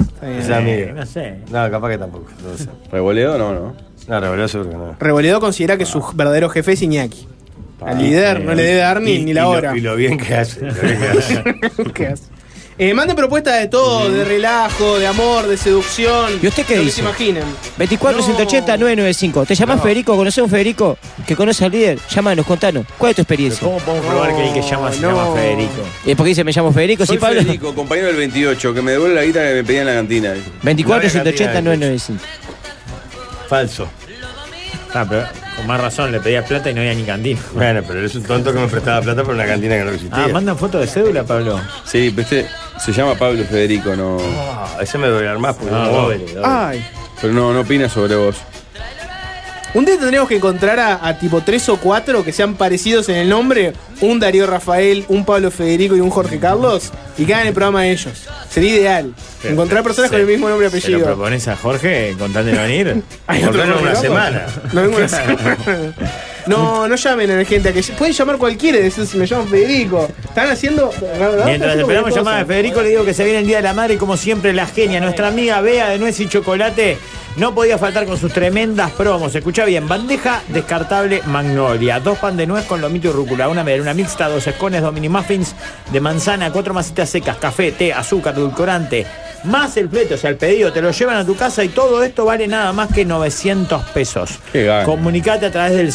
[SPEAKER 9] Está bien.
[SPEAKER 6] Es amigo.
[SPEAKER 8] no sé.
[SPEAKER 6] No, capaz que tampoco. No, sé.
[SPEAKER 7] Revoleo, no, no.
[SPEAKER 6] no revolvió seguro que no.
[SPEAKER 9] Revoledo considera que su verdadero jefe es Iñaki. Al líder no le debe dar ni,
[SPEAKER 6] Y-
[SPEAKER 9] ni
[SPEAKER 6] y
[SPEAKER 9] la
[SPEAKER 6] lo-
[SPEAKER 9] hora.
[SPEAKER 6] Y lo bien que hace. lo bien que hace.
[SPEAKER 9] ¿Qué hace? Eh, manden propuestas de todo, de relajo, de amor, de seducción.
[SPEAKER 10] ¿Y usted qué
[SPEAKER 9] Lo que
[SPEAKER 10] dice?
[SPEAKER 9] se imaginen.
[SPEAKER 10] 24 180 995. ¿Te llamás Federico? ¿Conoces a un Federico que conoce al líder? Llámanos, contanos. ¿Cuál es tu experiencia?
[SPEAKER 8] ¿Cómo podemos probar que el que llama se
[SPEAKER 9] No,
[SPEAKER 8] llama
[SPEAKER 9] no.
[SPEAKER 8] Federico?
[SPEAKER 10] Eh, ¿Por qué dice me llamo Federico?
[SPEAKER 7] Soy
[SPEAKER 10] Sí, Pablo.
[SPEAKER 7] Federico, compañero del 28, que me devuelve la guita que me pedía en la cantina.
[SPEAKER 10] 24
[SPEAKER 6] No había
[SPEAKER 10] 180
[SPEAKER 6] cantidad de
[SPEAKER 10] 995.
[SPEAKER 6] Falso.
[SPEAKER 8] Ah, pero con más razón, le pedías plata y no había ni cantina.
[SPEAKER 6] Bueno, pero eres un tonto que me prestaba plata por una cantina que no existía.
[SPEAKER 8] Ah, mandan fotos de cédula, Pablo.
[SPEAKER 9] Ah,
[SPEAKER 7] Sí, pero este se llama Pablo Federico, no.
[SPEAKER 6] Ah, ese me dolerá más porque no,
[SPEAKER 8] No,
[SPEAKER 6] doble.
[SPEAKER 9] Ay.
[SPEAKER 7] Pero no, no opina sobre vos.
[SPEAKER 9] Un día tendremos que encontrar a, a tipo tres o cuatro que sean parecidos en el nombre. Un Darío Rafael, un Pablo Federico y un Jorge Carlos. Y que hagan el programa de ellos. Sería ideal. encontrar personas
[SPEAKER 8] Se-
[SPEAKER 9] con el mismo nombre y
[SPEAKER 8] se lo
[SPEAKER 9] apellido.
[SPEAKER 8] propones a Jorge con tal de no venir?
[SPEAKER 9] Hay
[SPEAKER 6] Por
[SPEAKER 9] otro
[SPEAKER 6] lo menos una
[SPEAKER 9] Jorge
[SPEAKER 6] semana.
[SPEAKER 9] Carlos. No, vengo una semana. no, no llamen a la gente. a Que pueden llamar cualquiera y decir si me llaman Federico. Están haciendo.
[SPEAKER 8] Mientras esperamos llamada de
[SPEAKER 9] Federico.
[SPEAKER 8] Federico, le digo que se viene el Día de la Madre y como siempre la genia, nuestra amiga Bea de Nuez y Chocolate, no podía faltar con sus tremendas promos. Escucha bien, bandeja descartable Magnolia, dos pan de nuez con lomito y rúcula, una una mixta, dos escones, dos mini muffins de manzana, cuatro masitas secas, café, té, azúcar, edulcorante, más el flete, o sea, el pedido, te lo llevan a tu casa y todo esto vale nada más que 900 pesos.
[SPEAKER 7] Qué gana.
[SPEAKER 8] Comunicate a través del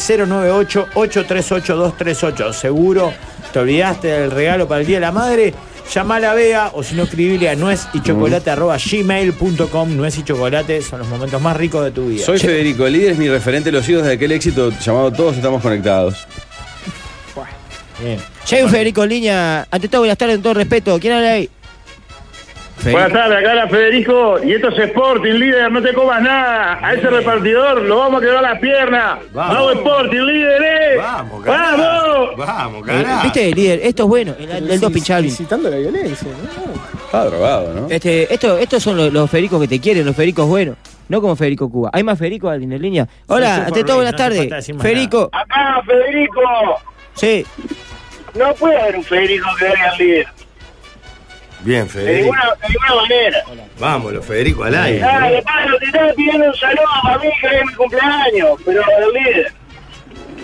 [SPEAKER 8] 098-838-238. Seguro te olvidaste del regalo para el Día de la Madre. Llamá a la Bea o si no escribile a nuez y chocolate gmail.com. Nuez y chocolate son los momentos más ricos de tu vida.
[SPEAKER 7] Soy Federico, el líder es mi referente, los hijos de aquel éxito llamado Todos Estamos Conectados.
[SPEAKER 8] Bien.
[SPEAKER 10] Ya hay un Federico en línea. Ante todo, buenas tardes, con todo respeto. ¿Quién habla ahí?
[SPEAKER 12] Buenas tardes, acá era Federico. Y esto es Sporting, líder, no te comas nada. A ese repartidor lo vamos a quebrar las piernas.
[SPEAKER 6] Vamos.
[SPEAKER 12] Vamos, Sporting, líder, eh.
[SPEAKER 6] Vamos, carajo.
[SPEAKER 12] Vamos.
[SPEAKER 6] Vamos,
[SPEAKER 10] Eh,
[SPEAKER 6] carajo.
[SPEAKER 10] ¿Viste, líder? Esto es bueno. El, el doping challenge.
[SPEAKER 9] la violencia,
[SPEAKER 7] Está Ah, drogado, ¿no?
[SPEAKER 10] Este, esto- estos son los, los Federicos que te quieren, los Federicos buenos. No como Federico Cuba. Hay más Federico en la línea.
[SPEAKER 8] Sí,
[SPEAKER 10] Hola,
[SPEAKER 8] sí,
[SPEAKER 10] ante
[SPEAKER 8] Forley,
[SPEAKER 10] todo, buenas
[SPEAKER 8] no hace
[SPEAKER 10] tardes.
[SPEAKER 8] falta decir más
[SPEAKER 10] Federico.
[SPEAKER 12] Acá, Federico.
[SPEAKER 10] Sí.
[SPEAKER 12] No puede haber un Federico que vea al líder.
[SPEAKER 6] Bien,
[SPEAKER 12] De
[SPEAKER 6] Federico.
[SPEAKER 12] ninguna, de ninguna manera.
[SPEAKER 6] Vamos, los Federico al
[SPEAKER 12] Ah,
[SPEAKER 6] aire.
[SPEAKER 12] de paso, te estaba pidiendo un saludo para mí, que es mi cumpleaños. Pero al líder.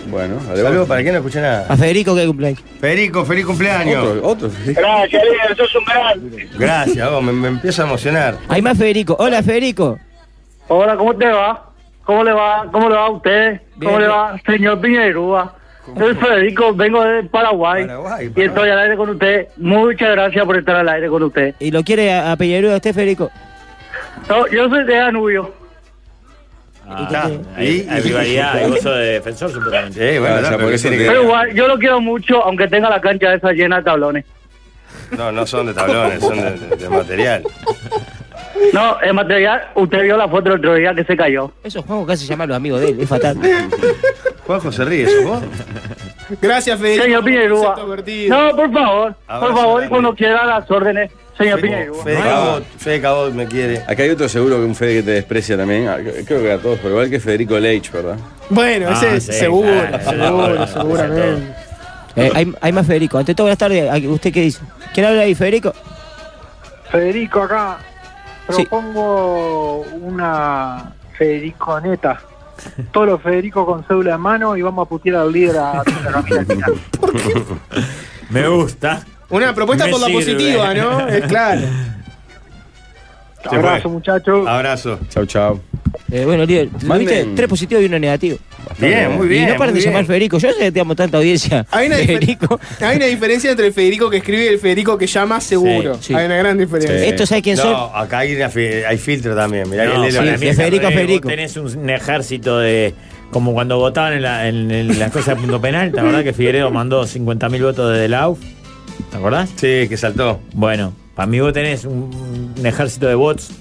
[SPEAKER 7] Bueno, dale,
[SPEAKER 6] Saludos
[SPEAKER 7] vamos.
[SPEAKER 6] para quien no escucha nada.
[SPEAKER 10] A Federico que cumpleaños.
[SPEAKER 6] Federico, feliz cumpleaños.
[SPEAKER 7] Otro, otro. sí.
[SPEAKER 12] Gracias, líder, sos un grande.
[SPEAKER 6] Gracias, vos, me, me empiezo a emocionar.
[SPEAKER 10] Hay más Federico. Hola, Federico.
[SPEAKER 12] Hola, ¿cómo te va? ¿Cómo le va? ¿Cómo le va a usted? ¿Cómo
[SPEAKER 10] Bien.
[SPEAKER 12] le va, señor Piñerúa? Soy Federico, vengo de Paraguay,
[SPEAKER 6] Paraguay,
[SPEAKER 12] y
[SPEAKER 6] Paraguay.
[SPEAKER 12] estoy al aire con usted. Muchas gracias por estar al aire con usted.
[SPEAKER 10] ¿Y lo quiere a, a Peñarúa usted, Federico?
[SPEAKER 12] No, yo soy de Danubio.
[SPEAKER 8] Ah,
[SPEAKER 6] Y-
[SPEAKER 8] hay, hay
[SPEAKER 6] y-
[SPEAKER 8] rivalidad, y vos sos de defensor supuestamente.
[SPEAKER 6] Sí, bueno,
[SPEAKER 7] Ah, ya,
[SPEAKER 6] no,
[SPEAKER 7] por
[SPEAKER 6] pero
[SPEAKER 7] eso
[SPEAKER 6] tiene
[SPEAKER 7] te-
[SPEAKER 6] que-
[SPEAKER 12] Pero igual, yo lo quiero mucho, aunque tenga la cancha esa llena de tablones.
[SPEAKER 6] no, no son de tablones, son de, de- de material.
[SPEAKER 12] No, el material, usted vio la foto el otro día que se cayó.
[SPEAKER 10] Eso Juanjo casi llama a los amigos de él. Es fatal.
[SPEAKER 6] Juanjo se ríe, ¿sos vos?
[SPEAKER 9] Gracias, Federico.
[SPEAKER 12] Señor Piñerúa.
[SPEAKER 9] Concepto vertido.
[SPEAKER 12] No, por favor,
[SPEAKER 6] Abrazo
[SPEAKER 12] por favor, y
[SPEAKER 6] grande.
[SPEAKER 12] cuando quiera las órdenes, señor Piñerúa.
[SPEAKER 6] Fedeca vos, Fedeca vos me quiere.
[SPEAKER 7] Acá hay otro seguro que un Fede que te desprecia también. Ah, Creo que a todos, pero igual que Federico Leitch, ¿verdad?
[SPEAKER 9] Bueno,
[SPEAKER 8] Ah,
[SPEAKER 9] ese es
[SPEAKER 8] sí,
[SPEAKER 9] seguro,
[SPEAKER 8] claro,
[SPEAKER 9] seguro,
[SPEAKER 8] seguro,
[SPEAKER 9] seguramente.
[SPEAKER 10] Eh, hay, hay más Federico. Ante todo, buenas tardes. ¿A- ¿Usted qué dice? ¿Quién habla ahí, Federico?
[SPEAKER 13] Federico acá.
[SPEAKER 10] Sí.
[SPEAKER 13] Propongo una Federico neta. Todos los Federico con cédula en mano y vamos a putear al líder a Tita Camila Quina.
[SPEAKER 8] Me gusta.
[SPEAKER 9] Una propuesta
[SPEAKER 8] Me
[SPEAKER 9] por la
[SPEAKER 8] sirve.
[SPEAKER 9] positiva, ¿no? Es claro.
[SPEAKER 6] Se
[SPEAKER 13] Abrazo,
[SPEAKER 6] fue.
[SPEAKER 13] muchachos.
[SPEAKER 6] Abrazo.
[SPEAKER 7] Chau, chau.
[SPEAKER 10] Eh, bueno, líder, ¿lo
[SPEAKER 7] Manden-
[SPEAKER 10] viste? tres positivos y uno negativo.
[SPEAKER 6] Bien, muy bien.
[SPEAKER 10] y no paran
[SPEAKER 6] muy
[SPEAKER 10] de llamar
[SPEAKER 6] bien.
[SPEAKER 10] Federico. Yo no sé que tenemos tanta audiencia.
[SPEAKER 9] Hay una, difer-
[SPEAKER 10] Federico.
[SPEAKER 9] hay una diferencia entre el Federico que escribe y el Federico que llama seguro.
[SPEAKER 10] Sí, sí.
[SPEAKER 9] Hay una gran diferencia.
[SPEAKER 7] Sí.
[SPEAKER 10] ¿Estos sabe quién son?
[SPEAKER 6] No, acá hay, una fi- hay filtro también. Mirá que
[SPEAKER 8] No,
[SPEAKER 6] lee lo
[SPEAKER 8] para
[SPEAKER 6] que-
[SPEAKER 8] mí
[SPEAKER 10] de
[SPEAKER 8] es al
[SPEAKER 10] Federico a
[SPEAKER 8] revés,
[SPEAKER 10] Federico.
[SPEAKER 8] vos Tenés un ejército de. Como cuando votaban en, la- en- en las cosas de punto penal, ¿te acordás que Figueredo mandó 50.000 votos desde la UF? ¿Te acordás?
[SPEAKER 6] Sí, que saltó.
[SPEAKER 8] Bueno, para mí vos tenés un, un ejército de bots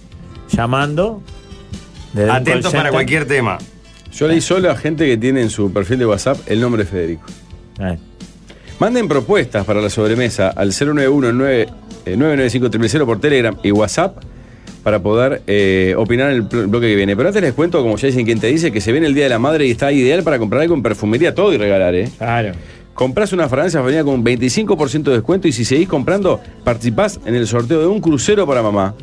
[SPEAKER 8] llamando. desde un call
[SPEAKER 6] Atentos
[SPEAKER 8] center.
[SPEAKER 6] para cualquier tema.
[SPEAKER 7] Yo leí solo a gente que tiene en su perfil de WhatsApp el nombre de Federico.
[SPEAKER 8] Eh,
[SPEAKER 7] Manden propuestas para la sobremesa al eh, 091-995-000 por Telegram y WhatsApp para poder eh, opinar en el pl- bloque que viene. Pero antes les cuento, como ya dicen quien te dice, que se viene el Día de la Madre y está ideal para comprar algo en perfumería todo y regalar, ¿eh?
[SPEAKER 8] Claro.
[SPEAKER 7] Comprás una fragancia venía con 25% de descuento y si seguís comprando, participás en el sorteo de un crucero para mamá.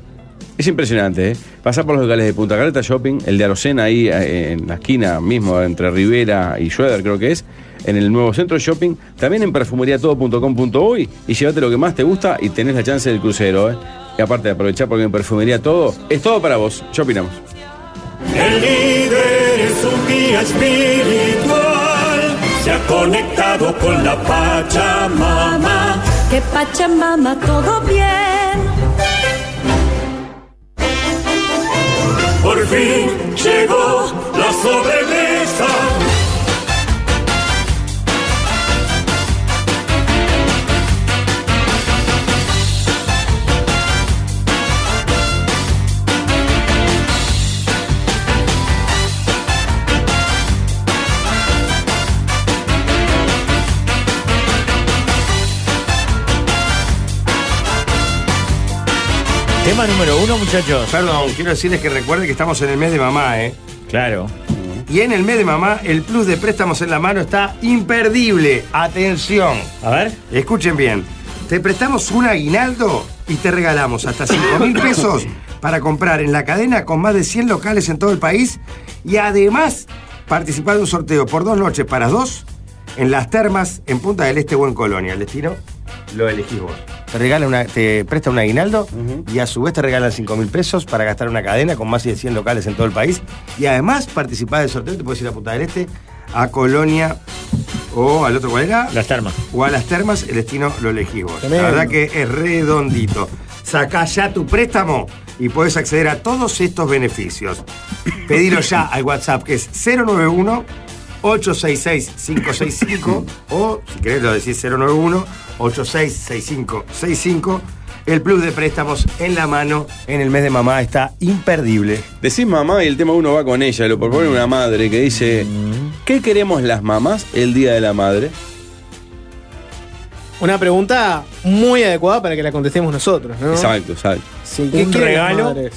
[SPEAKER 7] Es impresionante, ¿eh? Pasá por los locales de Punta Carreta Shopping, el de Arocena ahí eh, en la esquina mismo, entre Rivera y Schroeder creo que es, en el nuevo centro de shopping, también en perfumeriatodo.com.uy y llévate lo que más te gusta y tenés la chance del crucero, ¿eh? Y aparte de aprovechar porque en Perfumería Todo es todo para vos. ¿Qué opinamos?
[SPEAKER 2] El líder es un guía espiritual, se ha conectado con la Pachamama.
[SPEAKER 14] Que Pachamama todo bien.
[SPEAKER 2] Por fin llegó la sobremesa.
[SPEAKER 8] Tema número uno, muchachos.
[SPEAKER 6] Perdón, quiero decirles que recuerden que estamos en el mes de mamá, ¿eh?
[SPEAKER 8] Claro.
[SPEAKER 6] Y en el mes de mamá, el plus de préstamos en la mano está imperdible. Atención.
[SPEAKER 8] A ver.
[SPEAKER 6] Escuchen bien. Te prestamos un aguinaldo y te regalamos hasta 5 mil pesos para comprar en la cadena con más de 100 locales en todo el país y además participar de un sorteo por dos noches para dos en las termas en Punta del Este o en Colonia. El destino lo elegís vos. Te, regala una, te presta un aguinaldo y a su vez te regalan 5 mil pesos para gastar en una cadena con más de 100 locales en todo el país. Y además participás del sorteo, te puedes ir a Punta del Este, a Colonia o al otro, ¿cuál era?
[SPEAKER 8] Las termas.
[SPEAKER 6] o a las termas, el destino lo elegís vos.
[SPEAKER 9] Tremendo.
[SPEAKER 6] La verdad que es redondito. Sacá ya tu préstamo y podés acceder a todos estos beneficios. Pedilo ya al WhatsApp que es 091 866 565 o si querés lo decís 091 866565. El plus de préstamos en la mano en el mes de mamá está imperdible.
[SPEAKER 7] Decís mamá y el tema uno va con ella. Lo propone una madre que dice: ¿Qué queremos las mamás el día de la madre?
[SPEAKER 9] Una pregunta muy adecuada para que la contestemos nosotros, ¿no?
[SPEAKER 7] Exacto, exacto.
[SPEAKER 9] Sí, ¿qué
[SPEAKER 8] Un
[SPEAKER 9] quieren las
[SPEAKER 8] regalo.
[SPEAKER 9] madres?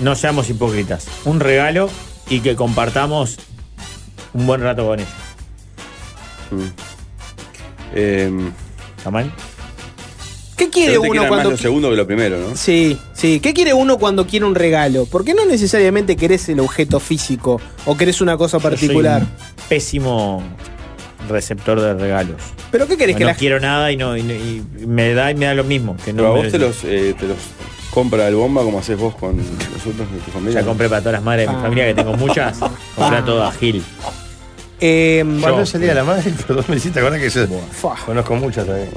[SPEAKER 8] No seamos hipócritas. Un regalo y que compartamos un buen rato con ella.
[SPEAKER 7] Em, ¿Está
[SPEAKER 8] mal?
[SPEAKER 9] ¿Qué quiere uno
[SPEAKER 7] más
[SPEAKER 9] cuando
[SPEAKER 7] lo
[SPEAKER 9] qui-
[SPEAKER 7] segundo que lo primero, ¿no?
[SPEAKER 9] Sí, sí. ¿Qué quiere uno cuando quiere un regalo? Porque no necesariamente querés el objeto físico o querés una cosa particular.
[SPEAKER 8] Soy un pésimo receptor de regalos.
[SPEAKER 9] ¿Pero qué querés
[SPEAKER 8] No
[SPEAKER 9] que la
[SPEAKER 8] quiero nada y no y, no- y me da y me da lo mismo. Que no
[SPEAKER 7] Pero a
[SPEAKER 8] me-
[SPEAKER 7] vos te los, eh, te los compra el bomba como haces vos con nosotros de tu familia.
[SPEAKER 8] Ya compré para todas las madres
[SPEAKER 9] Ah.
[SPEAKER 8] de mi familia, que tengo muchas. Compré a todas, Gil.
[SPEAKER 6] ¿Cuándo
[SPEAKER 9] eh,
[SPEAKER 8] yo.
[SPEAKER 6] es el día de la madre? Perdón, me hiciste acordar que yo conozco muchas también.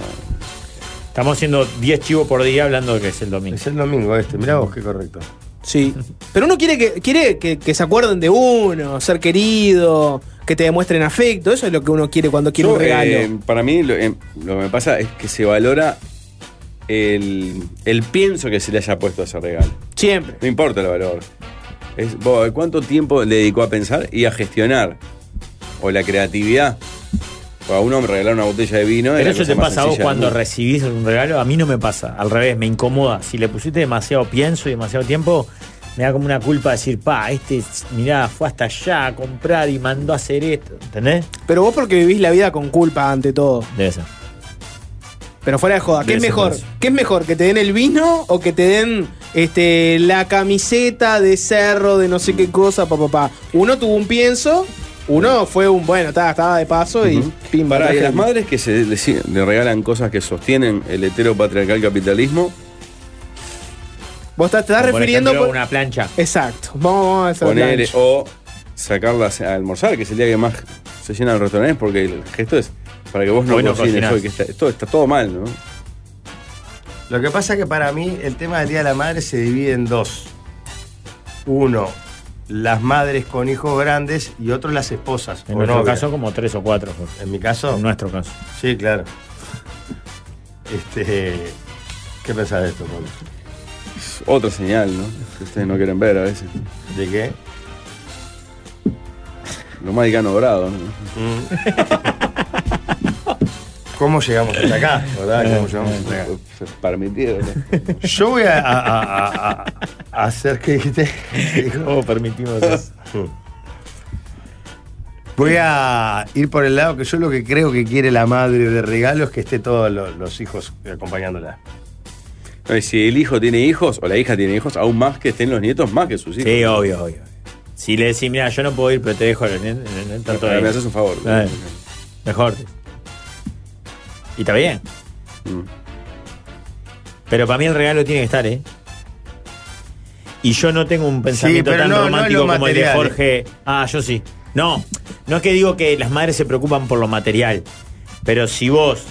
[SPEAKER 8] Estamos haciendo 10 chivos por día hablando de que es el domingo.
[SPEAKER 6] Es el domingo este, mirá vos qué correcto.
[SPEAKER 9] Sí. Pero uno quiere que quiere que, que se acuerden de uno, ser querido, que te demuestren afecto. Eso es lo que uno quiere cuando quiere
[SPEAKER 7] Yo,
[SPEAKER 9] un regalo.
[SPEAKER 7] eh, para mí, lo, eh, lo que me pasa es que se valora el, el pienso que se le haya puesto a ese regalo.
[SPEAKER 9] Siempre.
[SPEAKER 7] No importa el valor. Es, vos, ¿Cuánto tiempo le dedicó a pensar y a gestionar? O la creatividad. O a uno me regalaron una botella de vino. es
[SPEAKER 8] Pero
[SPEAKER 7] la
[SPEAKER 8] eso
[SPEAKER 7] cosa
[SPEAKER 8] te
[SPEAKER 7] más
[SPEAKER 8] pasa a vos
[SPEAKER 7] sencilla del
[SPEAKER 8] cuando
[SPEAKER 7] mundo.
[SPEAKER 8] recibís un regalo. A mí no me pasa. Al revés, me incomoda. Si le pusiste demasiado pienso y demasiado tiempo, me da como una culpa decir, pa, este, mirá, fue hasta allá a comprar y mandó a hacer esto. ¿Entendés?
[SPEAKER 9] Pero vos porque vivís la vida con culpa ante todo.
[SPEAKER 8] Debe ser.
[SPEAKER 9] Pero fuera de joda, ¿qué
[SPEAKER 8] Debe
[SPEAKER 9] es
[SPEAKER 8] ser
[SPEAKER 9] mejor?
[SPEAKER 8] por eso.
[SPEAKER 9] ¿Qué es mejor? ¿Que te den el vino o que te den este, la camiseta de cerro, de no sé
[SPEAKER 8] Mm.
[SPEAKER 9] qué cosa, papá? Pa, pa? Uno tuvo un pienso, uno fue un, bueno, ta, estaba de paso y pimba.
[SPEAKER 7] Pará,
[SPEAKER 9] traje
[SPEAKER 7] y a las
[SPEAKER 9] el-
[SPEAKER 7] madres que se le, si- le regalan cosas que sostienen el heteropatriarcal capitalismo.
[SPEAKER 9] Vos estás- te estás refiriendo por-
[SPEAKER 8] una plancha.
[SPEAKER 9] Exacto. Vamos, vamos a hacer
[SPEAKER 7] Poner,
[SPEAKER 9] plancha.
[SPEAKER 7] o sacarlas a almorzar, que es el día que más se llenan los restaurantes, porque el gesto es para que vos no
[SPEAKER 8] Hoy no
[SPEAKER 7] cocines
[SPEAKER 8] cocinás.
[SPEAKER 7] hoy, que está, esto está todo mal, ¿no?
[SPEAKER 6] Lo que pasa es que para mí el tema del Día de la Madre se divide en dos. Uno, las madres con hijos grandes y otro, las esposas.
[SPEAKER 8] En
[SPEAKER 6] o
[SPEAKER 8] nuestro
[SPEAKER 6] novias.
[SPEAKER 8] caso, como tres o cuatro. Jorge.
[SPEAKER 6] ¿En mi caso?
[SPEAKER 8] En nuestro caso.
[SPEAKER 6] Sí, claro. Este, ¿Qué pensás de esto, Pablo?
[SPEAKER 7] Es otra señal, ¿no? Que ustedes no quieren ver a veces.
[SPEAKER 6] ¿De qué?
[SPEAKER 7] Lo más gano dorado, ¿no?
[SPEAKER 6] ¿Cómo llegamos hasta acá? ¿Verdad? ¿Cómo llegamos hasta acá?
[SPEAKER 7] Permitido.
[SPEAKER 6] Yo voy a, a- a- a- a hacer que dijiste.
[SPEAKER 8] ¿Cómo permitimos eso?
[SPEAKER 6] Voy a ir por el lado que yo lo que creo que quiere la madre de regalo es que esté todos lo- los hijos acompañándola.
[SPEAKER 7] No, y si el hijo tiene hijos o la hija tiene hijos, aún más que estén los nietos, más que sus hijos.
[SPEAKER 8] Sí, obvio, obvio. Si le decís, mira, yo no puedo ir, pero te dejo el, el- el- el- tanto
[SPEAKER 7] Pero
[SPEAKER 8] ahí".
[SPEAKER 7] Ah, me haces un favor.
[SPEAKER 8] Eh, Mejor. Y está bien.
[SPEAKER 6] Mm.
[SPEAKER 8] Pero para mí el regalo tiene que estar, ¿eh? Y yo no tengo un pensamiento
[SPEAKER 6] pero
[SPEAKER 8] tan
[SPEAKER 6] no- no
[SPEAKER 8] romántico
[SPEAKER 6] lo
[SPEAKER 8] como
[SPEAKER 6] material, ¿eh?
[SPEAKER 8] el de Jorge. Ah, yo sí. No, no es que digo que las madres se preocupan por lo material. Pero si vos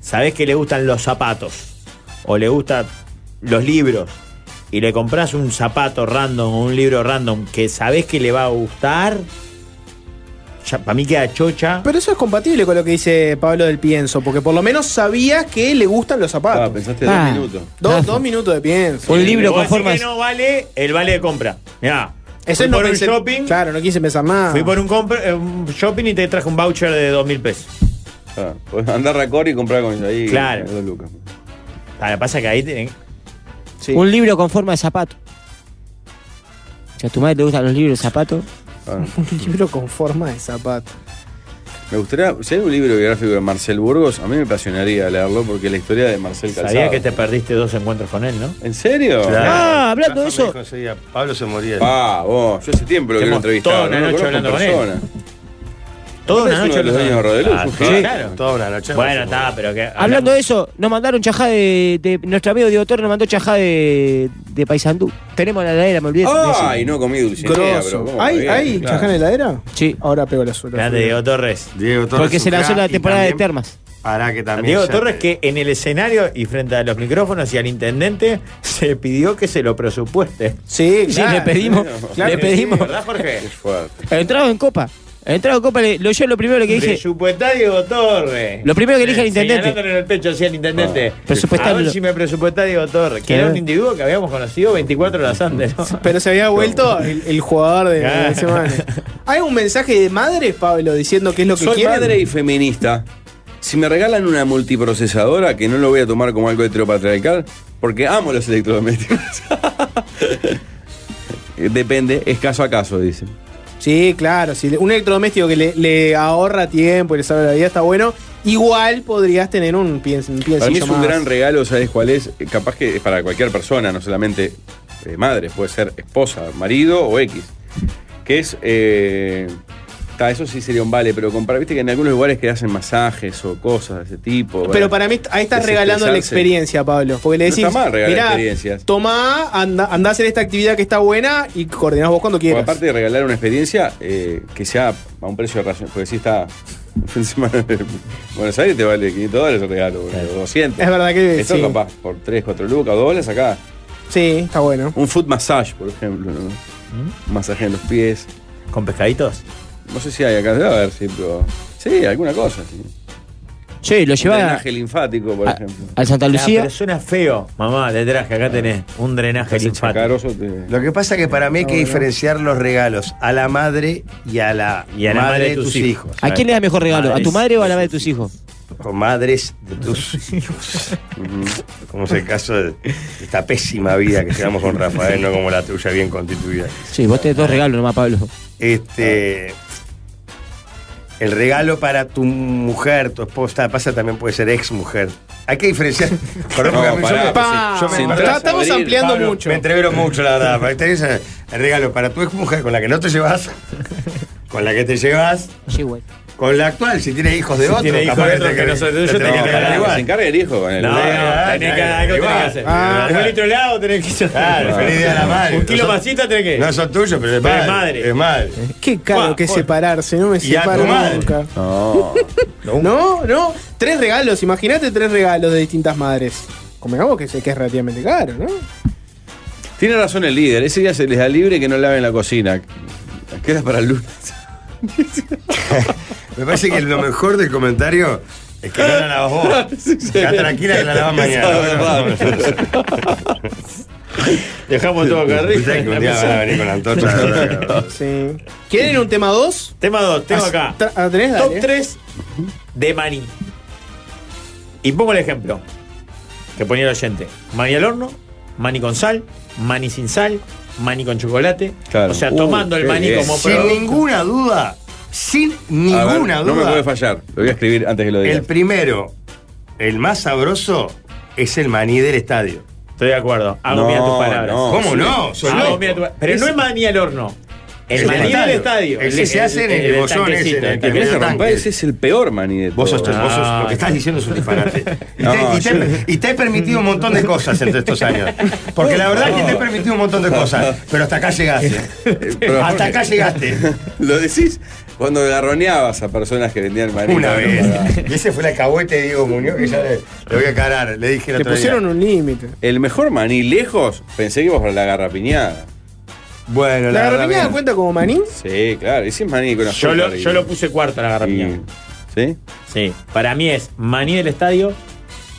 [SPEAKER 8] sabés que le gustan los zapatos o le gustan los libros y le compras un zapato random o un libro random que sabés que le va a gustar, ya para mí queda chocha.
[SPEAKER 9] Pero eso es compatible con lo que dice Pablo del pienso, porque por lo menos sabías que le gustan los zapatos.
[SPEAKER 7] pensaste
[SPEAKER 8] dos Ah. minutos.
[SPEAKER 9] Dos, dos minutos de pienso.
[SPEAKER 8] Sí, pero vos decís que no vale el vale de compra. Mirá.
[SPEAKER 9] Eso
[SPEAKER 8] fui
[SPEAKER 9] no
[SPEAKER 8] por un
[SPEAKER 9] pensé-
[SPEAKER 8] shopping.
[SPEAKER 9] Claro, no quise pensar nada.
[SPEAKER 8] Fui por un, compra- eh, un shopping y te traje un voucher de dos mil pesos.
[SPEAKER 7] Ah, podés andar a Cori y comprar con ahí.
[SPEAKER 8] Claro.
[SPEAKER 7] con dos lucas.
[SPEAKER 8] Ah, lo que pasa es que ahí tienen.
[SPEAKER 10] Un libro con forma de zapato. Si a tu madre te gustan los libros de zapato,
[SPEAKER 9] Un libro con forma de zapato.
[SPEAKER 7] Me gustaría, si hay un libro biográfico de Marcel Burgos, a mí me apasionaría leerlo porque la historia de Marcel Calzado.
[SPEAKER 8] Sabía que te perdiste dos encuentros con él, ¿no?
[SPEAKER 7] ¿En serio?
[SPEAKER 8] Ah, hablando de eso.
[SPEAKER 6] Pablo se moría.
[SPEAKER 7] Ah, vos, yo hace tiempo lo quiero
[SPEAKER 8] Hacemos
[SPEAKER 7] entrevistar.
[SPEAKER 8] toda una
[SPEAKER 7] no lo
[SPEAKER 8] noche
[SPEAKER 7] conozco en
[SPEAKER 8] hablando con él.
[SPEAKER 7] persona.
[SPEAKER 8] Toda
[SPEAKER 7] ¿No
[SPEAKER 8] una
[SPEAKER 7] es uno
[SPEAKER 8] noche
[SPEAKER 7] de los
[SPEAKER 8] hablando
[SPEAKER 7] dueños de
[SPEAKER 8] con él.
[SPEAKER 7] Rodeluz,
[SPEAKER 8] Ah,
[SPEAKER 7] un
[SPEAKER 8] sí,
[SPEAKER 7] crack?
[SPEAKER 8] claro.
[SPEAKER 6] Toda una noche.
[SPEAKER 8] Bueno, está, pero que.
[SPEAKER 10] hablando de eso, nos mandaron chajá de, de- Nuestro amigo Diego Torre nos mandó chajá de, de Paisandú. Tenemos la heladera, me olvidé.
[SPEAKER 7] Ay, no comí dulcinea, pero
[SPEAKER 9] Grosso.
[SPEAKER 7] ¿cómo
[SPEAKER 9] ¿Hay,
[SPEAKER 7] comí?
[SPEAKER 9] hay
[SPEAKER 7] Claro.
[SPEAKER 9] chajá en la heladera?
[SPEAKER 10] Sí.
[SPEAKER 9] Ahora pego la suela.
[SPEAKER 8] Grande Diego Torres.
[SPEAKER 6] Diego
[SPEAKER 8] Torres
[SPEAKER 10] Porque
[SPEAKER 8] es
[SPEAKER 10] se
[SPEAKER 8] un
[SPEAKER 10] lanzó
[SPEAKER 8] crack
[SPEAKER 10] la
[SPEAKER 8] y
[SPEAKER 10] temporada de
[SPEAKER 8] también-
[SPEAKER 10] termas.
[SPEAKER 6] Para que también.
[SPEAKER 8] Diego
[SPEAKER 6] ya-
[SPEAKER 8] Torres que en el escenario y frente a los micrófonos y al intendente se pidió que se lo presupueste.
[SPEAKER 9] Sí,
[SPEAKER 10] Sí, claro. le pedimos- le pedimos.
[SPEAKER 8] ¿Verdad, Jorge?
[SPEAKER 7] Qué fuerte.
[SPEAKER 10] Entrado en copa. Entrado Copa, le- lo, yo lo primero que dije.
[SPEAKER 15] Presupuestario Torre.
[SPEAKER 10] Lo primero que le dije al
[SPEAKER 8] Eh,
[SPEAKER 10] intendente.
[SPEAKER 15] Señalándole en el pecho así al intendente.
[SPEAKER 10] Ah, presupuestario-
[SPEAKER 15] A ver si me presupuesta Diego Torre. Que
[SPEAKER 10] Claro.
[SPEAKER 15] era un individuo que habíamos conocido 24 horas antes. ¿no?
[SPEAKER 9] Pero se había vuelto el, el jugador de, de semana. ¿Hay un mensaje de madres, Pablo, diciendo qué es lo que
[SPEAKER 7] Soy
[SPEAKER 9] quieren?
[SPEAKER 7] madre y feminista. Si me regalan una multiprocesadora, que no lo voy a tomar como algo heteropatriarcal, porque amo los electrodomésticos. Depende, es caso a caso, dice.
[SPEAKER 9] Sí, claro. Si le- un electrodoméstico que le, le ahorra tiempo y le salva la vida está bueno. Igual podrías tener un pienso un
[SPEAKER 7] Para mí es
[SPEAKER 9] piensillo
[SPEAKER 7] un
[SPEAKER 9] más.
[SPEAKER 7] gran regalo, ¿sabes cuál es? Eh, Capaz que es para cualquier persona, no solamente eh, madre, puede ser esposa, marido o X. Que es. eh, ta, eso sí sería un vale, pero comprar, viste que en algunos lugares que hacen masajes o cosas de ese tipo.
[SPEAKER 9] Pero
[SPEAKER 7] ¿verdad?
[SPEAKER 9] para mí ahí estás
[SPEAKER 7] Es
[SPEAKER 9] regalando la
[SPEAKER 7] expresarse.
[SPEAKER 9] experiencia, Pablo. Porque le
[SPEAKER 7] eh, No
[SPEAKER 9] decís,
[SPEAKER 7] está mal regalar
[SPEAKER 9] "Mirá,
[SPEAKER 7] experiencias.
[SPEAKER 9] tomá, anda, andá a hacer esta actividad que está buena y coordinás vos cuando
[SPEAKER 7] O
[SPEAKER 9] quieras.
[SPEAKER 7] aparte de regalar una experiencia eh, que sea a un precio racional, porque si está. fin de semana en Buenos Aires te vale 500 dólares el regalo, boludo, 200.
[SPEAKER 9] Es verdad que
[SPEAKER 7] Esto
[SPEAKER 9] sí.
[SPEAKER 7] capaz por 3, 4 lucas, dólares acá.
[SPEAKER 9] Sí, está bueno.
[SPEAKER 7] Un foot massage, por ejemplo. ¿no? Un masaje en los pies.
[SPEAKER 8] ¿Con pescaditos?
[SPEAKER 7] No sé si hay acá, debe haber, sí, pero. Sí, alguna cosa. Sí.
[SPEAKER 10] Che, lo lleva-
[SPEAKER 7] Un drenaje linfático, por ejemplo.
[SPEAKER 10] al Santa
[SPEAKER 8] Lucía. pero suena feo. Mamá, le traje, acá tenés un drenaje linfático.
[SPEAKER 6] Lo que pasa es que para mí hay que diferenciar los regalos a la madre y a la,
[SPEAKER 8] Y a la madre de tus hijos.
[SPEAKER 10] ¿A quién le das mejor regalo? ¿A tu madre o a la madre de tus hijos?
[SPEAKER 6] O madres de tus hijos. como es el caso de esta pésima vida que llevamos con Rafael, no como la tuya bien constituida.
[SPEAKER 10] Sí, vos tenés dos regalos nomás, Pablo.
[SPEAKER 6] Este. El regalo para tu mujer, tu esposa, pasa también puede ser ex mujer. Hay que diferenciar. Perdón,
[SPEAKER 7] No,
[SPEAKER 6] porque a mí-
[SPEAKER 7] pará,
[SPEAKER 6] yo
[SPEAKER 7] pues, si- si
[SPEAKER 6] perdón,
[SPEAKER 7] entras a Estamos abrir, ampliando
[SPEAKER 6] Pablo,
[SPEAKER 7] mucho.
[SPEAKER 6] Me entrevero mucho, la verdad. Porque tenés el regalo para tu ex mujer con la que no te llevas, con la que te llevas, con la actual, si tiene hijos de
[SPEAKER 7] Si
[SPEAKER 6] otro.
[SPEAKER 7] tiene hijos
[SPEAKER 6] capaz
[SPEAKER 7] de otro
[SPEAKER 6] te
[SPEAKER 7] que no
[SPEAKER 6] querés-
[SPEAKER 7] son tuyos,
[SPEAKER 6] te tenés
[SPEAKER 7] tenés
[SPEAKER 6] que
[SPEAKER 7] que
[SPEAKER 6] regalar
[SPEAKER 7] que
[SPEAKER 6] igual.
[SPEAKER 7] se encargue el hijo con el-
[SPEAKER 6] No,
[SPEAKER 7] eh,
[SPEAKER 8] Ah, tenés que, algo tenés que hacer. un litro de helado tenés que hacer.
[SPEAKER 6] Ah, Claro, feliz día a la madre.
[SPEAKER 8] Un kilo
[SPEAKER 6] No son-
[SPEAKER 8] masita tenés que.
[SPEAKER 6] No son tuyos, pero es
[SPEAKER 8] Pero es
[SPEAKER 6] madre. Es madre.
[SPEAKER 9] Qué caro que es separarse, no me
[SPEAKER 6] Y a tu
[SPEAKER 9] separo
[SPEAKER 6] madre.
[SPEAKER 9] nunca.
[SPEAKER 7] No.
[SPEAKER 9] No, no. Tres regalos, imagínate tres regalos de distintas madres. Convengamos que, se- que es relativamente caro, ¿no?
[SPEAKER 7] Tiene razón el líder. Ese día se les da libre que no laven la cocina. Queda para el lunes.
[SPEAKER 6] Me parece que lo mejor del comentario es que no la lavas vos. Está tranquila que la lavas mañana.
[SPEAKER 7] Esa es
[SPEAKER 6] Bueno,
[SPEAKER 8] Dejamos todo acá arriba.
[SPEAKER 6] Pensé que un día van a venir con la antorcha. de verdad, cabrón.
[SPEAKER 9] Sí. ¿Quieren un tema 2?
[SPEAKER 8] Tema 2, tengo acá.
[SPEAKER 9] ah, ¿Tenés?
[SPEAKER 8] Top
[SPEAKER 9] Dale.
[SPEAKER 8] 3 de maní. Y pongo el ejemplo que ponía el oyente. Maní al horno, maní con sal, maní sin sal, maní con chocolate. O sea,
[SPEAKER 7] Uh,
[SPEAKER 8] tomando el
[SPEAKER 7] qué
[SPEAKER 8] maní
[SPEAKER 7] bien.
[SPEAKER 8] como
[SPEAKER 7] Sin
[SPEAKER 8] producto.
[SPEAKER 6] ninguna duda, sin
[SPEAKER 7] A ver,
[SPEAKER 6] ninguna
[SPEAKER 7] No me
[SPEAKER 6] duda,
[SPEAKER 7] puede fallar. Lo voy a escribir antes que lo diga.
[SPEAKER 6] el primero, el más sabroso, es el maní del estadio.
[SPEAKER 8] Estoy de acuerdo. Hago
[SPEAKER 6] No,
[SPEAKER 8] mía tus palabras.
[SPEAKER 6] no, ¿Cómo sí. no? Soy
[SPEAKER 8] Hago
[SPEAKER 6] loco.
[SPEAKER 8] mía tu- Pero
[SPEAKER 6] Es-
[SPEAKER 8] no es maní al horno. El
[SPEAKER 6] Es
[SPEAKER 8] maní del estadio.
[SPEAKER 6] El que se hace en el, bozón ese, en el
[SPEAKER 7] que
[SPEAKER 6] medio
[SPEAKER 7] se rompa,
[SPEAKER 6] tanque.
[SPEAKER 7] ese es el peor maní de
[SPEAKER 6] Vos sos,
[SPEAKER 7] todos.
[SPEAKER 6] vos sos- lo que estás diciendo es un disparate.
[SPEAKER 7] Ah.
[SPEAKER 6] Y,
[SPEAKER 7] No,
[SPEAKER 6] te, y te- y te he permitido un montón de cosas entre estos años. Porque la verdad es que te he permitido un montón de cosas. Pero hasta acá llegaste.
[SPEAKER 7] Pero-
[SPEAKER 6] hasta acá llegaste.
[SPEAKER 7] Lo decís cuando garroneabas a personas que vendían maní.
[SPEAKER 6] Una
[SPEAKER 7] No, no,
[SPEAKER 6] vez.
[SPEAKER 7] pará.
[SPEAKER 6] Y ese fue el alcahuete de Diego Muñoz que ya le, le voy a encarar. Le dije la
[SPEAKER 9] Le pusieron un límite.
[SPEAKER 7] El mejor maní lejos, pensé que iba para la garrapiñada.
[SPEAKER 6] Bueno,
[SPEAKER 9] ¿La garrapiñada cuenta como maní?
[SPEAKER 7] Sí, claro, ese es maní con
[SPEAKER 8] Yo
[SPEAKER 7] azúcar.
[SPEAKER 8] lo,
[SPEAKER 7] y-
[SPEAKER 8] yo lo puse cuarto a la garrapiñada.
[SPEAKER 7] ¿Sí?
[SPEAKER 8] Sí. Para mí es maní del estadio,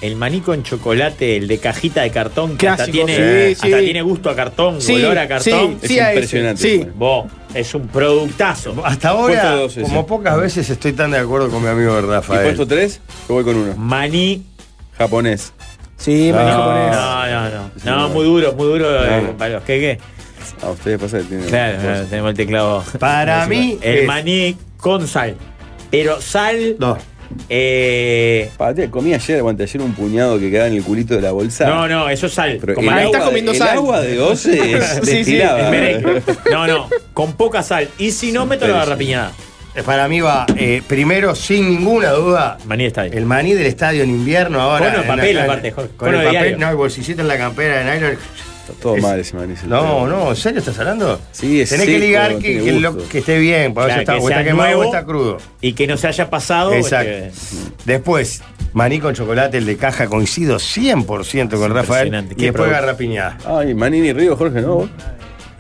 [SPEAKER 8] el maní con chocolate, el de cajita de cartón, que hasta
[SPEAKER 7] Clásico,
[SPEAKER 8] tiene,
[SPEAKER 7] sí, sí.
[SPEAKER 8] hasta tiene gusto a cartón,
[SPEAKER 7] Sí,
[SPEAKER 8] olor a cartón.
[SPEAKER 7] sí, sí Es a ese, impresionante. sí.
[SPEAKER 8] Vos, es un productazo.
[SPEAKER 6] Hasta ahora, como pocas veces, estoy tan de acuerdo con mi amigo
[SPEAKER 7] ¿Y
[SPEAKER 6] Rafael.
[SPEAKER 7] puesto tres? Yo voy con uno.
[SPEAKER 8] Maní.
[SPEAKER 7] Japonés.
[SPEAKER 9] Sí,
[SPEAKER 8] no, Ah. no, no, no. No, muy duro, muy duro eh,
[SPEAKER 7] No, no.
[SPEAKER 8] para los que qué.
[SPEAKER 7] A ustedes pasa que tienen.
[SPEAKER 8] Claro, claro, tenemos el teclado.
[SPEAKER 6] Para mí
[SPEAKER 8] El
[SPEAKER 6] es-
[SPEAKER 8] maní con sal. Pero sal.
[SPEAKER 6] No.
[SPEAKER 8] Eh,
[SPEAKER 7] comí ayer o anteayer un puñado que quedaba en el culito de la bolsa.
[SPEAKER 8] No, no, eso es sal.
[SPEAKER 7] Pero
[SPEAKER 8] Como
[SPEAKER 7] el
[SPEAKER 8] el
[SPEAKER 7] agua
[SPEAKER 8] agua-
[SPEAKER 7] de- el agua de goce es destilada.
[SPEAKER 8] es merengue. No, no, con poca sal. Y si no, meto la garrapiñada.
[SPEAKER 6] Para mí va, eh, primero, sin ninguna duda,
[SPEAKER 8] maní estadio.
[SPEAKER 6] el maní del estadio en invierno ahora.
[SPEAKER 8] Cono de
[SPEAKER 6] en
[SPEAKER 8] papel,
[SPEAKER 6] la-
[SPEAKER 8] aparte, Jorge.
[SPEAKER 6] Con
[SPEAKER 8] Cono
[SPEAKER 6] el
[SPEAKER 8] de
[SPEAKER 6] papel,
[SPEAKER 8] diario.
[SPEAKER 6] no, el bolsillito en la campera de nylon.
[SPEAKER 7] Está todo
[SPEAKER 6] Es-
[SPEAKER 7] mal ese maní.
[SPEAKER 6] No, no, ¿en serio estás hablando?
[SPEAKER 7] Sí, es
[SPEAKER 6] Tenés que
[SPEAKER 7] seco,
[SPEAKER 6] ligar
[SPEAKER 7] no
[SPEAKER 6] que,
[SPEAKER 7] tiene
[SPEAKER 6] que lo-
[SPEAKER 7] gusto.
[SPEAKER 6] que esté bien, para ver si Ah, está,
[SPEAKER 8] que
[SPEAKER 6] o está
[SPEAKER 8] sea
[SPEAKER 6] quemado
[SPEAKER 8] nuevo
[SPEAKER 6] o está crudo.
[SPEAKER 8] Y que no se haya pasado.
[SPEAKER 6] Exacto.
[SPEAKER 8] este,
[SPEAKER 6] Después, maní con chocolate, el de caja, coincido 100% con Rafael.
[SPEAKER 7] impresionante,
[SPEAKER 6] Y
[SPEAKER 7] qué
[SPEAKER 6] después
[SPEAKER 7] producto.
[SPEAKER 6] garrapiñada.
[SPEAKER 7] Ay, maní ni río, Jorge, no.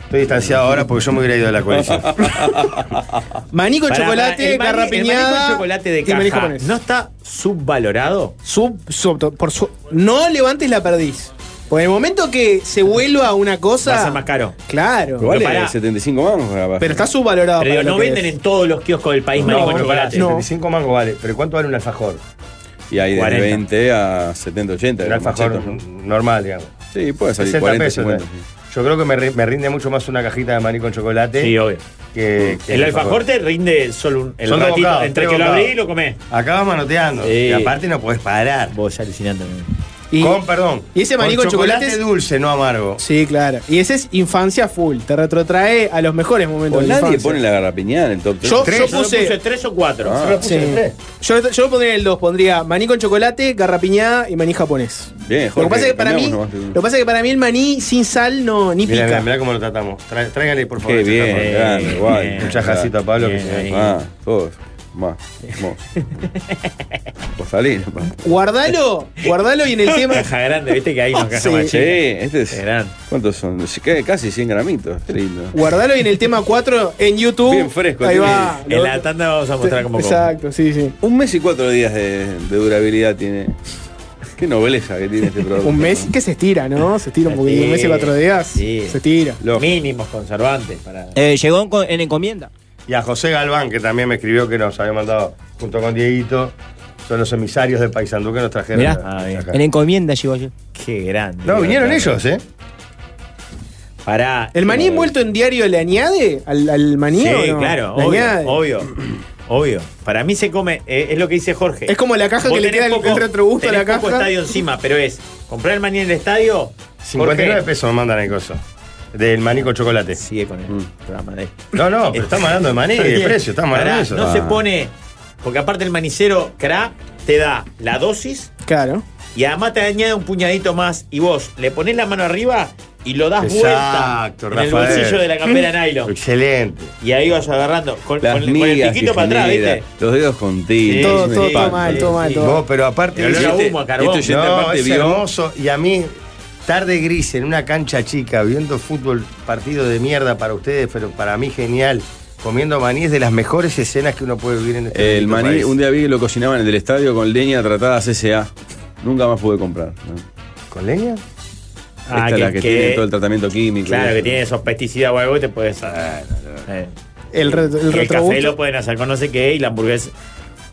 [SPEAKER 6] Estoy distanciado ahora porque yo me hubiera ido de la coalición.
[SPEAKER 9] Maní con
[SPEAKER 8] Pará,
[SPEAKER 9] chocolate,
[SPEAKER 8] el maní-
[SPEAKER 9] garra
[SPEAKER 8] El maní
[SPEAKER 9] piñada
[SPEAKER 8] con chocolate de
[SPEAKER 9] y maní
[SPEAKER 8] caja.
[SPEAKER 9] japonés.
[SPEAKER 8] ¿No está subvalorado?
[SPEAKER 9] Sub, sub- por su- no levantes la perdiz. Por el momento que se vuelva una cosa.
[SPEAKER 8] Va a ser más caro.
[SPEAKER 9] Claro.
[SPEAKER 7] Pero vale 75 mangos. capaz.
[SPEAKER 9] Pero está subvalorado.
[SPEAKER 8] Pero
[SPEAKER 9] Ah, para
[SPEAKER 8] digo,
[SPEAKER 9] lo
[SPEAKER 8] no
[SPEAKER 9] que
[SPEAKER 8] venden
[SPEAKER 9] es.
[SPEAKER 8] en todos los kioscos del país maní con chocolate.
[SPEAKER 6] 75 mangos vale. Pero ¿cuánto vale un alfajor?
[SPEAKER 7] Y hay de
[SPEAKER 6] 40.
[SPEAKER 7] 20 a 70, 80.
[SPEAKER 6] Un
[SPEAKER 7] los
[SPEAKER 6] alfajor
[SPEAKER 7] machetos,
[SPEAKER 6] normal, digamos.
[SPEAKER 7] Sí, puede salir
[SPEAKER 6] 60
[SPEAKER 7] 40,
[SPEAKER 6] pesos. eh.
[SPEAKER 7] 50,
[SPEAKER 6] ¿sabes? Yo creo que me, ri- me rinde mucho más una cajita de maní con chocolate.
[SPEAKER 8] Sí, obvio.
[SPEAKER 6] Que, que
[SPEAKER 8] El alfajor te rinde solo un el
[SPEAKER 6] Son dos
[SPEAKER 8] ratito.
[SPEAKER 6] bocados,
[SPEAKER 8] entre
[SPEAKER 6] tres
[SPEAKER 8] que lo
[SPEAKER 6] bocados.
[SPEAKER 8] abrís y lo comés.
[SPEAKER 6] Acá vas manoteando.
[SPEAKER 8] Sí.
[SPEAKER 6] Y aparte no podés parar.
[SPEAKER 8] Vos ya alucinando.
[SPEAKER 6] con, perdón.
[SPEAKER 9] y ese maní con chocolate es-
[SPEAKER 6] dulce, no amargo.
[SPEAKER 9] Sí, claro. Y ese es infancia full. Te retrotrae a los mejores momentos de
[SPEAKER 7] Pues
[SPEAKER 9] la
[SPEAKER 7] nadie
[SPEAKER 9] infancia.
[SPEAKER 7] pone la garrapiñada en el top 3.
[SPEAKER 9] Yo, yo puse,
[SPEAKER 8] tres o cuatro.
[SPEAKER 7] Ah.
[SPEAKER 9] Yo lo puse
[SPEAKER 7] Sí.
[SPEAKER 9] en tres. Yo, yo lo pondría en el 2, pondría maní con chocolate, garrapiñada y maní japonés.
[SPEAKER 7] Bien,
[SPEAKER 9] lo
[SPEAKER 7] Jorge,
[SPEAKER 9] que pasa es que para mí,
[SPEAKER 7] cambiamos nomás,
[SPEAKER 9] lo que pasa es que para mí el maní sin sal no ni
[SPEAKER 6] Mirá, mirá,
[SPEAKER 9] pica.
[SPEAKER 6] mirá cómo lo tratamos. Tra- tráigale, por favor. este
[SPEAKER 7] Qué
[SPEAKER 6] ese
[SPEAKER 7] bien,
[SPEAKER 6] alfajor.
[SPEAKER 7] grande, guay.
[SPEAKER 6] Un chajacito a Pablo que se
[SPEAKER 7] Ah, todos. Más, vos. Por salir. pa.
[SPEAKER 9] Guardalo, guardalo y en el tema.
[SPEAKER 8] Caja grande, viste que hay una caja
[SPEAKER 7] Sí.
[SPEAKER 8] más chica.
[SPEAKER 7] este es. ¿Cuántos son? Sí, ca- Casi 100 gramitos. Qué lindo.
[SPEAKER 9] Guardalo y en el tema 4 en YouTube.
[SPEAKER 7] Bien fresco,
[SPEAKER 9] Ahí
[SPEAKER 7] tiene-
[SPEAKER 9] va.
[SPEAKER 7] en
[SPEAKER 9] Lo-
[SPEAKER 7] la
[SPEAKER 8] tanda vamos a
[SPEAKER 7] mostrar cómo come.
[SPEAKER 9] Exacto, sí, sí.
[SPEAKER 7] Un mes y cuatro días de, de durabilidad tiene. Qué nobleza que tiene este producto.
[SPEAKER 9] Un mes que se estira, ¿no? Se estira un poquito. Un mes y cuatro días. Se estira.
[SPEAKER 8] Mínimos conservantes para.
[SPEAKER 10] Eh,
[SPEAKER 6] llegó en, encomienda. Y a José Galván, que también me escribió que nos había mandado junto con Dieguito. Son los emisarios de Paysandú que nos trajeron.
[SPEAKER 10] Mirá,
[SPEAKER 6] a- acá.
[SPEAKER 10] en encomienda llegó ayer.
[SPEAKER 8] Qué grande.
[SPEAKER 6] No, vinieron ellos, ¿eh?
[SPEAKER 8] Para.
[SPEAKER 9] ¿El maní envuelto en diario le añade al, al maní?
[SPEAKER 8] Sí,
[SPEAKER 9] o no?
[SPEAKER 8] claro,
[SPEAKER 9] Le
[SPEAKER 8] obvio,
[SPEAKER 9] añade.
[SPEAKER 8] obvio. Obvio. Para mí se come, eh, es lo que dice Jorge.
[SPEAKER 9] Es como la caja
[SPEAKER 8] Vos
[SPEAKER 9] que le
[SPEAKER 8] tenés
[SPEAKER 9] queda el- el retrogusto a la
[SPEAKER 8] tenés poco
[SPEAKER 9] caja.
[SPEAKER 8] estadio encima, pero es comprar el maní en el estadio.
[SPEAKER 6] 59 pesos nos mandan el coso. Del maní con chocolate.
[SPEAKER 8] Sigue con el programa de.
[SPEAKER 6] Mm. No, no, pero estamos hablando de maní, de precio, estamos hablando
[SPEAKER 8] Pará,
[SPEAKER 6] de eso. Ah.
[SPEAKER 8] No se pone. Porque aparte el manicero crack te da la dosis
[SPEAKER 9] Claro.
[SPEAKER 8] y además te añade un puñadito más. Y vos le ponés la mano arriba y lo das
[SPEAKER 6] Exacto,
[SPEAKER 8] vuelta en
[SPEAKER 6] Rafael.
[SPEAKER 8] el bolsillo de la campera nylon.
[SPEAKER 6] Excelente.
[SPEAKER 8] Y ahí vas agarrando. Con,
[SPEAKER 7] Las
[SPEAKER 8] con el- con el
[SPEAKER 7] migas
[SPEAKER 8] piquito
[SPEAKER 7] que
[SPEAKER 8] para atrás,
[SPEAKER 7] genera,
[SPEAKER 8] ¿viste?
[SPEAKER 7] Los dedos con tiras,
[SPEAKER 8] Todo-
[SPEAKER 7] es un
[SPEAKER 8] todo- todo
[SPEAKER 7] espanto.
[SPEAKER 8] mal, todo mal, todo
[SPEAKER 6] No,
[SPEAKER 8] mal.
[SPEAKER 6] pero aparte.
[SPEAKER 8] El olor a
[SPEAKER 6] viste,
[SPEAKER 8] humo, a carbón.
[SPEAKER 7] este oyente
[SPEAKER 6] no,
[SPEAKER 7] aparte
[SPEAKER 6] es
[SPEAKER 7] vio-
[SPEAKER 6] hermoso. Y a mí, tarde gris en una cancha chica, viendo fútbol, partido de mierda para ustedes, pero para mí genial. Comiendo maní es de las mejores escenas que uno puede vivir en este
[SPEAKER 7] El
[SPEAKER 6] bendito
[SPEAKER 7] maní,
[SPEAKER 6] país.
[SPEAKER 7] un día vi que lo cocinaban en el estadio con leña tratada CSA. Nunca más pude comprar.
[SPEAKER 6] ¿Con leña?
[SPEAKER 7] Esta
[SPEAKER 8] Ah,
[SPEAKER 7] es
[SPEAKER 8] que-
[SPEAKER 7] la que,
[SPEAKER 8] que-
[SPEAKER 7] tiene todo el tratamiento químico. y
[SPEAKER 8] Claro,
[SPEAKER 7] eso.
[SPEAKER 8] que tiene esos pesticidas o algo y te puedes. ah, no, no, eh.
[SPEAKER 9] El, re- el
[SPEAKER 8] Y el
[SPEAKER 9] retrogusto.
[SPEAKER 8] café lo pueden hacer con no sé qué y la hamburguesa.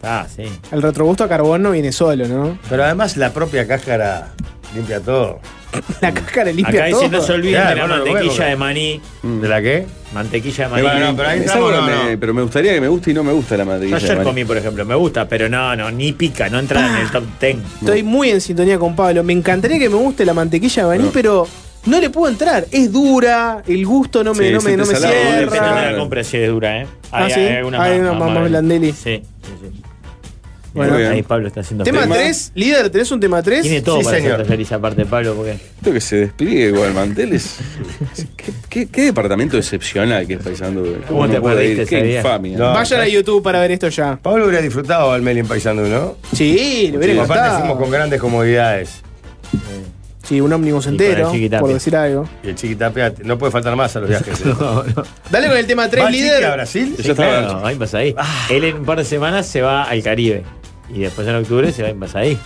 [SPEAKER 8] Ah, sí.
[SPEAKER 9] El retrogusto a carbón no viene solo, ¿no?
[SPEAKER 6] Pero además la propia cáscara limpia todo.
[SPEAKER 9] La cáscara limpia
[SPEAKER 8] Acá
[SPEAKER 9] todo.
[SPEAKER 8] dice no se olviden
[SPEAKER 6] Claro,
[SPEAKER 8] de la
[SPEAKER 6] no, no,
[SPEAKER 8] mantequilla
[SPEAKER 6] bueno,
[SPEAKER 8] de maní.
[SPEAKER 6] ¿De la qué?
[SPEAKER 8] Mantequilla de maní.
[SPEAKER 7] Bueno, no, pero, ahí
[SPEAKER 8] Me
[SPEAKER 7] estamos,
[SPEAKER 8] saco la-
[SPEAKER 7] me- pero me gustaría que me guste y no me gusta la
[SPEAKER 8] Yo
[SPEAKER 7] mantequilla. de
[SPEAKER 8] ayer
[SPEAKER 7] maní.
[SPEAKER 8] comí, por ejemplo, me gusta, pero no, no, ni pica, no entra en el top 10.
[SPEAKER 9] Estoy muy en sintonía con Pablo. Me encantaría que me guste la mantequilla de maní,
[SPEAKER 8] No.
[SPEAKER 9] pero no le puedo entrar. Es dura, el gusto no me,
[SPEAKER 8] Sí,
[SPEAKER 9] no
[SPEAKER 8] se
[SPEAKER 9] me,
[SPEAKER 8] te
[SPEAKER 9] no me
[SPEAKER 8] salaba, Depende de la
[SPEAKER 9] cierra.
[SPEAKER 8] compra si es dura, ¿eh?
[SPEAKER 9] Ah, sí. Hay unas más blandeli.
[SPEAKER 8] Sí, sí, sí.
[SPEAKER 9] Bueno.
[SPEAKER 8] Bueno, ahí Pablo está haciendo
[SPEAKER 9] Tema
[SPEAKER 8] frío.
[SPEAKER 9] 3, líder, ¿tenés un tema 3?
[SPEAKER 8] Tiene todo para hacer feliz aparte de Pablo, porque.
[SPEAKER 7] Esto que se despliegue con el mantel es. ¿Qué, qué, qué departamento excepcional que es Paisandú?
[SPEAKER 8] ¿Cómo te
[SPEAKER 7] no puede
[SPEAKER 8] perdiste
[SPEAKER 7] ir?
[SPEAKER 8] ese
[SPEAKER 7] Qué
[SPEAKER 8] día?
[SPEAKER 7] infamia.
[SPEAKER 6] No.
[SPEAKER 9] Vayan a YouTube para ver esto ya.
[SPEAKER 6] Pablo hubiera disfrutado al Meli en Paisandú, ¿no?
[SPEAKER 9] Sí, lo hubiera
[SPEAKER 6] Sí, Aparte
[SPEAKER 9] encantado.
[SPEAKER 6] fuimos con grandes comodidades.
[SPEAKER 9] Sí, un ómnibus
[SPEAKER 6] Y para
[SPEAKER 9] entero,
[SPEAKER 6] el Chiquitapia.
[SPEAKER 9] por decir algo.
[SPEAKER 6] Y el chiquitapia no puede faltar más a los viajes. ¿eh?
[SPEAKER 9] Dale con el tema 3,
[SPEAKER 6] ¿Va el Chiqui a
[SPEAKER 9] líder.
[SPEAKER 6] Brasil?
[SPEAKER 8] Sí, claro, va a Invasaí.
[SPEAKER 9] Ah.
[SPEAKER 8] Él en un par de semanas se va al Caribe. Y después en octubre se va a Invasaí.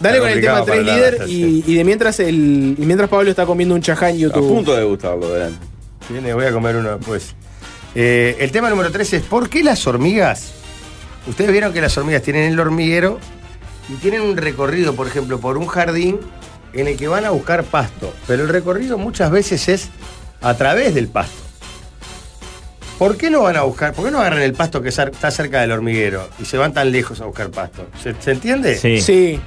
[SPEAKER 9] Dale con el tema
[SPEAKER 6] complicado
[SPEAKER 9] 3,
[SPEAKER 6] para
[SPEAKER 9] líder.
[SPEAKER 6] nada,
[SPEAKER 9] Y, y de mientras el, y mientras Pablo está comiendo un chajá en
[SPEAKER 7] A
[SPEAKER 9] YouTube.
[SPEAKER 7] punto de gustarlo, adelante.
[SPEAKER 6] Viene, voy a comer uno después. Eh, el tema número 3 es ¿por qué las hormigas? Ustedes vieron que las hormigas tienen el hormiguero y tienen un recorrido, por ejemplo, por un jardín en el que van a buscar pasto. Pero el recorrido muchas veces es a través del pasto. ¿Por qué no van a buscar? ¿Por qué no agarran el pasto que cer- está cerca del hormiguero y se van tan lejos a buscar pasto? ¿Se, se entiende?
[SPEAKER 8] Sí.
[SPEAKER 9] Sí.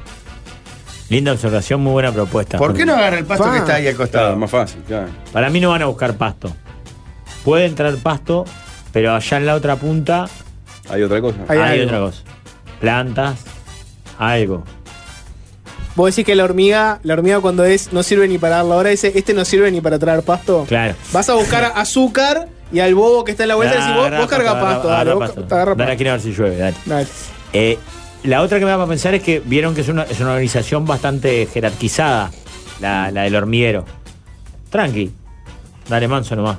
[SPEAKER 8] Linda observación, muy buena propuesta.
[SPEAKER 6] ¿Por qué no agarran el pasto que está ahí al costado?
[SPEAKER 7] Claro, más fácil, claro.
[SPEAKER 8] Para mí no van a buscar pasto. Puede entrar pasto, pero allá en la otra punta
[SPEAKER 7] Hay otra cosa.
[SPEAKER 9] Hay
[SPEAKER 8] Ah, hay,
[SPEAKER 9] algo.
[SPEAKER 8] otra cosa. Plantas, algo.
[SPEAKER 9] Vos decís que la hormiga, la hormiga cuando es, no sirve ni para dar la hora, dice, este no sirve ni para traer pasto.
[SPEAKER 8] Claro.
[SPEAKER 9] Vas a buscar azúcar y al bobo que está en la vuelta decís, vos,
[SPEAKER 8] Agarra
[SPEAKER 9] vos carga
[SPEAKER 8] agarra-
[SPEAKER 9] pasto,
[SPEAKER 8] agarra
[SPEAKER 9] dale, vos
[SPEAKER 8] pasto.
[SPEAKER 9] te agarra
[SPEAKER 8] Dale,
[SPEAKER 9] pasto.
[SPEAKER 8] quiero ver si llueve, dale.
[SPEAKER 9] Dale.
[SPEAKER 8] Eh, la otra que me va a pensar es que vieron que es una, es una organización bastante jerarquizada, la, la del hormiguero. Tranqui. Dale manso nomás.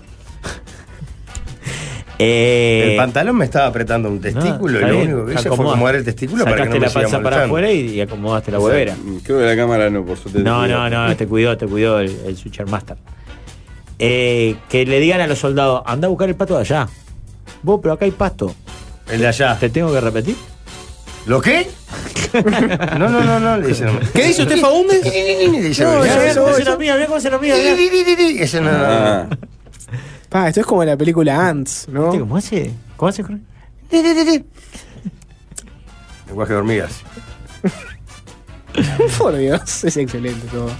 [SPEAKER 8] Eh,
[SPEAKER 6] el pantalón me estaba apretando un testículo y lo único que hice fue acomodar el testículo para que no me
[SPEAKER 8] la panza
[SPEAKER 6] siga
[SPEAKER 8] para
[SPEAKER 6] molestando.
[SPEAKER 8] afuera y, y acomodaste la
[SPEAKER 6] O sea,
[SPEAKER 8] huevera.
[SPEAKER 7] Creo que la cámara no, por suerte.
[SPEAKER 8] No,
[SPEAKER 7] te
[SPEAKER 8] no,
[SPEAKER 7] cuidó.
[SPEAKER 8] no, te cuidó, te cuidó el, el Switcher Master. Eh, que le digan a los soldados, anda a buscar el pato de allá. Vos, pero acá hay pasto.
[SPEAKER 6] El de allá.
[SPEAKER 8] ¿Te tengo que repetir?
[SPEAKER 6] ¿Lo qué? No, no, no, no, le dicen.
[SPEAKER 8] ¿Qué dice usted, Faúndez?
[SPEAKER 9] No, yo- yo-
[SPEAKER 8] Esa es la mía, mirá cómo se la mía. mirá.
[SPEAKER 6] Ese no,
[SPEAKER 8] Ah.
[SPEAKER 6] no,
[SPEAKER 7] Ah,
[SPEAKER 6] no.
[SPEAKER 9] Pa, esto es como la película Ants, ¿no?
[SPEAKER 8] ¿Cómo hace? ¿Cómo hace, Jorge?
[SPEAKER 6] Lenguaje de hormigas.
[SPEAKER 9] Por Dios, es excelente todo.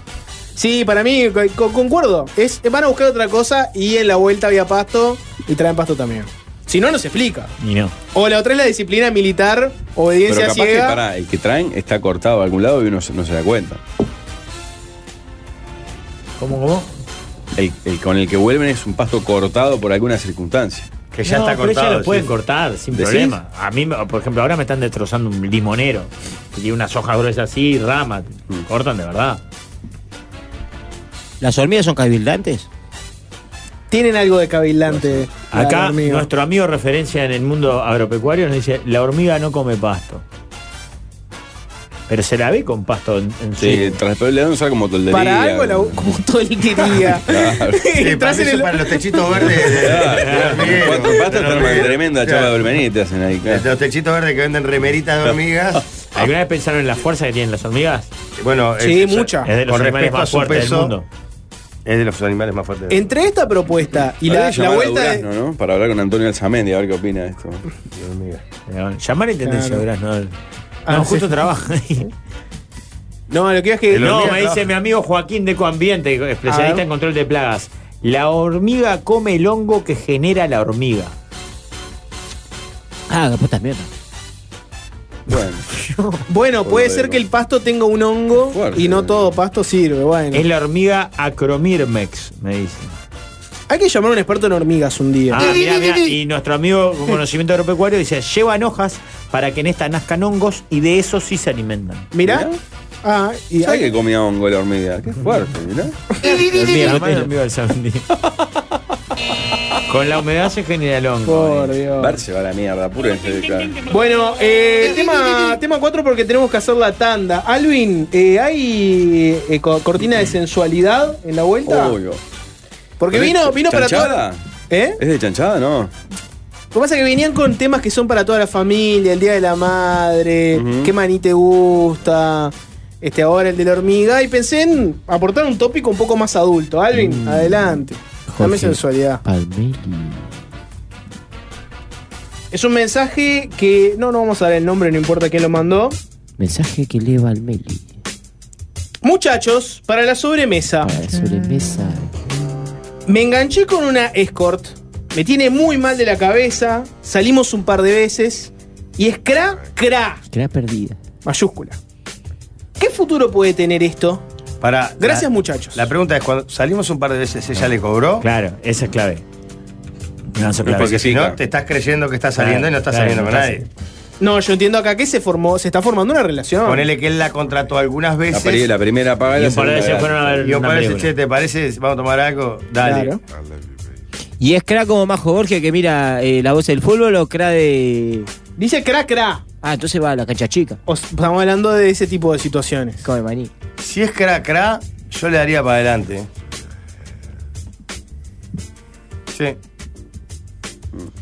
[SPEAKER 9] Sí, para mí, co- co- concuerdo. Es, eh, van a buscar otra cosa y en la vuelta había pasto y traen pasto también. Si no, no se explica.
[SPEAKER 8] Y no.
[SPEAKER 9] O la otra es la disciplina militar,
[SPEAKER 7] Pero
[SPEAKER 9] obediencia
[SPEAKER 7] capaz que
[SPEAKER 9] ciega.
[SPEAKER 7] pará, el que traen está cortado a algún lado y uno se- no se da cuenta.
[SPEAKER 8] ¿Cómo, cómo?
[SPEAKER 7] El, el con el que vuelven es un pasto cortado por alguna circunstancia.
[SPEAKER 8] Que no, pero ya lo pueden cortar sin
[SPEAKER 7] ¿Decís?
[SPEAKER 8] problema. A mí, por ejemplo, ahora me están destrozando un limonero. Que tiene unas hojas gruesas así, ramas. Cortan de verdad.
[SPEAKER 10] ¿Las hormigas son cabildantes?
[SPEAKER 9] Tienen algo de cavilante. la
[SPEAKER 8] Acá
[SPEAKER 9] hormiga.
[SPEAKER 8] nuestro amigo referencia en el mundo agropecuario nos dice, la hormiga no come pasto. Pero se la ve con pasto en, en
[SPEAKER 7] Sí,
[SPEAKER 8] su...
[SPEAKER 7] tras pero le dan usar como toldería.
[SPEAKER 9] Para algo la, como todo el día.
[SPEAKER 7] Claro.
[SPEAKER 9] Entrás en el-
[SPEAKER 6] Los techitos verdes. de-
[SPEAKER 8] Ah,
[SPEAKER 6] de- de hormiguero.
[SPEAKER 7] Cuatro pastas te arman tremenda
[SPEAKER 6] Claro.
[SPEAKER 7] chapa de hormenita te hacen ahí, claro.
[SPEAKER 6] Los techitos verdes que venden remeritas de hormigas.
[SPEAKER 8] ¿Alguna vez pensaron en la fuerza que tienen las hormigas?
[SPEAKER 6] Bueno,
[SPEAKER 9] Sí,
[SPEAKER 6] es-
[SPEAKER 9] mucha.
[SPEAKER 8] Es de los
[SPEAKER 6] Ah, Con
[SPEAKER 8] animales
[SPEAKER 6] respecto a
[SPEAKER 8] más
[SPEAKER 6] su
[SPEAKER 8] fuertes
[SPEAKER 6] peso,
[SPEAKER 8] del mundo.
[SPEAKER 6] Es de los animales más fuertes. del
[SPEAKER 9] Entre esta propuesta y
[SPEAKER 7] Habría
[SPEAKER 9] la,
[SPEAKER 7] que
[SPEAKER 9] la
[SPEAKER 7] llamar a
[SPEAKER 9] vuelta de.
[SPEAKER 7] Durazno, ¿no? Para hablar con Antonio Alzamendi, a ver qué opina de esto.
[SPEAKER 8] Llamar a Intendencia
[SPEAKER 9] Claro.
[SPEAKER 8] Durazno. No,
[SPEAKER 9] Ah,
[SPEAKER 8] No,
[SPEAKER 9] sí.
[SPEAKER 8] justo trabaja ahí.
[SPEAKER 9] No, lo que es que.
[SPEAKER 8] Eh, No, me dice mi amigo Joaquín de Ecoambiente,
[SPEAKER 9] A
[SPEAKER 8] especialista
[SPEAKER 9] ver.
[SPEAKER 8] en control de plagas. La hormiga come el hongo que genera la hormiga.
[SPEAKER 10] Ah, puta mierda.
[SPEAKER 7] Bueno,
[SPEAKER 9] Bueno, puede
[SPEAKER 7] Joder,
[SPEAKER 9] ser que
[SPEAKER 7] bueno.
[SPEAKER 9] el pasto tenga un hongo
[SPEAKER 7] Fuerte,
[SPEAKER 9] y no
[SPEAKER 7] bueno.
[SPEAKER 9] todo pasto sirve. Bueno.
[SPEAKER 8] Es la hormiga Acromirmex, me dice.
[SPEAKER 9] Hay que llamar a un experto en hormigas un día.
[SPEAKER 8] Ah, mirá, mirá. Y nuestro amigo con conocimiento agropecuario dice, llevan hojas para que en esta nazcan hongos y de eso sí se alimentan.
[SPEAKER 9] Mirá. Ah, y
[SPEAKER 7] ¿sabes
[SPEAKER 9] hay-
[SPEAKER 7] que comía hongo la hormiga? Qué fuerte, mirá.
[SPEAKER 8] Ah. Hormiga, además, hormiga del Sarandí. Con la humedad se genera el hongo. eh.
[SPEAKER 9] Por Dios.
[SPEAKER 7] Bar se va a la mierda, puro este, claro.
[SPEAKER 9] Bueno, eh, tema, tema 4 porque tenemos que hacer la tanda. Alvin, eh, ¿hay eh, co- cortina de sensualidad en la vuelta?
[SPEAKER 7] Obvio.
[SPEAKER 9] Porque
[SPEAKER 7] ¿Pero
[SPEAKER 9] vino,
[SPEAKER 7] es
[SPEAKER 9] vino para
[SPEAKER 7] chanchada?
[SPEAKER 9] toda. ¿Eh?
[SPEAKER 7] ¿Es de chanchada? No.
[SPEAKER 9] Lo que pasa es que venían con temas que son para toda la familia, el Día de la Madre,
[SPEAKER 7] Ujú.
[SPEAKER 9] qué maní te gusta, este ahora el de la hormiga, y pensé en aportar un tópico un poco más adulto. Alvin, adelante. Dame
[SPEAKER 10] Mm. Jorge.
[SPEAKER 9] sensualidad.
[SPEAKER 10] Palmeri.
[SPEAKER 9] Es un mensaje que. No, no vamos a dar el nombre, no importa quién lo mandó.
[SPEAKER 10] Mensaje que lee Valmeli.
[SPEAKER 9] Muchachos, para la sobremesa.
[SPEAKER 10] Para la sobremesa.
[SPEAKER 9] Me enganché con una escort. Me tiene muy mal de la cabeza. Salimos un par de veces. Y es cra, cra,
[SPEAKER 10] Crea perdida.
[SPEAKER 9] mayúscula. ¿Qué futuro puede tener esto?
[SPEAKER 6] mundo. Para,
[SPEAKER 9] Gracias,
[SPEAKER 6] la,
[SPEAKER 9] muchachos.
[SPEAKER 6] la pregunta es: cuando salimos un par de veces, ¿ella le cobró?
[SPEAKER 8] Claro, esa es clave. No, esa es clave.
[SPEAKER 6] Porque si
[SPEAKER 7] pica.
[SPEAKER 6] no, te estás creyendo que estás saliendo y no estás
[SPEAKER 8] Claro,
[SPEAKER 6] saliendo
[SPEAKER 8] no
[SPEAKER 6] con
[SPEAKER 8] estás-
[SPEAKER 6] nadie.
[SPEAKER 9] No, yo entiendo acá que se formó, se está formando una relación.
[SPEAKER 6] Ponele que él la contrató algunas
[SPEAKER 7] La,
[SPEAKER 6] veces.
[SPEAKER 7] pri- la primera paga y
[SPEAKER 8] Y
[SPEAKER 7] la
[SPEAKER 8] un par de
[SPEAKER 7] segunda
[SPEAKER 8] veces
[SPEAKER 7] gratis.
[SPEAKER 8] fueron a ver
[SPEAKER 6] Y vos
[SPEAKER 8] una
[SPEAKER 6] parece,
[SPEAKER 8] película.
[SPEAKER 6] che, ¿te parece? Vamos a tomar algo. Dale.
[SPEAKER 9] Claro.
[SPEAKER 10] ¿Y es cra como Majo Borges que mira eh, la voz del fútbol o cra de.?
[SPEAKER 9] Dice cra, cra.
[SPEAKER 10] Ah, entonces va a la cancha chica.
[SPEAKER 9] O s- estamos hablando de ese tipo de situaciones.
[SPEAKER 10] Come maní.
[SPEAKER 6] Si es cra cra, yo le daría para adelante. Sí.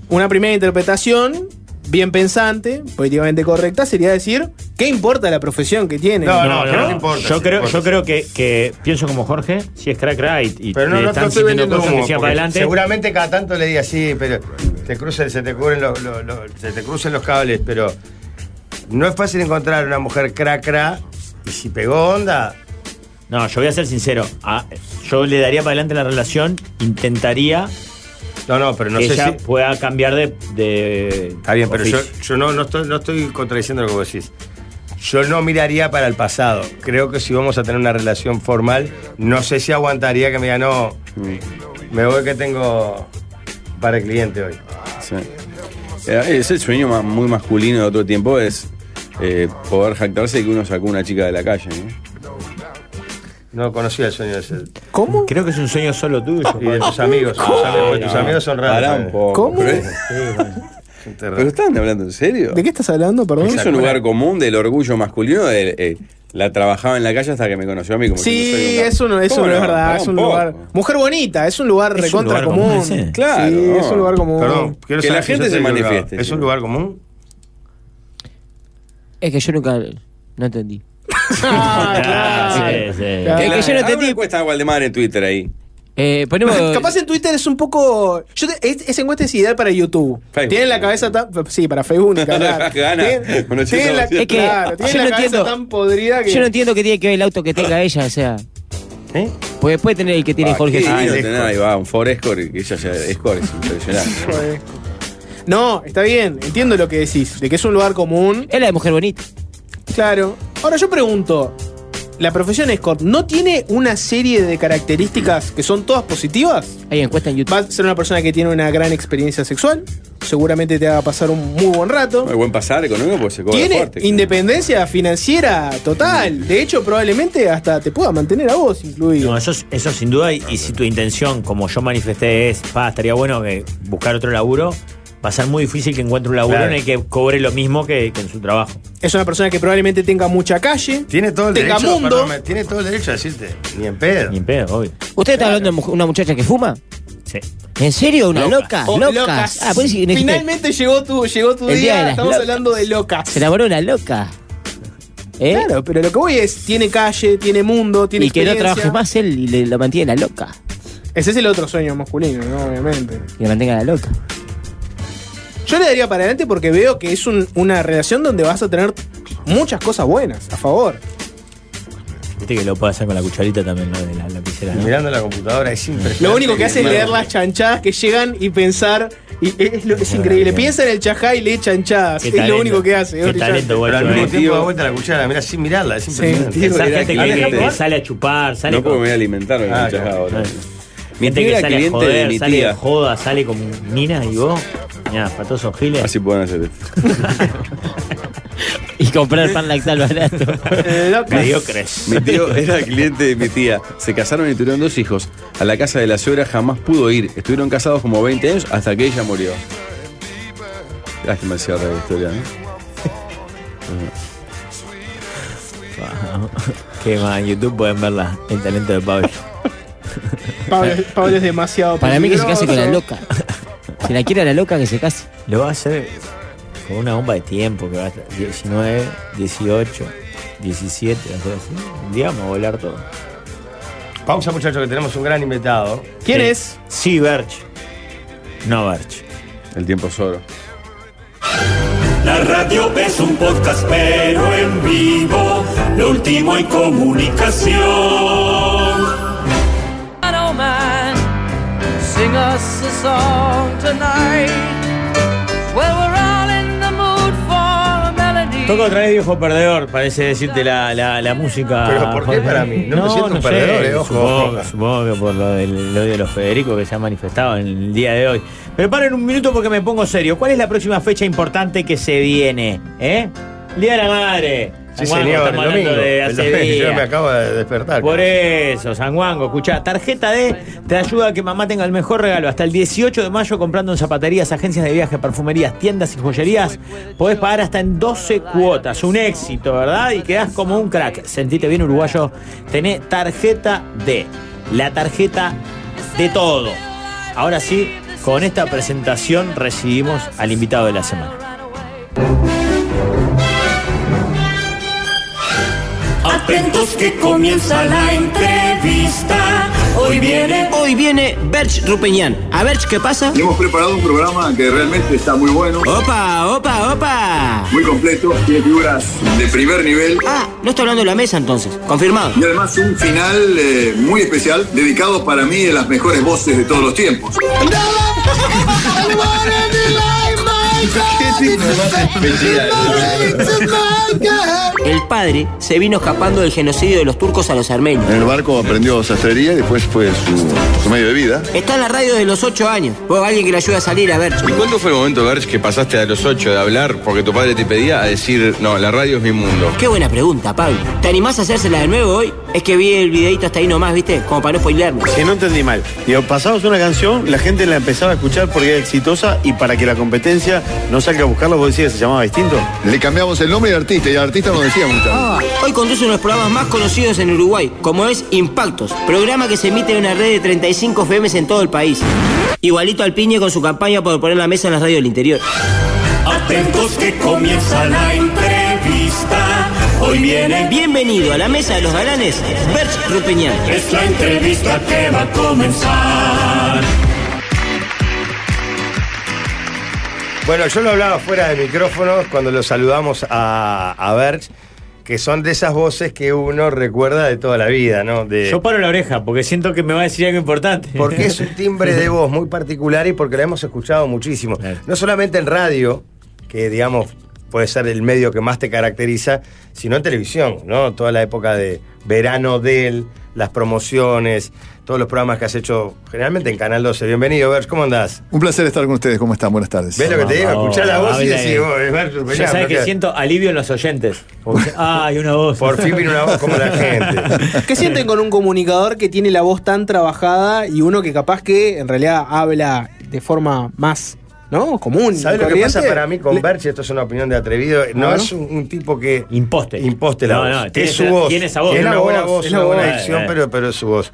[SPEAKER 9] Una primera interpretación, bien pensante, políticamente correcta, sería decir, ¿qué importa la profesión que tiene?
[SPEAKER 6] No, no, no, no importa,
[SPEAKER 8] Yo
[SPEAKER 6] sí,
[SPEAKER 8] creo,
[SPEAKER 6] no
[SPEAKER 8] yo
[SPEAKER 6] importa.
[SPEAKER 8] creo que, que pienso como Jorge, si es crack crack y, y
[SPEAKER 6] Pero no,
[SPEAKER 8] le
[SPEAKER 6] no
[SPEAKER 8] están
[SPEAKER 6] no estoy
[SPEAKER 8] sintiendo
[SPEAKER 6] vendiendo
[SPEAKER 8] cosas que
[SPEAKER 6] humo.
[SPEAKER 8] sigan para
[SPEAKER 6] porque
[SPEAKER 8] adelante.
[SPEAKER 6] Seguramente cada tanto le diga sí, pero te crucen, se te cubren los, los- los- se te crucen los cables, pero no es fácil encontrar una mujer cra cra y si pegó onda,
[SPEAKER 8] No, yo voy a ser sincero. Ah, yo le daría para adelante la relación, intentaría
[SPEAKER 6] no, no, pero no
[SPEAKER 8] que
[SPEAKER 6] sé
[SPEAKER 8] ella
[SPEAKER 6] si
[SPEAKER 8] pueda cambiar de. de
[SPEAKER 6] Está bien, pero yo,
[SPEAKER 8] oficio.
[SPEAKER 6] yo no, no, estoy, no estoy contradiciendo lo que vos decís. Yo no miraría para el pasado. Creo que si vamos a tener una relación formal, no sé si aguantaría que me diga, no, me voy que tengo para el cliente hoy.
[SPEAKER 7] Sí. Eh, Es el sueño más- muy masculino de otro tiempo, ¿eh? es eh, poder jactarse de que uno sacó una chica de la calle. ¿no?
[SPEAKER 6] No conocía el sueño de ese.
[SPEAKER 9] ¿Cómo?
[SPEAKER 8] Creo que es un sueño solo tuyo.
[SPEAKER 6] Y de tus amigos. Tus amigos, tus amigos son raros. eh.
[SPEAKER 7] Pará un
[SPEAKER 6] ¿sabes?
[SPEAKER 7] poco, Pero, es-
[SPEAKER 6] terror.
[SPEAKER 7] pero están hablando en serio.
[SPEAKER 9] ¿De qué estás hablando, perdón?
[SPEAKER 7] Es un lugar común del orgullo masculino. de- eh, la trabajaba en la calle hasta que me conoció a mí. Como si no
[SPEAKER 9] Sí,
[SPEAKER 7] soy una-
[SPEAKER 9] es un, es
[SPEAKER 7] ¿Cómo
[SPEAKER 9] un-
[SPEAKER 7] no?
[SPEAKER 9] es verdad,
[SPEAKER 7] Pará
[SPEAKER 9] es
[SPEAKER 7] un
[SPEAKER 9] un
[SPEAKER 7] poco.
[SPEAKER 9] lugar. Ah, Mujer bonita, es un lugar recontra común.
[SPEAKER 7] Claro.
[SPEAKER 9] Sí, es un lugar común.
[SPEAKER 6] Perdón, quiero
[SPEAKER 7] Que
[SPEAKER 6] saber
[SPEAKER 7] la
[SPEAKER 6] si
[SPEAKER 7] gente
[SPEAKER 6] yo
[SPEAKER 7] se
[SPEAKER 6] estoy equivocado.
[SPEAKER 7] manifieste,
[SPEAKER 6] ¿Es un lugar común?
[SPEAKER 10] Es que yo nunca. No entendí.
[SPEAKER 7] Ah, Sí, sí.
[SPEAKER 10] Claro.
[SPEAKER 7] Que la-
[SPEAKER 10] Que yo no
[SPEAKER 7] haga una encuesta a Waldemar en Twitter ahí.
[SPEAKER 10] Eh, ponemos.
[SPEAKER 9] Capaz en Twitter es un poco. Yo te- es- esa encuesta es ideal para YouTube.
[SPEAKER 7] Facebook.
[SPEAKER 9] Tienen la cabeza tan. Sí, para Facebook. ni que hablar.
[SPEAKER 7] Gana.
[SPEAKER 9] Tienen-
[SPEAKER 7] Bueno,
[SPEAKER 9] tienen la,
[SPEAKER 10] Es que
[SPEAKER 9] claro, tienen
[SPEAKER 10] yo
[SPEAKER 9] la
[SPEAKER 10] no
[SPEAKER 9] cabeza
[SPEAKER 10] entiendo.
[SPEAKER 9] tan podrida que.
[SPEAKER 10] Yo no entiendo qué tiene que ver el auto que tenga ella, o sea.
[SPEAKER 6] ¿Eh?
[SPEAKER 10] Porque puede tener el que tiene
[SPEAKER 7] Ah,
[SPEAKER 10] Jorge.
[SPEAKER 7] qué
[SPEAKER 10] Sánchez.
[SPEAKER 7] lindo tener ahí va, un Ford Escort y que ella sea Escort es impresionante.
[SPEAKER 9] Joder. No, está bien, entiendo lo que decís, de que es un lugar común.
[SPEAKER 10] Es la de mujer bonita.
[SPEAKER 9] Claro. Ahora yo pregunto, ¿la profesión escort no tiene una serie de características que son todas positivas?
[SPEAKER 10] Hay encuesta en YouTube.
[SPEAKER 9] Vas a ser una persona que tiene una gran experiencia sexual, seguramente te va a pasar un muy buen rato.
[SPEAKER 7] Muy buen pasar económico porque se cobra
[SPEAKER 9] Tiene
[SPEAKER 7] fuerte.
[SPEAKER 9] independencia financiera total. De hecho, probablemente hasta te pueda mantener a vos incluido.
[SPEAKER 8] No, eso, es- eso sin duda, y, y si tu intención, como yo manifesté, es, pa, estaría bueno que buscar otro laburo, va a ser muy difícil que encuentre un laburo
[SPEAKER 9] Claro.
[SPEAKER 8] en el que cobre lo mismo que, que en su trabajo.
[SPEAKER 9] Es una persona que probablemente tenga mucha calle,
[SPEAKER 6] tiene todo el
[SPEAKER 9] tenga
[SPEAKER 6] derecho,
[SPEAKER 9] mundo.
[SPEAKER 6] perdóname, tiene todo el derecho a decirte, ni en pedo.
[SPEAKER 8] Ni en pedo, obvio.
[SPEAKER 10] ¿Usted está hablando de mu- una muchacha que fuma?
[SPEAKER 8] Sí.
[SPEAKER 10] ¿En serio? ¿Una loca?
[SPEAKER 9] Oh,
[SPEAKER 10] Locas.
[SPEAKER 9] locas.
[SPEAKER 10] Ah, por eso que no dijiste-
[SPEAKER 9] Finalmente llegó tu, llegó tu
[SPEAKER 10] El
[SPEAKER 9] día.
[SPEAKER 10] día de las
[SPEAKER 9] Estamos
[SPEAKER 10] locas.
[SPEAKER 9] hablando de locas.
[SPEAKER 10] Se enamoró de una loca. ¿Eh?
[SPEAKER 9] Claro, pero lo que voy es, tiene calle, tiene mundo, tiene
[SPEAKER 10] Y que no
[SPEAKER 9] experiencia.
[SPEAKER 10] trabaje más él y le, lo mantiene la loca.
[SPEAKER 9] Ese es el otro sueño masculino, ¿no? obviamente.
[SPEAKER 10] Que lo mantenga la loca.
[SPEAKER 9] Yo le daría para adelante porque veo que es un- una relación donde vas a tener muchas cosas buenas a favor.
[SPEAKER 8] Viste que lo puede hacer con la cucharita también, ¿no? De la lapicera. ¿no?
[SPEAKER 6] Mirando la computadora es impresionante.
[SPEAKER 9] Lo único que hace es
[SPEAKER 6] Bueno,
[SPEAKER 9] leer las chanchadas que llegan y pensar. Y es, lo- es increíble. Piensa en el chajá y lee chanchadas.
[SPEAKER 8] Qué
[SPEAKER 9] Es
[SPEAKER 8] talento.
[SPEAKER 9] lo único que hace. es
[SPEAKER 8] Qué
[SPEAKER 9] brillante.
[SPEAKER 8] talento,
[SPEAKER 6] Pero
[SPEAKER 8] guacho.
[SPEAKER 6] al mismo
[SPEAKER 8] eh.
[SPEAKER 6] tiempo da vuelta la cuchara, mira, sin mirarla, es impresionante.
[SPEAKER 8] Pensá
[SPEAKER 7] Era
[SPEAKER 8] gente
[SPEAKER 7] que-
[SPEAKER 8] que, que
[SPEAKER 7] ¿Habla?
[SPEAKER 8] sale a chupar, sale
[SPEAKER 7] ¿eh? No
[SPEAKER 8] con-
[SPEAKER 7] como me voy a alimentar me
[SPEAKER 6] Ah,
[SPEAKER 7] escuchás
[SPEAKER 6] claro.
[SPEAKER 7] ahora. Mi
[SPEAKER 8] Gente
[SPEAKER 7] tía
[SPEAKER 8] que
[SPEAKER 7] era
[SPEAKER 8] sale a
[SPEAKER 7] cliente de
[SPEAKER 8] joder,
[SPEAKER 7] mi
[SPEAKER 8] sale de
[SPEAKER 7] tía.
[SPEAKER 8] joda, sale con minas y vos. Mirá, para todos esos giles.
[SPEAKER 7] Así pueden hacer esto.
[SPEAKER 10] Y comprar pan lactal barato.
[SPEAKER 9] Eh, loca.
[SPEAKER 8] Mediocres.
[SPEAKER 7] Mi tío era cliente de mi tía. Se casaron y tuvieron dos hijos. A la casa de la suegra jamás pudo ir. Estuvieron casados como 20 años hasta que ella murió. Lástima el cierre de la historia, ¿no?
[SPEAKER 8] Que más, en YouTube pueden verla. El talento de Pablo.
[SPEAKER 9] Pablo, Pablo es demasiado.
[SPEAKER 10] Para mí que se case con la
[SPEAKER 9] peligroso.
[SPEAKER 10] loca. Si la quiere a la loca, que se case.
[SPEAKER 8] Lo va a hacer con una bomba de tiempo que va a estar 19, 18, 17, va a ser así. Un día vamos a volar todo.
[SPEAKER 6] Pausa, muchachos, que tenemos un gran invitado.
[SPEAKER 9] ¿Quién
[SPEAKER 8] Sí.
[SPEAKER 9] es?
[SPEAKER 8] Sí, Berch. No, Berch.
[SPEAKER 7] El tiempo es oro.
[SPEAKER 2] La radio es un podcast, pero en vivo, lo último en comunicación.
[SPEAKER 1] Piano man, sing us a song tonight. Well, we're all in the mood for a melody.
[SPEAKER 8] Toca otra vez viejo perdedor, parece decirte la, la, la música.
[SPEAKER 6] Pero ¿por qué
[SPEAKER 8] Jorge?
[SPEAKER 6] para mí? No me siento un
[SPEAKER 8] sé,
[SPEAKER 6] perdedor, eh, ojo,
[SPEAKER 8] Supongo,
[SPEAKER 6] ojo.
[SPEAKER 8] supongo que por lo del el odio de los Federico que se ha manifestado en el día de hoy. Pero paren un minuto porque me pongo serio. ¿Cuál es la próxima fecha importante que se viene? ¿Eh? Día de la Madre.
[SPEAKER 6] Sí,
[SPEAKER 8] San Juan,
[SPEAKER 6] señor, el
[SPEAKER 8] estamos hablando
[SPEAKER 6] domingo.
[SPEAKER 8] de
[SPEAKER 6] El
[SPEAKER 8] hace
[SPEAKER 6] domingo, yo
[SPEAKER 8] días.
[SPEAKER 6] me acabo de despertar.
[SPEAKER 8] Por eso, San Juango, escuchá, tarjeta D te ayuda a que mamá tenga el mejor regalo. Hasta el 18 de mayo comprando en zapaterías, agencias de viaje, perfumerías, tiendas y joyerías, podés pagar hasta en 12 cuotas. Un éxito, ¿verdad? Y quedás como un crack. Sentite bien uruguayo, tené tarjeta D, la tarjeta de todo. Ahora sí, con esta presentación recibimos al invitado de la semana.
[SPEAKER 2] Atentos que comienza la entrevista. Hoy viene
[SPEAKER 16] Hoy viene Berch Rupeñán. A ver, ¿qué pasa?
[SPEAKER 17] Hemos preparado un programa que realmente está muy bueno,
[SPEAKER 16] Opa, opa, opa.
[SPEAKER 17] muy completo, tiene figuras de primer nivel
[SPEAKER 16] Ah, no está hablando de la mesa entonces. Confirmado.
[SPEAKER 17] y además un final eh, muy especial dedicado para mí de las mejores voces de todos los tiempos.
[SPEAKER 2] I wanna be like my
[SPEAKER 10] El padre se vino escapando del genocidio de los turcos a los armenios.
[SPEAKER 17] En el barco aprendió sastrería y después fue su, su medio de vida.
[SPEAKER 10] Está en la radio de los 8 años. Vos alguien que le ayude a salir a ver.
[SPEAKER 7] ¿Y cuándo fue el momento, Berch, que pasaste a los 8 de hablar porque tu padre te pedía a decir, no, la radio es mi mundo?
[SPEAKER 10] Qué buena pregunta, Pablo. ¿Te animás a hacérsela de nuevo hoy? Es que vi el videito hasta ahí nomás, ¿viste? Como para no spoilearme.
[SPEAKER 18] Que no entendí mal. Digo, pasabas una canción, la gente la empezaba a escuchar porque era exitosa y para que la competencia no salga a buscarla, vos decías que se llamaba distinto.
[SPEAKER 17] Le cambiamos el nombre de artista y al artista nos decía mucho.
[SPEAKER 10] Ah, Hoy conduce uno de los programas más conocidos en Uruguay, como es Impactos, programa que se emite en una red de 35 FMs en todo el país. Igualito al Piñe con su campaña por poner la mesa en las radios del interior.
[SPEAKER 2] Atentos que comienza la entrevista. Hoy viene.
[SPEAKER 10] Bienvenido a la mesa de los galanes, Berch Rupeñán.
[SPEAKER 2] Es la entrevista que va a comenzar.
[SPEAKER 6] Bueno, yo lo hablaba fuera de micrófonos cuando lo saludamos a, a Berch, que son de esas voces que uno recuerda de toda la vida, ¿no? De,
[SPEAKER 8] Yo paro la oreja porque siento que me va a decir algo importante.
[SPEAKER 6] Porque es un timbre de voz muy particular y porque la hemos escuchado muchísimo. No solamente en radio, que digamos puede ser el medio que más te caracteriza, sino en televisión, ¿no? Toda la época de verano de él, las promociones, todos los programas que has hecho generalmente en Canal 12. Bienvenido, Berch, ¿cómo andás?
[SPEAKER 17] Un placer estar con ustedes. ¿Cómo están? Buenas tardes.
[SPEAKER 6] ¿Ves lo que te digo? Escuchá la voz y
[SPEAKER 8] Habla
[SPEAKER 6] decís,
[SPEAKER 8] él.
[SPEAKER 6] vos, es Berch Rupeñán,
[SPEAKER 8] Ya sabes
[SPEAKER 6] ¿no?
[SPEAKER 8] que siento alivio en los oyentes. Como que, ah, hay una voz.
[SPEAKER 6] Por fin vino una voz como la gente.
[SPEAKER 9] ¿Qué sienten con un comunicador que tiene la voz tan trabajada y uno que capaz que en realidad habla de forma más, ¿no? Común.
[SPEAKER 6] ¿Sabes lo que
[SPEAKER 9] corriente?
[SPEAKER 6] pasa para mí con Berch? Esto es una opinión de atrevido. No,
[SPEAKER 9] Bueno.
[SPEAKER 6] es un, un tipo que.
[SPEAKER 8] Imposte.
[SPEAKER 6] Imposte la
[SPEAKER 8] No,
[SPEAKER 6] voz.
[SPEAKER 8] no, tiene
[SPEAKER 6] es su
[SPEAKER 8] esa-
[SPEAKER 6] voz.
[SPEAKER 8] tiene esa voz.
[SPEAKER 6] Es
[SPEAKER 8] Es
[SPEAKER 6] una
[SPEAKER 8] la
[SPEAKER 6] buena
[SPEAKER 8] voz,
[SPEAKER 6] voz,
[SPEAKER 8] es
[SPEAKER 6] una
[SPEAKER 8] la
[SPEAKER 6] buena
[SPEAKER 8] voz.
[SPEAKER 6] dicción,
[SPEAKER 8] Eh, eh.
[SPEAKER 6] pero, pero es su voz.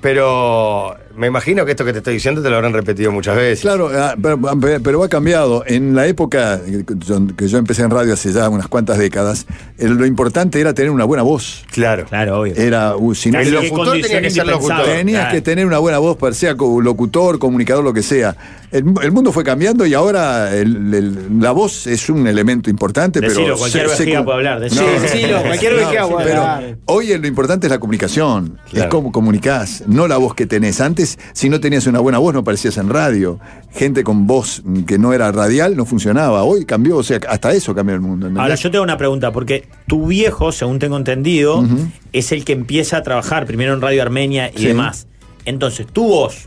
[SPEAKER 6] Pero me imagino que esto que te estoy diciendo te lo habrán repetido muchas veces.
[SPEAKER 17] Claro, ah, pero, pero ha cambiado. En la época que yo- que yo empecé en radio hace ya unas cuantas décadas, eh, lo importante era tener una buena voz.
[SPEAKER 6] Claro.
[SPEAKER 8] Claro, obvio.
[SPEAKER 17] Era, uh, si no-
[SPEAKER 6] El locutor tenía que ser locutor.
[SPEAKER 17] Tenías
[SPEAKER 6] Claro.
[SPEAKER 17] que tener una buena voz, per- sea co- locutor, comunicador, lo que sea. El, mu- el mundo fue cambiando y ahora el- el- la voz es un elemento importante,
[SPEAKER 8] Decilo,
[SPEAKER 17] pero.
[SPEAKER 8] cualquier
[SPEAKER 17] se- se
[SPEAKER 8] vejiga
[SPEAKER 17] com-
[SPEAKER 8] puede hablar.
[SPEAKER 17] No,
[SPEAKER 8] decilo.
[SPEAKER 17] no, no, no, pero Hoy lo importante es la comunicación, es cómo comunicás, no la voz que tenés. Antes, si no tenías una buena voz, no aparecías en radio. Gente con voz mm, que no era radial no funcionaba. Hoy cambió, o sea, hasta eso cambió el mundo. ¿entendés?
[SPEAKER 8] Ahora, yo te hago una pregunta, porque tu viejo, según tengo entendido, es el que empieza a trabajar primero en Radio Armenia y
[SPEAKER 17] Sí.
[SPEAKER 8] demás. Entonces, tu voz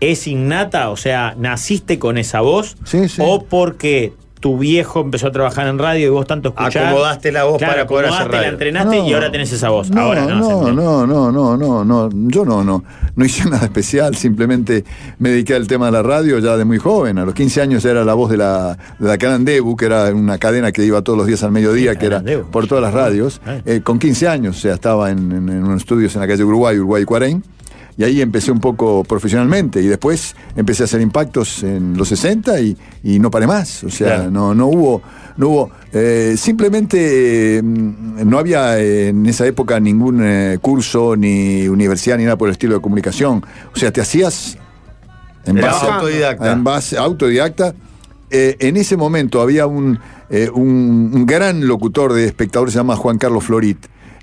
[SPEAKER 8] es innata, o sea, naciste con esa voz, o porque tu viejo empezó a trabajar en radio y vos tanto escuchás.
[SPEAKER 6] Acomodaste la voz
[SPEAKER 8] Claro,
[SPEAKER 6] para poder hacer
[SPEAKER 8] acomodaste, la
[SPEAKER 6] radio.
[SPEAKER 8] entrenaste y
[SPEAKER 17] No.
[SPEAKER 8] ahora tenés esa voz.
[SPEAKER 17] No,
[SPEAKER 8] ahora no.
[SPEAKER 17] no, no, no, no, no, no, yo no, no, no hice nada especial, simplemente me dediqué al tema de la radio ya de muy joven, a los 15 años era la voz de la, de la cadena Debu, que era una cadena que iba todos los días al mediodía, que era por todas las radios, Eh, con 15 años, o sea, estaba en, en- en unos estudios en la calle Uruguay, Uruguay 40, y ahí empecé un poco profesionalmente, y después empecé a hacer impactos en los 60 y, y no paré más, o sea,
[SPEAKER 19] Claro.
[SPEAKER 17] no, no hubo, no hubo, eh, simplemente eh, mm, no había eh, en esa época ningún eh, curso, ni universidad, ni nada por el estilo de comunicación. O sea, te hacías en
[SPEAKER 6] Era
[SPEAKER 17] base,
[SPEAKER 6] autodidacta.
[SPEAKER 17] En base autodidacta. Eh, en ese momento había un, eh, un, un gran locutor de espectadores, se llama Juan Carlos Florit,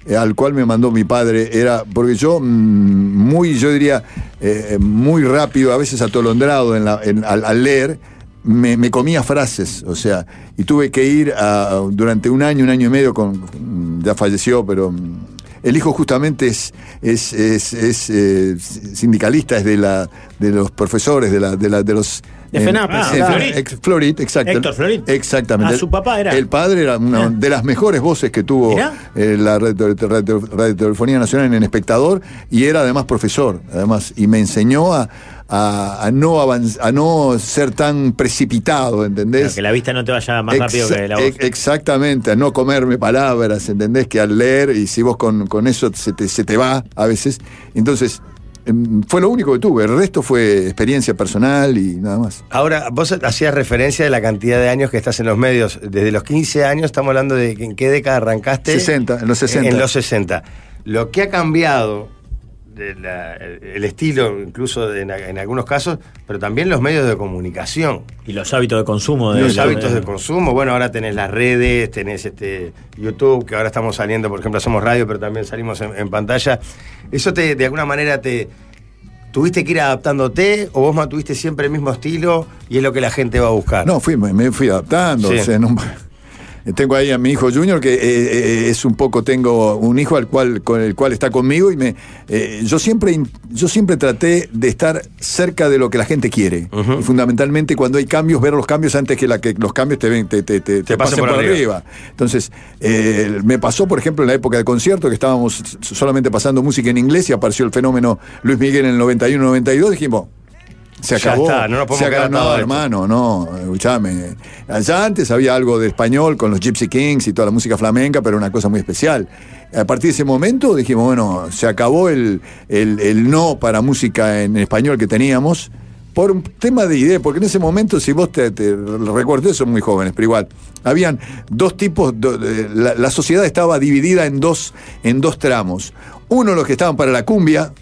[SPEAKER 17] eh, al cual me mandó mi padre. Era, porque yo, mm, muy, yo diría, eh, muy rápido, a veces atolondrado en la- en- al, al leer, me, me comía frases, o sea, y tuve que ir a- durante un año, un año y medio, con, mm, ya falleció, pero mm, el hijo justamente es, es, es- es, eh, sindicalista, es de, la, de los profesores, de, la, de, la- de los...
[SPEAKER 9] De
[SPEAKER 17] eh,
[SPEAKER 9] FENAPES,
[SPEAKER 17] eh,
[SPEAKER 9] claro.
[SPEAKER 17] Florit. ex- Florit, exacto.
[SPEAKER 9] Héctor Florit.
[SPEAKER 17] Exactamente.
[SPEAKER 9] Ah, su papá era.
[SPEAKER 17] El padre era una de las mejores voces que tuvo
[SPEAKER 9] Mirá.
[SPEAKER 17] eh, la radio- radio- Radiotelefonía Nacional en espectador y era además profesor, además, y me enseñó a, a- a no, avanz- a no ser tan precipitado, ¿entendés?
[SPEAKER 8] Claro, que la vista no te vaya más rápido
[SPEAKER 17] Exa-
[SPEAKER 8] que la voz.
[SPEAKER 17] ex- Exactamente, a no comerme palabras, ¿entendés? Que al leer, y si vos con, con eso se te, se te va a veces. Entonces, em, fue lo único que tuve. El resto fue experiencia personal y nada más.
[SPEAKER 6] Ahora, vos hacías referencia de la cantidad de años que estás en los medios. Desde los 15 años estamos hablando de que en qué década arrancaste.
[SPEAKER 17] 60, en los 60.
[SPEAKER 6] En los 60. Lo que ha cambiado de la- el estilo, incluso de- en, en algunos casos, pero también los medios de comunicación.
[SPEAKER 8] Y los hábitos de consumo. De, ¿eh?
[SPEAKER 6] Los hábitos de consumo, bueno, ahora tenés las redes, tenés este YouTube, que ahora estamos saliendo, por ejemplo, hacemos radio, pero también salimos en, en pantalla. Eso te, de alguna manera te, ¿Tuviste que ir adaptándote o vos mantuviste siempre el mismo estilo y es lo que la gente va a buscar?
[SPEAKER 17] No, fui, me, me fui adaptando.
[SPEAKER 6] Sí.
[SPEAKER 17] o sea, no- tengo ahí a mi hijo Junior, que eh, eh, es un poco, tengo un hijo al cual, con el cual está conmigo y me. eh, yo, siempre, in- yo siempre traté de estar cerca de lo que la gente quiere. Y fundamentalmente cuando hay cambios, ver los cambios antes que, la que los cambios te, ven- te, te- te- te pasen por, arriba. Entonces, eh, me pasó, por ejemplo, en la época del concierto, que estábamos s- solamente pasando música en inglés y apareció el fenómeno Luis Miguel en el 91-92, dijimos, se
[SPEAKER 6] Ya
[SPEAKER 17] acabó.
[SPEAKER 6] está, no nos podemos
[SPEAKER 17] se
[SPEAKER 6] quedar
[SPEAKER 17] acabó, no,
[SPEAKER 6] atados a esto.
[SPEAKER 17] hermano, no, escuchame. Allá antes había algo de español con los Gypsy Kings y toda la música flamenca, pero una cosa muy especial. A partir de ese momento dijimos, bueno, se acabó el, el- el no para música en español que teníamos por un tema de idea, porque en ese momento, si vos te, te recuerdo, son muy jóvenes, pero igual, habían dos tipos, do- de- la, la sociedad estaba dividida en dos, en dos tramos. Uno, los que estaban para la cumbia,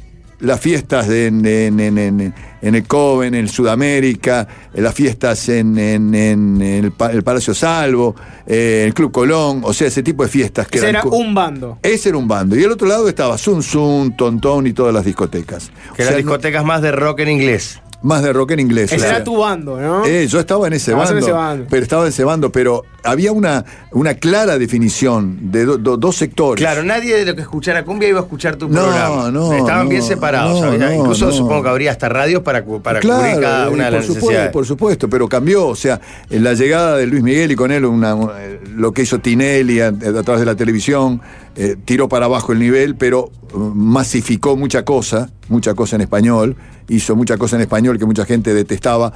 [SPEAKER 17] las fiestas de- en, en- en- en- en el Coven, en Sudamérica, eh, las fiestas en, en- en el, Pa- el Palacio Salvo, eh, el Club Colón, o sea, ese tipo de fiestas que
[SPEAKER 9] Ese
[SPEAKER 17] eran
[SPEAKER 9] era
[SPEAKER 17] cu-
[SPEAKER 9] un bando.
[SPEAKER 17] Ese era un bando. Y al otro lado estaba Sun Sun, Tontón y todas las discotecas.
[SPEAKER 6] Que eran discotecas más de rock en inglés.
[SPEAKER 17] Más de rock en inglés.
[SPEAKER 9] Ese
[SPEAKER 17] o sea.
[SPEAKER 9] era tu bando, ¿no?
[SPEAKER 17] Eh, yo estaba en ese,
[SPEAKER 9] Estabas
[SPEAKER 17] bando,
[SPEAKER 9] en ese bando.
[SPEAKER 17] Pero estaba en ese bando, pero había una, una clara definición de do- do- dos sectores.
[SPEAKER 6] Claro, nadie de lo que escuchara cumbia iba a escuchar tu
[SPEAKER 17] No,
[SPEAKER 6] programa.
[SPEAKER 17] no,
[SPEAKER 6] Estaban bien
[SPEAKER 17] no,
[SPEAKER 6] separados.
[SPEAKER 17] no,
[SPEAKER 6] había-
[SPEAKER 17] no,
[SPEAKER 6] incluso
[SPEAKER 17] no.
[SPEAKER 6] supongo que habría hasta radios para, cu- para cubrir cada
[SPEAKER 17] eh,
[SPEAKER 6] una de
[SPEAKER 17] por
[SPEAKER 6] las
[SPEAKER 17] supuesto,
[SPEAKER 6] necesidades.
[SPEAKER 17] Por supuesto, pero cambió. O sea, en la llegada de Luis Miguel y con él una- un- eh, lo que hizo Tinelli a, eh, a través de la televisión, eh, tiró para abajo el nivel, pero eh, masificó mucha cosa, mucha cosa en español, hizo mucha cosa en español que mucha gente detestaba.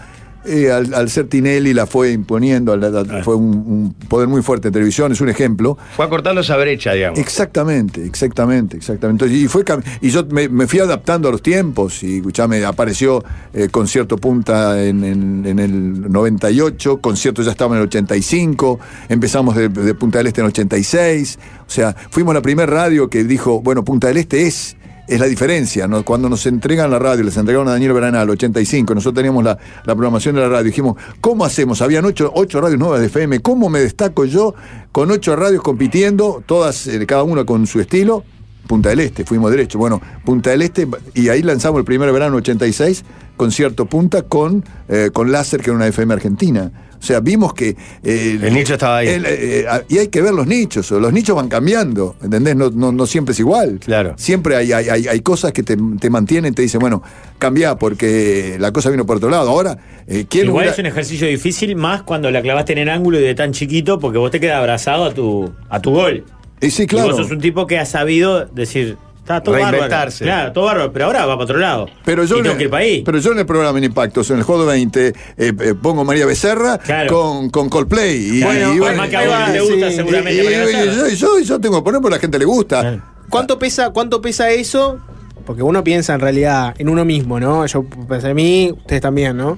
[SPEAKER 17] Eh, al, al ser Tinelli la fue imponiendo, al- al- fue un, un poder muy fuerte en televisión, es un ejemplo.
[SPEAKER 6] Fue acortando esa brecha, digamos.
[SPEAKER 17] Exactamente, exactamente, exactamente. Entonces, y, fue, cam- y yo me, me fui adaptando a los tiempos. Y escuchame, apareció eh, concierto punta en, en- en el 98, concierto ya estaba en el 85, empezamos de, de Punta del Este en el 86. O sea, fuimos la primera radio que dijo, bueno, Punta del Este es. Es la diferencia, ¿no? cuando nos entregan la radio, les entregaron a Daniel Veranal, 85, nosotros teníamos la, la programación de la radio, dijimos, ¿cómo hacemos? Habían ocho, ocho radios nuevas de FM, ¿cómo me destaco yo con ocho radios compitiendo, todas, eh, cada una con su estilo? Punta del Este, fuimos derecho. Bueno, Punta del Este, y ahí lanzamos el primer verano 86, concierto Punta con, eh, con Láser, que era una FM argentina. O sea, vimos que... eh,
[SPEAKER 6] El nicho estaba ahí.
[SPEAKER 17] el, eh, eh, y hay que ver los nichos, o los nichos van cambiando, ¿entendés? No, no, no siempre es igual. Claro. Siempre hay, hay, hay- hay cosas que te, te mantienen, te dicen, bueno, cambia porque la cosa vino por otro lado. Ahora, eh, ¿quién
[SPEAKER 15] Igual
[SPEAKER 17] hubiera-
[SPEAKER 15] es un ejercicio difícil, más cuando la clavaste en el ángulo y de tan chiquito, porque vos te quedas abrazado a tu, a tu gol.
[SPEAKER 17] Y sí, claro.
[SPEAKER 15] vos sos un tipo que ha sabido decir, está todo
[SPEAKER 17] Reinventarse.
[SPEAKER 15] bárbaro. Claro, todo bárbaro, pero ahora va para otro lado.
[SPEAKER 17] Pero yo,
[SPEAKER 15] y
[SPEAKER 17] en
[SPEAKER 15] tengo que
[SPEAKER 17] el,
[SPEAKER 15] ir para ahí.
[SPEAKER 17] pero yo en el programa en Impactos, en el Jodo 20, eh, eh, pongo María Becerra con, con Coldplay. Y,
[SPEAKER 15] Bueno,
[SPEAKER 17] y
[SPEAKER 15] además que a vos te gusta seguramente
[SPEAKER 17] y-
[SPEAKER 15] María
[SPEAKER 17] y-
[SPEAKER 15] Becerra.
[SPEAKER 17] yo, yo- yo tengo que poner porque a la gente le gusta.
[SPEAKER 9] ¿Cuánto pesa, ¿Cuánto pesa eso? Porque uno piensa en realidad en uno mismo, ¿no? Yo pensé en mí, ustedes también, ¿no?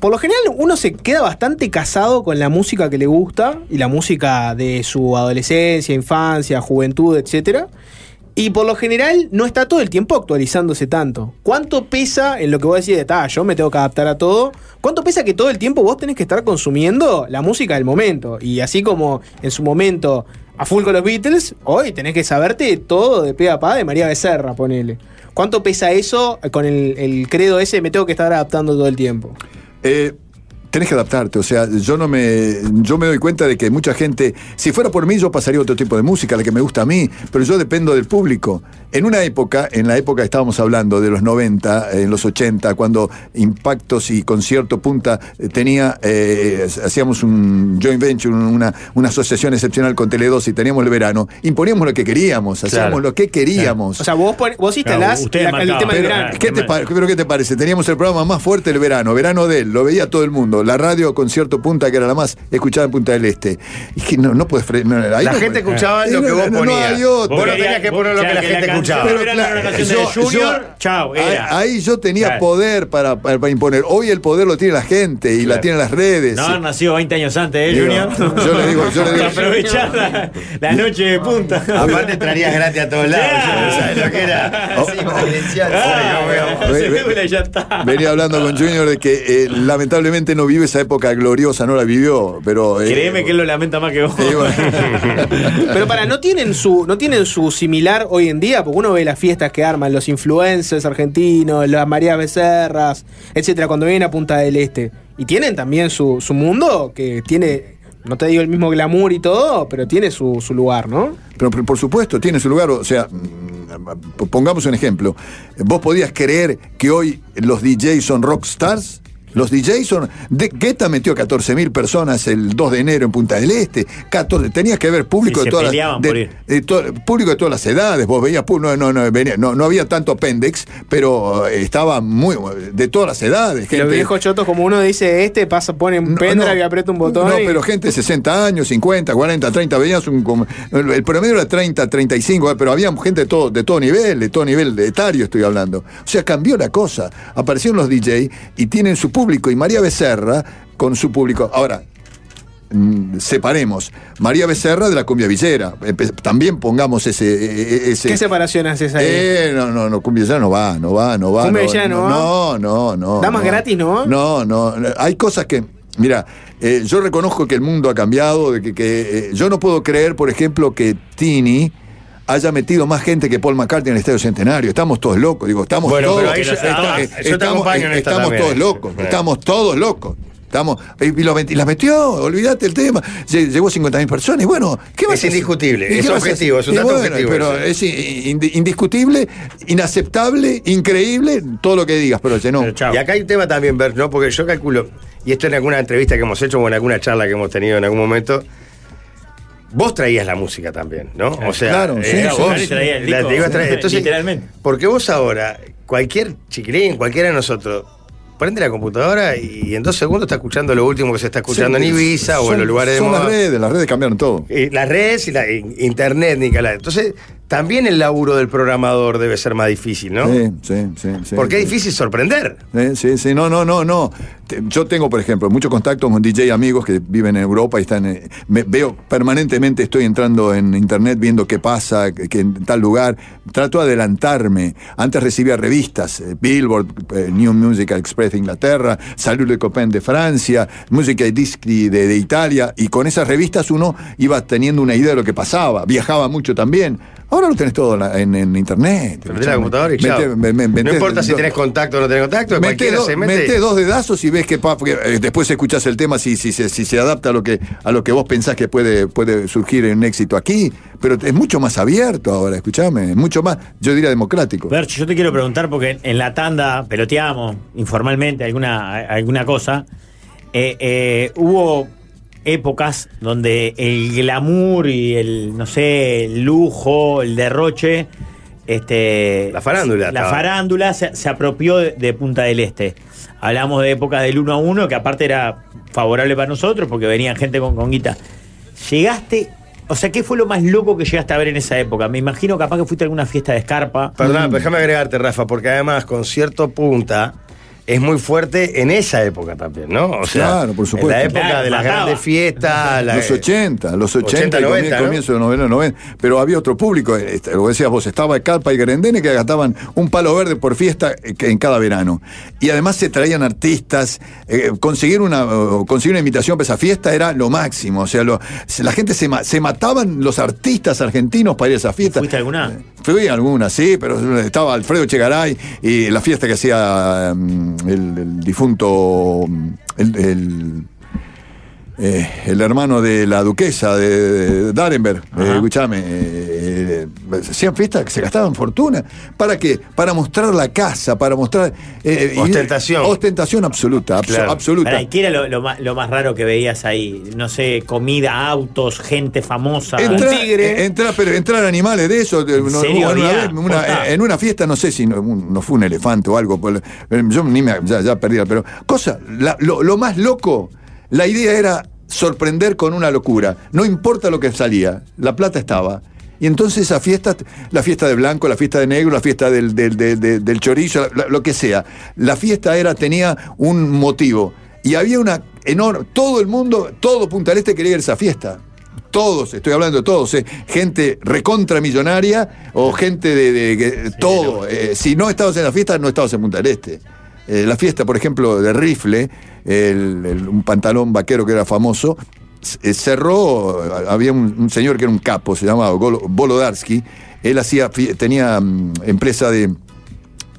[SPEAKER 9] Por lo general uno se queda bastante casado con la música que le gusta y la música de su adolescencia, infancia, juventud, etcétera. Y por lo general no está todo el tiempo actualizándose tanto. ¿Cuánto pesa en lo que vos decís de, "Ta, yo me tengo que adaptar a todo? ¿Cuánto pesa que todo el tiempo vos tenés que estar consumiendo la música del momento? Y así como en su momento a full con los Beatles, hoy tenés que saberte todo de pe a pa de María Becerra, ponele. ¿Cuánto pesa eso con el, el credo ese de me tengo que estar adaptando todo el tiempo?
[SPEAKER 17] Eh, tenés que adaptarte, o sea, yo no me yo me doy cuenta de que mucha gente, si fuera por mí yo pasaría otro tipo de música, la que me gusta a mí, pero yo dependo del público. En una época, en la época que estábamos hablando de los 90, en los 80, cuando Impactos y Concierto Punta eh, tenía eh, hacíamos un joint venture, una, una asociación excepcional con Tele2 y teníamos el verano, imponíamos lo que queríamos, hacíamos
[SPEAKER 9] Claro.
[SPEAKER 17] lo que queríamos.
[SPEAKER 9] O sea, vos, pon- vos instalás la- el tema del
[SPEAKER 17] Pero,
[SPEAKER 9] verano.
[SPEAKER 17] ¿qué te pa- pero qué te parece? Teníamos el programa más fuerte del verano, verano de él, lo veía todo el mundo. La radio Concierto Punta, que era la más escuchada en Punta del Este. Y que no, no puedes fre- no, ahí
[SPEAKER 6] La
[SPEAKER 17] no-
[SPEAKER 6] gente escuchaba
[SPEAKER 17] Eh,
[SPEAKER 6] lo
[SPEAKER 17] no,
[SPEAKER 6] que vos
[SPEAKER 17] no, no
[SPEAKER 6] ponías.
[SPEAKER 17] hay otra.
[SPEAKER 6] Vos no tenías que poner lo que la gente escuchaba.
[SPEAKER 17] Pero claro, yo- yo- ahí- Ahí yo tenía poder para, para- para imponer. Hoy el poder lo tiene la gente y la tienen las redes.
[SPEAKER 15] No, han nacido 20 años antes, ¿eh,
[SPEAKER 17] Digo,
[SPEAKER 15] Junior?
[SPEAKER 17] yo le digo- yo le digo-
[SPEAKER 15] Aprovechar la, la noche de punta.
[SPEAKER 6] Aparte traías gratis a todos lados. ¿Sabes lo que era? Sí, silenciar.
[SPEAKER 15] Ah,
[SPEAKER 17] Ve- ve-
[SPEAKER 15] seguro, ya está.
[SPEAKER 17] Venía hablando con Junior de que eh, lamentablemente no vive esa época gloriosa, no la vivió, pero... eh,
[SPEAKER 15] Créeme que él lo lamenta más que vos.
[SPEAKER 9] Pero para, ¿no tienen, su, ¿no tienen su similar hoy en día? Porque uno ve las fiestas que arman los influencers argentinos, las Marías Becerras, etcétera, cuando vienen a Punta del Este. Y tienen también su, su mundo que tiene, no te digo el mismo glamour y todo, pero tiene su, su lugar, ¿no?
[SPEAKER 17] Pero, pero, por supuesto, tiene su lugar. O sea, mm, p- pongamos un ejemplo. ¿Vos podías creer que hoy los DJs son rockstars? Los DJs son. De, Guetta metió 14.000 personas el 2 de enero en Punta del Este. 14, tenías que ver público
[SPEAKER 15] Y se
[SPEAKER 17] de todas las,
[SPEAKER 15] peleaban
[SPEAKER 17] de-
[SPEAKER 15] por ir.
[SPEAKER 17] de to- público de todas las edades. Vos veías. pu- No, no, no, venía- no, no había tanto appendix, pero eh, estaba muy. de todas las edades.
[SPEAKER 9] Los
[SPEAKER 17] gente-
[SPEAKER 9] viejos chotos, como uno dice este, pasa, pone un pendrive y aprieta un botón.
[SPEAKER 17] no,
[SPEAKER 9] y-
[SPEAKER 17] pero gente de 60 años, 50, 40, 30, veías un, com- el el promedio era 30, 35, eh, pero había gente de todo, de todo nivel, de todo nivel de etario estoy hablando. O sea, cambió la cosa. Aparecieron los DJ y tienen su público y María Becerra con su público. Ahora, mm, separemos María Becerra de la cumbia villera. Empe- También pongamos ese... e- e- ese
[SPEAKER 9] ¿Qué separación haces ahí?
[SPEAKER 17] eh, no, no, no, cumbia ya no va, no va, no va.
[SPEAKER 9] Cumbia
[SPEAKER 17] no,
[SPEAKER 9] ya no va.
[SPEAKER 17] No, no, no.
[SPEAKER 9] Damas
[SPEAKER 17] no.
[SPEAKER 9] gratis, ¿no?
[SPEAKER 17] No, no. no. Hay cosas que. Mira, eh, yo reconozco que el mundo ha cambiado, de que, que, eh, yo no puedo creer, por ejemplo, que Tini haya metido más gente que Paul McCartney en el Estadio Centenario. Estamos todos locos, digo, estamos
[SPEAKER 11] Bueno,
[SPEAKER 17] todos
[SPEAKER 11] pero ahí yo-
[SPEAKER 17] está-
[SPEAKER 11] ah,
[SPEAKER 17] eh,
[SPEAKER 11] yo te
[SPEAKER 17] estamos,
[SPEAKER 11] acompaño en
[SPEAKER 17] eh,
[SPEAKER 11] esta
[SPEAKER 17] estamos
[SPEAKER 11] también.
[SPEAKER 17] todos locos,
[SPEAKER 11] Sí.
[SPEAKER 17] estamos todos locos. Estamos, y, y lo met- y las metió, olvídate el tema. Lle- Llegó 50.000 personas y bueno, ¿qué vas
[SPEAKER 6] Es
[SPEAKER 17] a hacer?
[SPEAKER 6] indiscutible,
[SPEAKER 17] ¿Y qué
[SPEAKER 6] es
[SPEAKER 17] vas a hacer?
[SPEAKER 6] objetivo, es un
[SPEAKER 17] Y
[SPEAKER 6] dato
[SPEAKER 17] bueno,
[SPEAKER 6] objetivo
[SPEAKER 17] Pero
[SPEAKER 6] ese.
[SPEAKER 17] es in- in- indiscutible, inaceptable, increíble, todo lo que digas, pero oye, no.
[SPEAKER 6] Y acá hay un tema también, Bert, ¿no? Porque yo calculo, y esto en alguna entrevista que hemos hecho o en alguna charla que hemos tenido en algún momento, vos traías la música también, ¿no? O sea, eh,
[SPEAKER 17] Claro, sí,
[SPEAKER 6] era
[SPEAKER 17] sí,
[SPEAKER 6] vos,
[SPEAKER 17] sí. Traía el
[SPEAKER 6] la-
[SPEAKER 17] disco,
[SPEAKER 6] te ibas a traer.
[SPEAKER 17] sí,
[SPEAKER 6] Entonces,
[SPEAKER 17] literalmente.
[SPEAKER 6] Porque vos ahora, cualquier chiquilín, cualquiera de nosotros, prende la computadora y en dos segundos está escuchando lo último que se está escuchando en
[SPEAKER 17] Sí,
[SPEAKER 6] Ibiza o en
[SPEAKER 17] son-
[SPEAKER 6] los lugares de
[SPEAKER 17] Son las
[SPEAKER 6] moda.
[SPEAKER 17] redes, las redes cambiaron todo.
[SPEAKER 6] Eh, las redes y la in- internet, Nicolás. Entonces, también el laburo del programador debe ser más difícil, ¿no?
[SPEAKER 17] Sí, sí, sí, sí.
[SPEAKER 6] Porque es
[SPEAKER 17] Sí.
[SPEAKER 6] difícil sorprender.
[SPEAKER 17] Eh, sí, sí, no, no, no, no. Te- Yo tengo, por ejemplo, mucho contacto con DJ amigos que viven en Europa y están. eh, me veo permanentemente, estoy entrando en internet viendo qué pasa, que, que en tal lugar. Trato de adelantarme. Antes recibía revistas, eh, Billboard, eh, New Musical Express de Inglaterra, Salud de Copen de Francia, Música y Discri de, de Italia, y con esas revistas uno iba teniendo una idea de lo que pasaba. Viajaba mucho también. Ahora lo tenés todo en, la- en- en internet.
[SPEAKER 6] Prendés la computadora y
[SPEAKER 17] Meté-
[SPEAKER 6] chao.
[SPEAKER 17] me- me-
[SPEAKER 6] no
[SPEAKER 17] metés-
[SPEAKER 6] importa si
[SPEAKER 17] do-
[SPEAKER 6] tenés contacto o no tenés contacto,
[SPEAKER 17] Mete,
[SPEAKER 6] cualquiera
[SPEAKER 17] do-
[SPEAKER 6] se mete.
[SPEAKER 17] mete dos dedazos y ves que pa- porque, eh, después escuchás el tema si, si, se- si se adapta a lo que a lo que vos pensás que puede, puede surgir un éxito aquí. Pero es mucho más abierto ahora, escuchame, es mucho más, yo diría democrático.
[SPEAKER 15] Berch, yo te quiero preguntar porque en- en la tanda peloteamos informalmente alguna, a- alguna cosa. Eh, eh, hubo épocas donde el glamour y el, no sé, el lujo, el derroche. Este, la
[SPEAKER 6] farándula
[SPEAKER 15] La
[SPEAKER 6] estaba.
[SPEAKER 15] farándula se, se apropió de, de Punta del Este. Hablamos de épocas del 1 a 1, que aparte era favorable para nosotros porque venían gente con, con guita. Llegaste. O sea, ¿qué fue lo más loco que llegaste a ver en esa época? Me imagino capaz que fuiste a alguna fiesta de escarpa.
[SPEAKER 6] Perdón, pero déjame agregarte, Rafa, porque además con cierto punta es muy fuerte en esa época también, ¿no? O sea,
[SPEAKER 17] Claro, por supuesto.
[SPEAKER 6] En la época de las
[SPEAKER 17] Mataba.
[SPEAKER 6] grandes fiestas, la-
[SPEAKER 17] los 80, los 80,
[SPEAKER 6] 80, 90, ¿no?
[SPEAKER 17] comienzo de los 90, 90. Pero había otro público, eh, este, lo decías vos, estaba Calpa y Grendene que gastaban un palo verde por fiesta eh, que- en cada verano. Y además se traían artistas, eh, conseguir, una, o conseguir una invitación para esa fiesta era lo máximo. O sea, lo- se- la gente se, ma- se mataban los artistas argentinos para ir a esa fiesta.
[SPEAKER 15] ¿Fuiste a alguna?
[SPEAKER 17] Fui a alguna, sí, pero estaba Alfredo Chegaray y la fiesta que hacía mm, el, el difunto, mm, el- el eh, el hermano de la duquesa de, de Darenberg, eh, escuchame, eh, eh, hacían fiestas que se gastaban fortuna. ¿Para qué? Para mostrar la casa, para mostrar. eh, y-
[SPEAKER 6] Ostentación.
[SPEAKER 17] ostentación absoluta, abso- absoluta.
[SPEAKER 15] Pará, ¿y ¿Qué era lo, lo más, lo más raro que veías ahí? No sé, comida, autos, gente famosa.
[SPEAKER 17] Entra- eh, entra- pero entrar animales de eso. de- no-
[SPEAKER 15] serio
[SPEAKER 17] una
[SPEAKER 15] había?
[SPEAKER 17] vez, una-
[SPEAKER 15] Posta.
[SPEAKER 17] en una fiesta, no sé si no, un- no fue un elefante o algo. por- eh, Yo ni me, ya, ya perdí, la- pero cosa, la- lo, lo más loco, la idea era sorprender con una locura. No importa lo que salía, la plata estaba. Y entonces esa fiesta, la fiesta de blanco, la fiesta de negro, la fiesta del, del- del- del- del chorizo, la- lo que sea, la fiesta era, tenía un motivo. Y había una enorme, todo el mundo, todo Punta del Este quería ir a esa fiesta todos, estoy hablando de todos, eh, gente recontra millonaria o gente de, de- que- todo. eh, si no estabas en la fiesta, no estabas en Punta del Este. eh, la fiesta, por ejemplo, de rifle, el- el- un pantalón vaquero que era famoso, c- eh, cerró, a- había un, un señor que era un capo, se llamaba Golo- Bolodarsky, él hacía, fie- tenía mm, empresa de,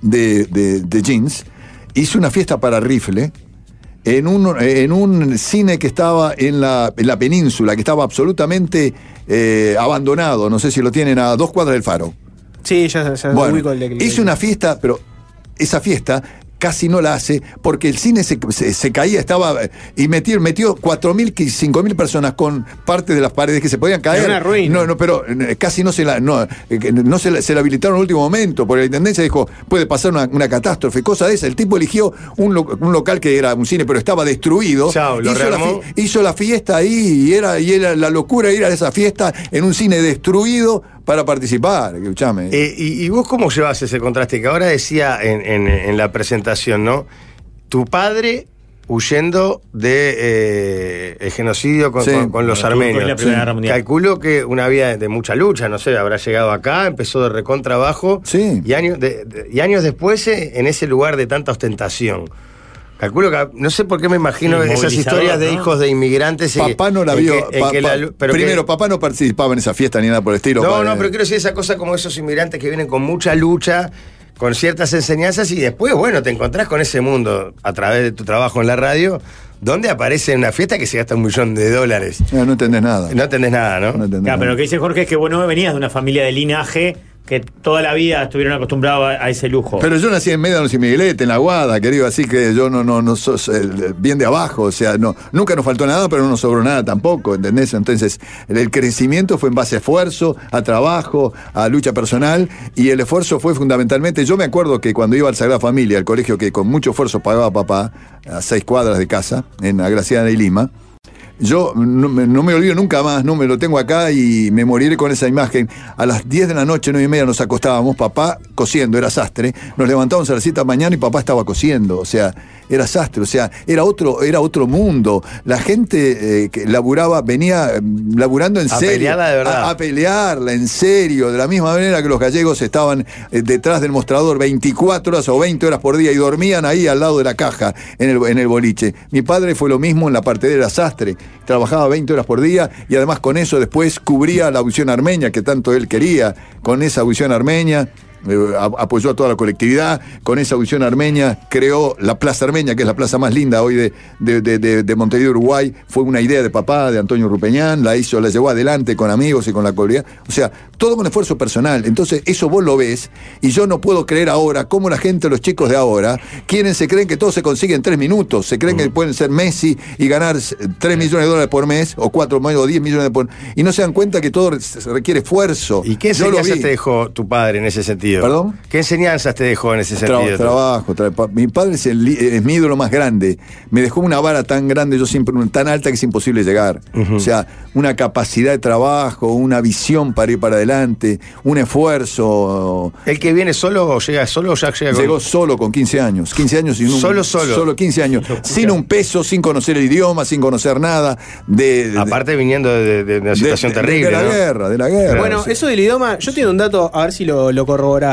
[SPEAKER 17] de, de- de jeans, hizo una fiesta para rifle en un, en un cine que estaba en la, en la península, que estaba absolutamente eh, abandonado, no sé si lo tienen a dos cuadras del faro.
[SPEAKER 9] Sí, ya, ya
[SPEAKER 17] Bueno,
[SPEAKER 9] ubico el de- el de-
[SPEAKER 17] hizo una fiesta, pero esa fiesta casi no la hace porque el cine se, se- se caía, estaba eh, y metió, metió 4.000, 5.000 personas con parte de las paredes que se podían caer.
[SPEAKER 9] Era una ruina.
[SPEAKER 17] No, no, pero eh, casi no se la no, eh, que no se, la, se la habilitaron en el último momento porque la intendencia dijo, puede pasar una, una catástrofe, cosa de esa. El tipo eligió un, lo- un local que era un cine, pero estaba destruido.
[SPEAKER 6] Chao, lo
[SPEAKER 17] hizo, la
[SPEAKER 6] rearmó.
[SPEAKER 17] fi- hizo la fiesta ahí y era, y era la locura ir a esa fiesta en un cine destruido para participar. Escuchame.
[SPEAKER 6] Eh, y, y vos cómo llevas ese contraste? Que ahora decía en, en- en la presentación, ¿no? Tu padre huyendo de eh, el genocidio con,
[SPEAKER 17] Sí.
[SPEAKER 6] con- con los
[SPEAKER 17] Con los turcos
[SPEAKER 6] armenios.
[SPEAKER 17] y la Primera Guerra Mundial.
[SPEAKER 6] Calculo que una vida de mucha lucha, no sé, habrá llegado acá, empezó de recontra abajo y, años de- de- y años después eh, en ese lugar de tanta ostentación. Calculo que, ah, no sé por qué me imagino
[SPEAKER 17] Sí,
[SPEAKER 6] esas
[SPEAKER 17] movilizador,
[SPEAKER 6] historias de
[SPEAKER 17] ¿no?
[SPEAKER 6] hijos de inmigrantes. eh,
[SPEAKER 17] Papá no la
[SPEAKER 6] en
[SPEAKER 17] vio.
[SPEAKER 6] que- en
[SPEAKER 17] pa-
[SPEAKER 6] que
[SPEAKER 17] pa-
[SPEAKER 6] la lu- pero que-
[SPEAKER 17] primero, papá no participaba en esa fiesta ni nada por el estilo.
[SPEAKER 6] no,
[SPEAKER 17] padre.
[SPEAKER 6] no, pero quiero decir esa cosa como esos inmigrantes que vienen con mucha lucha, con ciertas enseñanzas y después, bueno, te encontrás con ese mundo a través de tu trabajo en la radio, donde aparece en una fiesta que se gasta un millón de dólares.
[SPEAKER 17] No, no entendés nada.
[SPEAKER 6] No entendés nada, ¿no?
[SPEAKER 15] Claro, pero lo que dice Jorge es que vos no venías de una familia de linaje que toda la vida estuvieron acostumbrados a, a ese lujo.
[SPEAKER 17] Pero yo nací en Médanos y Miguelete, en la Guada, querido, así que yo no, no, no sos eh, bien de abajo, o sea, no, nunca nos faltó nada, pero no nos sobró nada tampoco, ¿entendés? Entonces, el- el crecimiento fue en base a esfuerzo, a trabajo, a lucha personal, y el esfuerzo fue fundamentalmente, yo me acuerdo que cuando iba al Sagrada Familia, al colegio que con mucho esfuerzo pagaba papá, a seis cuadras de casa, en Agraciana y Lima, Yo no me, no me olvido nunca más, no me lo tengo acá y me moriré con esa imagen. A las 10 de la noche, 9 y media, nos acostábamos, papá cosiendo, era sastre. Nos levantábamos a las 7 de la mañana y papá estaba cosiendo, o sea, era sastre, o sea, era otro, era otro mundo. La gente eh, que laburaba, venía eh, laburando en
[SPEAKER 6] A
[SPEAKER 17] serio.
[SPEAKER 6] pelearla de verdad.
[SPEAKER 17] A, a pelearla en serio, de la misma manera que los gallegos estaban eh, detrás del mostrador 24 horas o 20 horas por día y dormían ahí al lado de la caja, en el, en el boliche. Mi padre fue lo mismo en la parte de la sastre, trabajaba 20 horas por día y además con eso después cubría la audición armenia que tanto él quería, con esa audición armenia. eh, a- apoyó a toda la colectividad, con esa audición armenia creó la Plaza Armenia, que es la plaza más linda hoy de, de- de- de- de Montevideo, Uruguay. Fue una idea de papá, de Antonio Rupeñán, la hizo, la llevó adelante con amigos y con la comunidad. O sea, todo con esfuerzo personal. Entonces, eso vos lo ves y yo no puedo creer ahora cómo la gente, los chicos de ahora, quieren, se creen que todo se consigue en tres minutos, se
[SPEAKER 6] Mm.
[SPEAKER 17] creen que pueden ser Messi y ganar eh, tres millones de dólares por mes o cuatro o diez millones de por y no se dan cuenta que todo re- requiere esfuerzo.
[SPEAKER 6] ¿Y qué
[SPEAKER 17] Yo lo
[SPEAKER 6] enseñanzas
[SPEAKER 17] vi.
[SPEAKER 6] te dejó tu padre en ese sentido?
[SPEAKER 17] ¿Perdón?
[SPEAKER 6] ¿Qué enseñanzas te dejó en ese
[SPEAKER 17] Tra-
[SPEAKER 6] sentido?
[SPEAKER 17] trabajo, tra- pa- mi padre es, el li- es mi ídolo más grande. Me dejó una vara tan grande, yo siempre tan alta que es imposible llegar. O sea, una capacidad de trabajo, una visión para ir para adelante, un esfuerzo.
[SPEAKER 6] ¿El que viene solo o llega solo o ya llega con-
[SPEAKER 17] Llegó solo con 15 años. 15 años sin un.
[SPEAKER 6] Solo, solo.
[SPEAKER 17] Solo 15 años. Sin un peso, sin conocer el idioma, sin conocer nada. De, de-
[SPEAKER 6] Aparte viniendo de, de- de una
[SPEAKER 17] de-
[SPEAKER 6] situación
[SPEAKER 17] de- de
[SPEAKER 6] terrible.
[SPEAKER 17] la
[SPEAKER 6] ¿no?
[SPEAKER 17] guerra, de la guerra.
[SPEAKER 9] Bueno, eso del idioma, yo tengo un dato, a ver si lo, lo corroborás.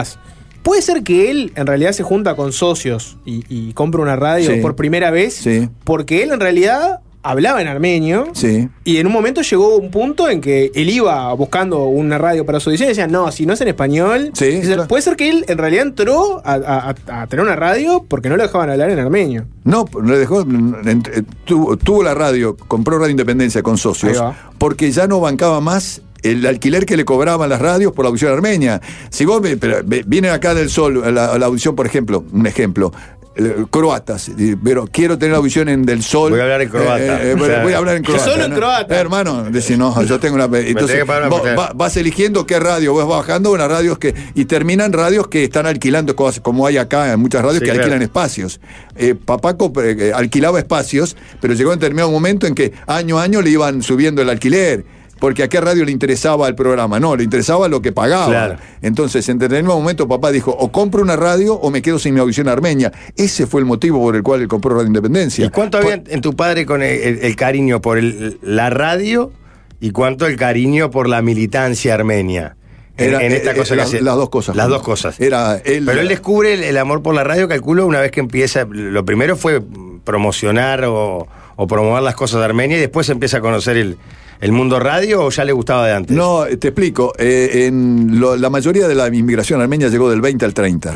[SPEAKER 9] Puede ser que él en realidad se junta con socios y, y compra una radio
[SPEAKER 17] Sí.
[SPEAKER 9] por primera vez,
[SPEAKER 17] Sí,
[SPEAKER 9] porque él en realidad hablaba en armenio.
[SPEAKER 17] sí.
[SPEAKER 9] Y en un momento llegó un punto en que él iba buscando una radio para su edición y decía, no, si no es en español.
[SPEAKER 17] Sí,
[SPEAKER 9] Entonces,
[SPEAKER 17] claro.
[SPEAKER 9] Puede ser que él en realidad entró a, a- a- a tener una radio porque no lo dejaban hablar en armenio.
[SPEAKER 17] No, le dejó, en- eh, tuvo, tuvo la radio, compró Radio Independencia con
[SPEAKER 9] Ahí
[SPEAKER 17] socios,
[SPEAKER 9] va.
[SPEAKER 17] porque ya no bancaba más el alquiler que le cobraban las radios por la audición armenia. Si vos ve- pero, ve- vienen acá del sol, a la, a la audición, por ejemplo, un ejemplo, eh, croatas, y- pero quiero tener la audición en del sol.
[SPEAKER 6] Voy a hablar en croata.
[SPEAKER 17] Eh, eh,
[SPEAKER 6] O sea,
[SPEAKER 17] voy a hablar en
[SPEAKER 6] que
[SPEAKER 17] croata.
[SPEAKER 6] solo en
[SPEAKER 17] ¿no?
[SPEAKER 6] croata.
[SPEAKER 17] Eh, hermano, decís, no, yo tengo una...
[SPEAKER 6] tenés que
[SPEAKER 17] Entonces,
[SPEAKER 6] pagar una
[SPEAKER 17] vos-
[SPEAKER 6] portada.
[SPEAKER 17] va- vas eligiendo qué radio, vas bajando las radios que... Y terminan radios que están alquilando cosas, como hay acá en muchas radios
[SPEAKER 6] Sí,
[SPEAKER 17] que
[SPEAKER 6] claro.
[SPEAKER 17] alquilan espacios. Eh, papá comp- eh, eh, alquilaba espacios, pero llegó un determinado momento en que año a año le iban subiendo el alquiler. Porque a qué radio le interesaba el programa, no, le interesaba lo que pagaba.
[SPEAKER 6] Claro.
[SPEAKER 17] Entonces, en determinado momento, papá dijo: o compro una radio o me quedo sin mi audición armenia. Ese fue el motivo por el cual él compró Radio Independencia.
[SPEAKER 6] ¿Y cuánto había en- en tu padre con el, el- el cariño por el- la radio y cuánto el cariño por la militancia armenia? en-
[SPEAKER 17] Era-
[SPEAKER 6] en esta
[SPEAKER 17] eh,
[SPEAKER 6] cosa
[SPEAKER 17] eh,
[SPEAKER 6] que
[SPEAKER 17] las-
[SPEAKER 6] hacía.
[SPEAKER 17] las dos cosas.
[SPEAKER 6] Las dos cosas.
[SPEAKER 17] Era él-
[SPEAKER 6] Pero él descubre el, el amor por la radio, calculo, una vez que empieza. Lo primero fue promocionar o, o promover las cosas de Armenia y después empieza a conocer el, el mundo radio o ya le gustaba de antes.
[SPEAKER 17] No, te explico. Eh, en lo- la mayoría de la inmigración armenia llegó del 20 al 30.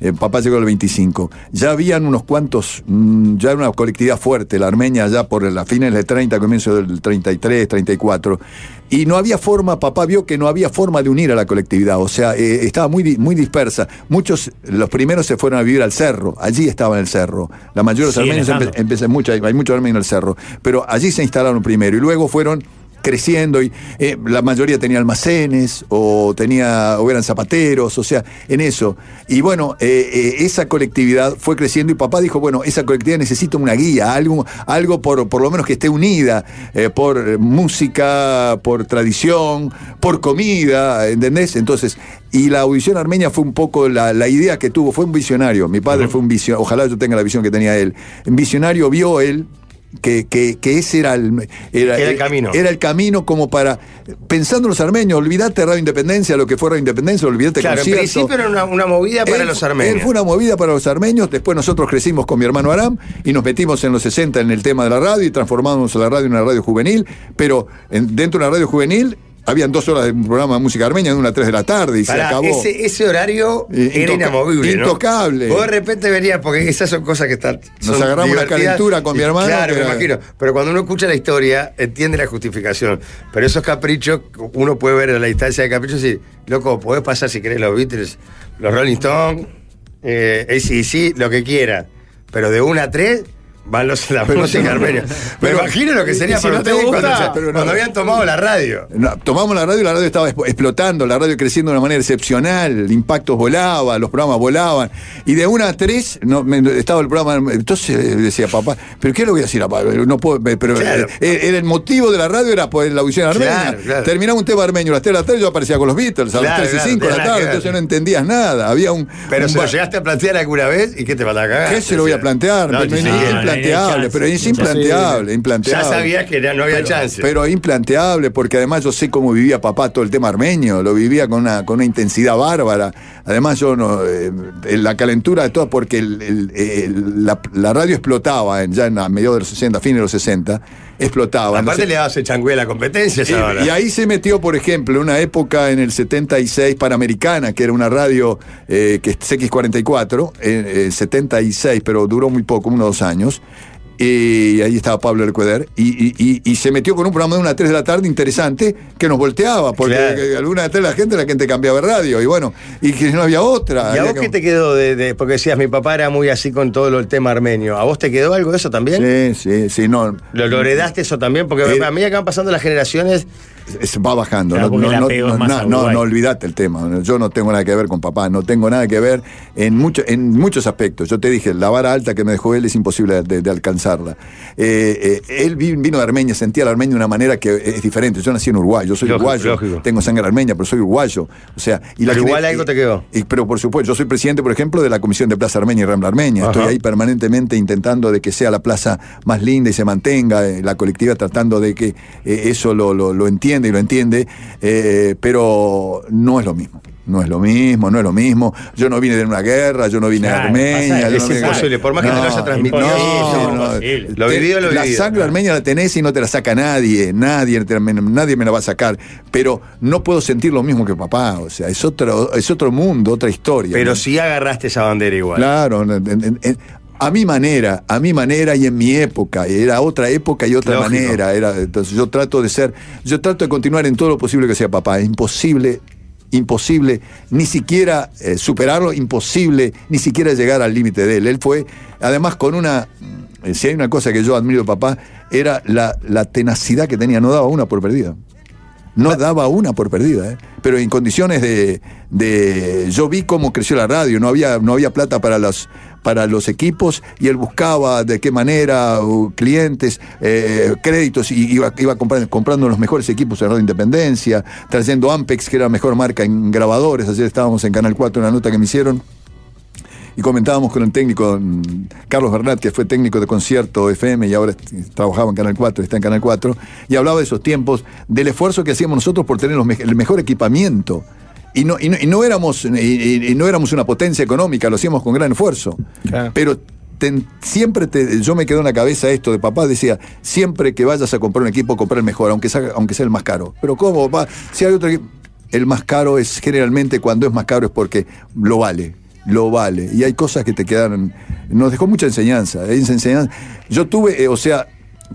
[SPEAKER 17] Eh, papá llegó del 25. Ya habían unos cuantos, mm, ya era una colectividad fuerte, la armenia ya por las fines del 30, comienzo del 33, 34. Y no había forma, papá vio que no había forma de unir a la colectividad, o sea, eh, estaba muy, di- muy dispersa. Muchos, los primeros se fueron a vivir al cerro, allí estaba en el cerro. La mayoría de los
[SPEAKER 11] Siguen
[SPEAKER 17] armenios empe-
[SPEAKER 11] estando.
[SPEAKER 17] empecé mucho, hay, hay mucho armenio en el cerro, pero allí se instalaron primero y luego fueron creciendo y eh, la mayoría tenía almacenes o tenía o eran zapateros, o sea, en eso. Y bueno, eh, eh, esa colectividad fue creciendo y papá dijo, bueno, esa colectividad necesita una guía, algo, algo por, por lo menos que esté unida eh, por eh, música, por tradición, por comida, ¿entendés? Entonces, y la audición armenia fue un poco la, la idea que tuvo, fue un visionario, mi padre fue un visionario, ojalá yo tenga la visión que tenía él, un visionario vio él que, que- que ese era el,
[SPEAKER 6] Era el camino.
[SPEAKER 17] Era el camino como para, pensando en los armenios, olvidate Radio Independencia, lo que fue Radio Independencia, olvidate
[SPEAKER 6] claro, en
[SPEAKER 17] concierto.
[SPEAKER 6] principio era una, una movida para
[SPEAKER 17] Él-
[SPEAKER 6] los
[SPEAKER 17] él
[SPEAKER 6] armenios.
[SPEAKER 17] fue una movida para los armenios. Después nosotros crecimos con mi hermano Aram y nos metimos en los 60 en el tema de la radio y transformamos la radio en una radio juvenil. Pero en- dentro de una radio juvenil habían dos horas de un programa de música armenia de una a 3 de la tarde y se
[SPEAKER 6] Pará,
[SPEAKER 17] acabó.
[SPEAKER 6] ese, ese horario
[SPEAKER 17] Eh,
[SPEAKER 6] era
[SPEAKER 17] intoca-
[SPEAKER 6] inamovible. ¿no?
[SPEAKER 17] intocable.
[SPEAKER 6] Vos de repente venías, porque esas son cosas que están.
[SPEAKER 17] Nos
[SPEAKER 6] son
[SPEAKER 17] agarramos la
[SPEAKER 6] divertidas.
[SPEAKER 17] calentura con mi
[SPEAKER 6] Y
[SPEAKER 17] hermano,
[SPEAKER 6] Claro,
[SPEAKER 17] que
[SPEAKER 6] me
[SPEAKER 17] era-
[SPEAKER 6] imagino. Pero cuando uno escucha la historia, entiende la justificación. Pero esos caprichos, uno puede ver a la distancia de caprichos y, loco, podés pasar si querés los Beatles, los Rolling Stones, eh, ACDC, lo que quiera. Pero de una a tres. Van los la
[SPEAKER 17] Pero-
[SPEAKER 6] música armenia. Me
[SPEAKER 17] pero-
[SPEAKER 6] imagino lo que sería
[SPEAKER 17] y si
[SPEAKER 6] para
[SPEAKER 17] no te
[SPEAKER 6] ustedes
[SPEAKER 17] gusta,
[SPEAKER 6] cuando, se-
[SPEAKER 17] pero no.
[SPEAKER 6] cuando habían tomado la radio.
[SPEAKER 17] No, tomamos la radio y la radio estaba expo- explotando, la radio creciendo de una manera excepcional, impactos volaba, los programas volaban. Y de una a tres no, me- estaba el programa. Entonces eh, decía papá, ¿pero qué le voy a decir a papá? No puedo, me- pero
[SPEAKER 6] Claro.
[SPEAKER 17] eh, era el motivo de la radio era por la audición armenia.
[SPEAKER 6] Claro, claro.
[SPEAKER 17] Terminaba un tema armenio a las 3 de la tarde, yo aparecía con los Beatles a las
[SPEAKER 6] Claro,
[SPEAKER 17] 3 y
[SPEAKER 6] claro,
[SPEAKER 17] 5 de la
[SPEAKER 6] tenía nada
[SPEAKER 17] tarde,
[SPEAKER 6] que ver.
[SPEAKER 17] entonces no entendías nada. Había un.
[SPEAKER 6] Pero
[SPEAKER 17] un
[SPEAKER 6] se lo
[SPEAKER 17] ba-
[SPEAKER 6] llegaste a plantear alguna vez y ¿qué te va a cagar?
[SPEAKER 17] ¿Qué se lo voy a plantear?
[SPEAKER 6] No,
[SPEAKER 17] Pero
[SPEAKER 6] ni
[SPEAKER 17] es
[SPEAKER 6] siquiera.
[SPEAKER 17] implanteable,
[SPEAKER 6] No, no hay
[SPEAKER 17] pero es
[SPEAKER 6] chance.
[SPEAKER 17] implanteable, implanteable.
[SPEAKER 6] Ya sabías que ya no había
[SPEAKER 17] Pero-
[SPEAKER 6] chance.
[SPEAKER 17] Pero implanteable, porque además yo sé cómo vivía papá todo el tema armenio, lo vivía con una, con una intensidad bárbara. Además yo no, eh, la calentura de todo, porque el- el- el- la, la radio explotaba en- ya en a mediados de los 60, fines de los 60, explotaba.
[SPEAKER 6] Aparte
[SPEAKER 17] Entonces-
[SPEAKER 6] le dabas el changüe a la competencia esa hora.
[SPEAKER 17] y, y ahí se metió, por ejemplo, una época en el 76 Panamericana, que era una radio eh, que es CX44, en eh, el 76, pero duró muy poco, unos dos años. Y ahí estaba Pablo Elcueder. Y, y- y- y se metió con un programa de una a 3 de la tarde interesante que nos volteaba, porque
[SPEAKER 6] Claro.
[SPEAKER 17] eh, alguna de tres la gente la gente cambiaba de radio. Y bueno, y que no había otra.
[SPEAKER 6] ¿Y a
[SPEAKER 17] había
[SPEAKER 6] vos
[SPEAKER 17] que-
[SPEAKER 6] qué te quedó de, de- porque decías mi papá era muy así con todo lo- el tema armenio? ¿A vos te quedó algo de eso
[SPEAKER 17] Sí,
[SPEAKER 6] también?
[SPEAKER 17] sí, sí, no.
[SPEAKER 6] ¿Lo, lo heredaste eso también? Porque
[SPEAKER 17] Eh,
[SPEAKER 6] a medida que van pasando las generaciones,
[SPEAKER 17] Es- va bajando.
[SPEAKER 6] Claro,
[SPEAKER 17] no,
[SPEAKER 6] porque
[SPEAKER 17] no,
[SPEAKER 6] el
[SPEAKER 17] no,
[SPEAKER 6] apego es
[SPEAKER 17] no,
[SPEAKER 6] más
[SPEAKER 17] no,
[SPEAKER 6] a
[SPEAKER 17] no,
[SPEAKER 6] Uruguay.
[SPEAKER 17] no, olvidate el tema. Yo no tengo nada que ver con papá, no tengo nada que ver en, mucho, en muchos aspectos. Yo te dije, la vara alta que me dejó él es imposible de, de alcanzarla. Eh, eh, él vi- vino de Armenia, sentía la Armenia de una manera que es diferente. Yo nací en Uruguay, yo soy
[SPEAKER 6] Lógico,
[SPEAKER 17] uruguayo,
[SPEAKER 6] lógico.
[SPEAKER 17] tengo sangre armenia, pero soy uruguayo. O sea, y la
[SPEAKER 6] pero
[SPEAKER 17] gener-
[SPEAKER 6] igual algo te quedó.
[SPEAKER 17] y- pero por supuesto, yo soy presidente, por ejemplo, de la Comisión de Plaza Armenia y Rambla Armenia. Estoy
[SPEAKER 6] Ajá.
[SPEAKER 17] ahí permanentemente intentando de que sea la plaza más linda y se mantenga, eh, la colectiva tratando de que eh, eso lo, lo- lo entiende y lo entiende, eh, pero no es lo mismo. No es lo mismo, no es lo mismo. Yo no vine de una guerra, yo no vine de
[SPEAKER 6] Claro,
[SPEAKER 17] Armenia.
[SPEAKER 6] pasa,
[SPEAKER 17] yo
[SPEAKER 6] es
[SPEAKER 17] no vine-
[SPEAKER 6] imposible, por más que te lo haya transmitido,
[SPEAKER 17] no,
[SPEAKER 6] es
[SPEAKER 17] no,
[SPEAKER 6] imposible. Lo
[SPEAKER 17] te-
[SPEAKER 6] vivido, lo
[SPEAKER 17] La
[SPEAKER 6] vivido.
[SPEAKER 17] sangre armenia la tenés y no te la saca nadie, nadie, te la- me- nadie me la va a sacar. Pero no puedo sentir lo mismo que papá, o sea, es otro, es otro mundo, otra historia.
[SPEAKER 6] Pero
[SPEAKER 17] ¿no?
[SPEAKER 6] sí agarraste esa bandera igual.
[SPEAKER 17] Claro, en- en- en- a mi manera, a mi manera y en mi época, era otra época y otra
[SPEAKER 6] Lógico.
[SPEAKER 17] manera. Era, entonces yo trato de ser, yo trato de continuar en todo lo posible que sea papá, es imposible. Imposible ni siquiera eh, superarlo, imposible ni siquiera llegar al límite de él. Él fue, además, con una eh, si hay una cosa que yo admiro de papá, era la, la tenacidad que tenía, no daba una por perdida. No daba una por perdida, ¿eh? pero en condiciones de, de- Yo vi cómo creció la radio, no había, no había plata para los, para los equipos y él buscaba de qué manera o clientes, eh, créditos, y iba, iba comprando, comprando los mejores equipos de Radio Independencia, trayendo Ampex, que era la mejor marca en grabadores. Ayer estábamos en Canal 4, una nota que me hicieron y comentábamos con el técnico mm, Carlos Bernat, que fue técnico de concierto FM y ahora est- trabajaba en Canal 4, está en Canal 4, y hablaba de esos tiempos, del esfuerzo que hacíamos nosotros por tener los me- el mejor equipamiento. y no, y no, y no éramos, y- y- y no éramos una potencia económica, lo hacíamos con gran esfuerzo. Pero te- siempre te- yo me quedó en la cabeza esto de papá, decía, siempre que vayas a comprar un equipo, comprar el mejor, aunque sea, aunque sea el más caro. Pero ¿cómo, papá? Si hay otro equipo... El más caro es generalmente cuando es más caro es porque lo vale, lo vale. Y hay cosas que te quedaron... Nos dejó mucha enseñanza, hay enseñanza. Yo tuve, eh, o sea,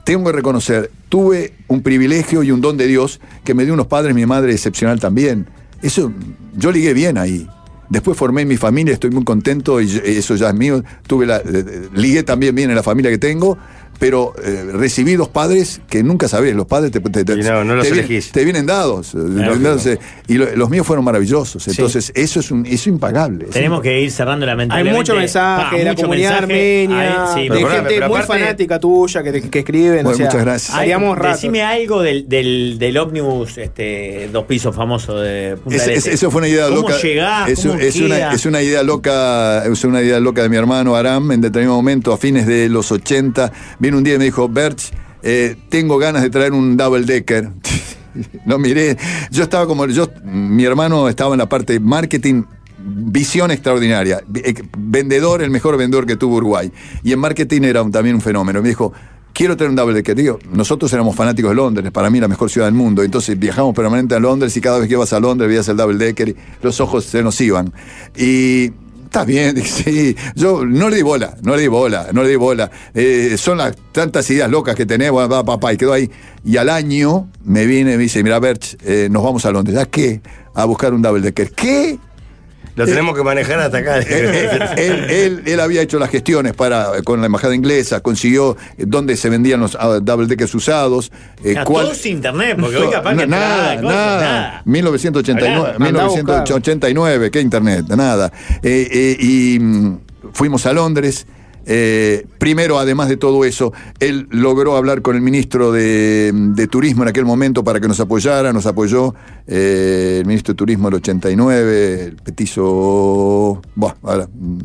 [SPEAKER 17] tengo que reconocer, tuve un privilegio y un don de Dios que me dio unos padres, mi madre excepcional también. Eso, yo ligué bien ahí. Después formé mi familia, estoy muy contento y yo- eso ya es mío. Tuve la, eh, ligué también bien en la familia que tengo, pero eh, recibí dos padres que nunca sabés, los padres te, te- te-
[SPEAKER 6] Y no, no los
[SPEAKER 17] te vienen-
[SPEAKER 6] elegís.
[SPEAKER 17] te vienen dados. eh,
[SPEAKER 6] Lógico.
[SPEAKER 17] entonces, y lo- los míos fueron maravillosos.
[SPEAKER 8] Sí.
[SPEAKER 17] Entonces, eso es un, eso impagable. es
[SPEAKER 8] Tenemos que ir cerrando la
[SPEAKER 9] Hay mucho mensaje de la comunidad armenia, de gente muy fanática tuya que, te- que escriben. o sea, haríamos rato.
[SPEAKER 15] Decime algo del, del, del ómnibus este, dos pisos famoso de Punta
[SPEAKER 17] Es-
[SPEAKER 15] del
[SPEAKER 17] es-
[SPEAKER 15] Este.
[SPEAKER 17] eso fue una idea
[SPEAKER 15] ¿Cómo
[SPEAKER 17] loca.
[SPEAKER 15] llegás?
[SPEAKER 17] Es,
[SPEAKER 15] ¿Cómo
[SPEAKER 17] es
[SPEAKER 15] queda?
[SPEAKER 17] una, es una idea loca, es una idea loca de mi hermano Aram. En determinado momento, a fines de los 80, vino un día y me dijo, Berch, eh, tengo ganas de traer un double decker. no miré. Yo estaba como. Yo, mi hermano estaba en la parte de marketing. Visión extraordinaria. Eh, Vendedor, el mejor vendedor que tuvo Uruguay. Y en marketing era un- también un fenómeno. Me dijo, quiero tener un double decker. Digo, nosotros éramos fanáticos de Londres, para mí la mejor ciudad del mundo. Entonces viajamos permanente a Londres y cada vez que ibas a Londres veías el double decker y los ojos se nos iban. Y está bien, dije, sí. Yo no le di bola, no le di bola, no le di bola. Eh, son las tantas ideas locas que tenemos, papá, papá, y quedó ahí. Y al año me viene y me dice, mira, Berch, eh, nos vamos a Londres. ¿A qué? A buscar un double decker. ¿Qué?
[SPEAKER 6] Lo tenemos que manejar hasta acá.
[SPEAKER 17] él, él- él había hecho las gestiones para, con la embajada inglesa, consiguió eh, dónde se vendían los ah, double deckers usados. eh,
[SPEAKER 15] Ah,
[SPEAKER 17] cuál-
[SPEAKER 15] todo sin internet, porque hoy
[SPEAKER 17] No,
[SPEAKER 15] capaz que
[SPEAKER 17] nada,
[SPEAKER 15] entrada,
[SPEAKER 17] nada,
[SPEAKER 15] cosas, nada.
[SPEAKER 17] 1989,
[SPEAKER 15] Hablá, mandá a buscar.
[SPEAKER 17] 1989, qué internet, nada. Eh, eh, y mm, fuimos a Londres. eh, primero, además de todo eso, él logró hablar con el ministro de, mm, de Turismo en aquel momento para que nos apoyara, nos apoyó eh, el ministro de Turismo del 89, el petizo... Buah, ahora, mm,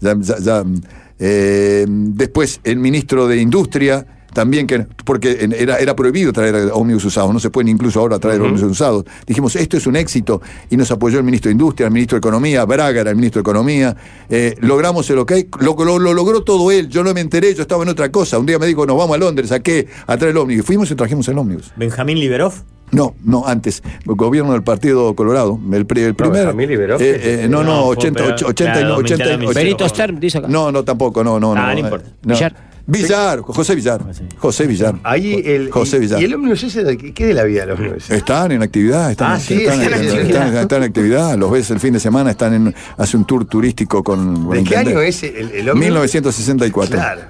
[SPEAKER 17] ya- ya- ya, mm, eh, después el ministro de Industria, también que, porque en- era, era prohibido traer ómnibus usados, no se pueden incluso ahora traer ómnibus usados. Dijimos, esto es un éxito, y nos apoyó el ministro de Industria, el ministro de Economía, Braga era el ministro de Economía, Eh, logramos el ok, lo, lo- lo logró todo él, yo no me enteré, yo estaba en otra cosa. Un día me dijo, nos vamos a Londres, ¿a qué? A traer el ómnibus. Fuimos y trajimos el ómnibus.
[SPEAKER 15] Benjamín Liberov.
[SPEAKER 17] No, no, antes, el gobierno del Partido Colorado, el, pri- el primer...
[SPEAKER 6] Benjamín Liberov,
[SPEAKER 17] eh, eh, no, no,
[SPEAKER 6] no, fue
[SPEAKER 17] 80,
[SPEAKER 6] operado.
[SPEAKER 17] 80,
[SPEAKER 6] Claro,
[SPEAKER 17] 80,
[SPEAKER 10] Benito Stern, dice acá.
[SPEAKER 17] no, no, tampoco, no, no.
[SPEAKER 10] Ah, no
[SPEAKER 17] eh,
[SPEAKER 10] importa.
[SPEAKER 17] no.
[SPEAKER 10] Villar.
[SPEAKER 17] Villar, José Villar. José Villar.
[SPEAKER 6] Ahí el,
[SPEAKER 17] José
[SPEAKER 6] y,
[SPEAKER 17] Villar.
[SPEAKER 6] y el ómnibus ese, de aquí, ¿qué de la vida de los ómnibus?
[SPEAKER 17] Están en actividad, están,
[SPEAKER 6] Ah, sí,
[SPEAKER 17] están,
[SPEAKER 6] están en
[SPEAKER 17] en,
[SPEAKER 6] actividad.
[SPEAKER 17] están- están en actividad, los ves el fin de semana, están en, hace un tour turístico con... con
[SPEAKER 6] ¿De qué
[SPEAKER 17] intendente.
[SPEAKER 6] año es el, el ómnibus?
[SPEAKER 17] 1964.
[SPEAKER 6] Claro.